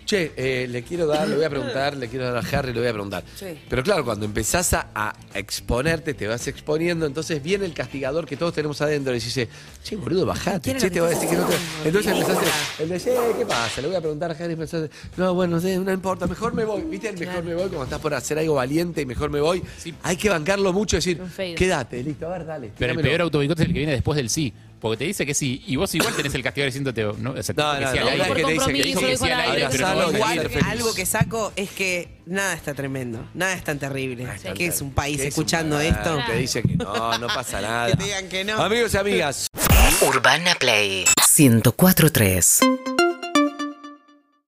Speaker 1: che, eh, le quiero dar, le voy a preguntar, le quiero dar a Harry, le voy a preguntar.
Speaker 5: Sí.
Speaker 1: Pero claro, cuando empezás a, a exponerte, te vas exponiendo, entonces viene el castigador que todos tenemos adentro y les dice, che, boludo, bajate,
Speaker 5: ¿Quién
Speaker 1: che,
Speaker 5: era
Speaker 1: te va a decir que no te...
Speaker 5: que-
Speaker 1: Entonces empezaste, él dice, "Eh, ¿qué pasa? Le voy a preguntar a Harry, empezaste, no, bueno, no sé, no importa, mejor me voy, ¿viste? Mejor me voy, como estás por hacer algo valiente y mejor me voy. Hay que bancarlo mucho, decir,
Speaker 4: Un fade.
Speaker 1: quédate, listo, a ver, dale.
Speaker 3: Pero el
Speaker 1: tirámelo".
Speaker 3: peor autoboicot es el que viene después del sí. Porque te dice que sí y vos igual tenés el castigador diciéndote. No, o sea,
Speaker 1: No,
Speaker 3: que
Speaker 1: no,
Speaker 3: sí al
Speaker 1: no, una
Speaker 3: aire.
Speaker 1: que te dice que
Speaker 4: compromiso,
Speaker 3: Dijo que
Speaker 4: dijo
Speaker 3: sí al
Speaker 4: al
Speaker 3: aire,
Speaker 4: aire,
Speaker 3: pero
Speaker 1: abrazalo,
Speaker 3: no,
Speaker 1: igual.
Speaker 3: ser
Speaker 5: Igual,
Speaker 3: feliz.
Speaker 5: algo que saco es que nada está tremendo, nada es tan terrible.
Speaker 1: Tan,
Speaker 5: ¿Qué
Speaker 1: tan.
Speaker 5: es un país
Speaker 1: ¿Qué es un
Speaker 5: escuchando
Speaker 1: país?
Speaker 5: esto?
Speaker 1: Te dice que no, no pasa nada.
Speaker 5: Que te digan que no.
Speaker 1: Amigos y amigas,
Speaker 15: Urbana Play 104.3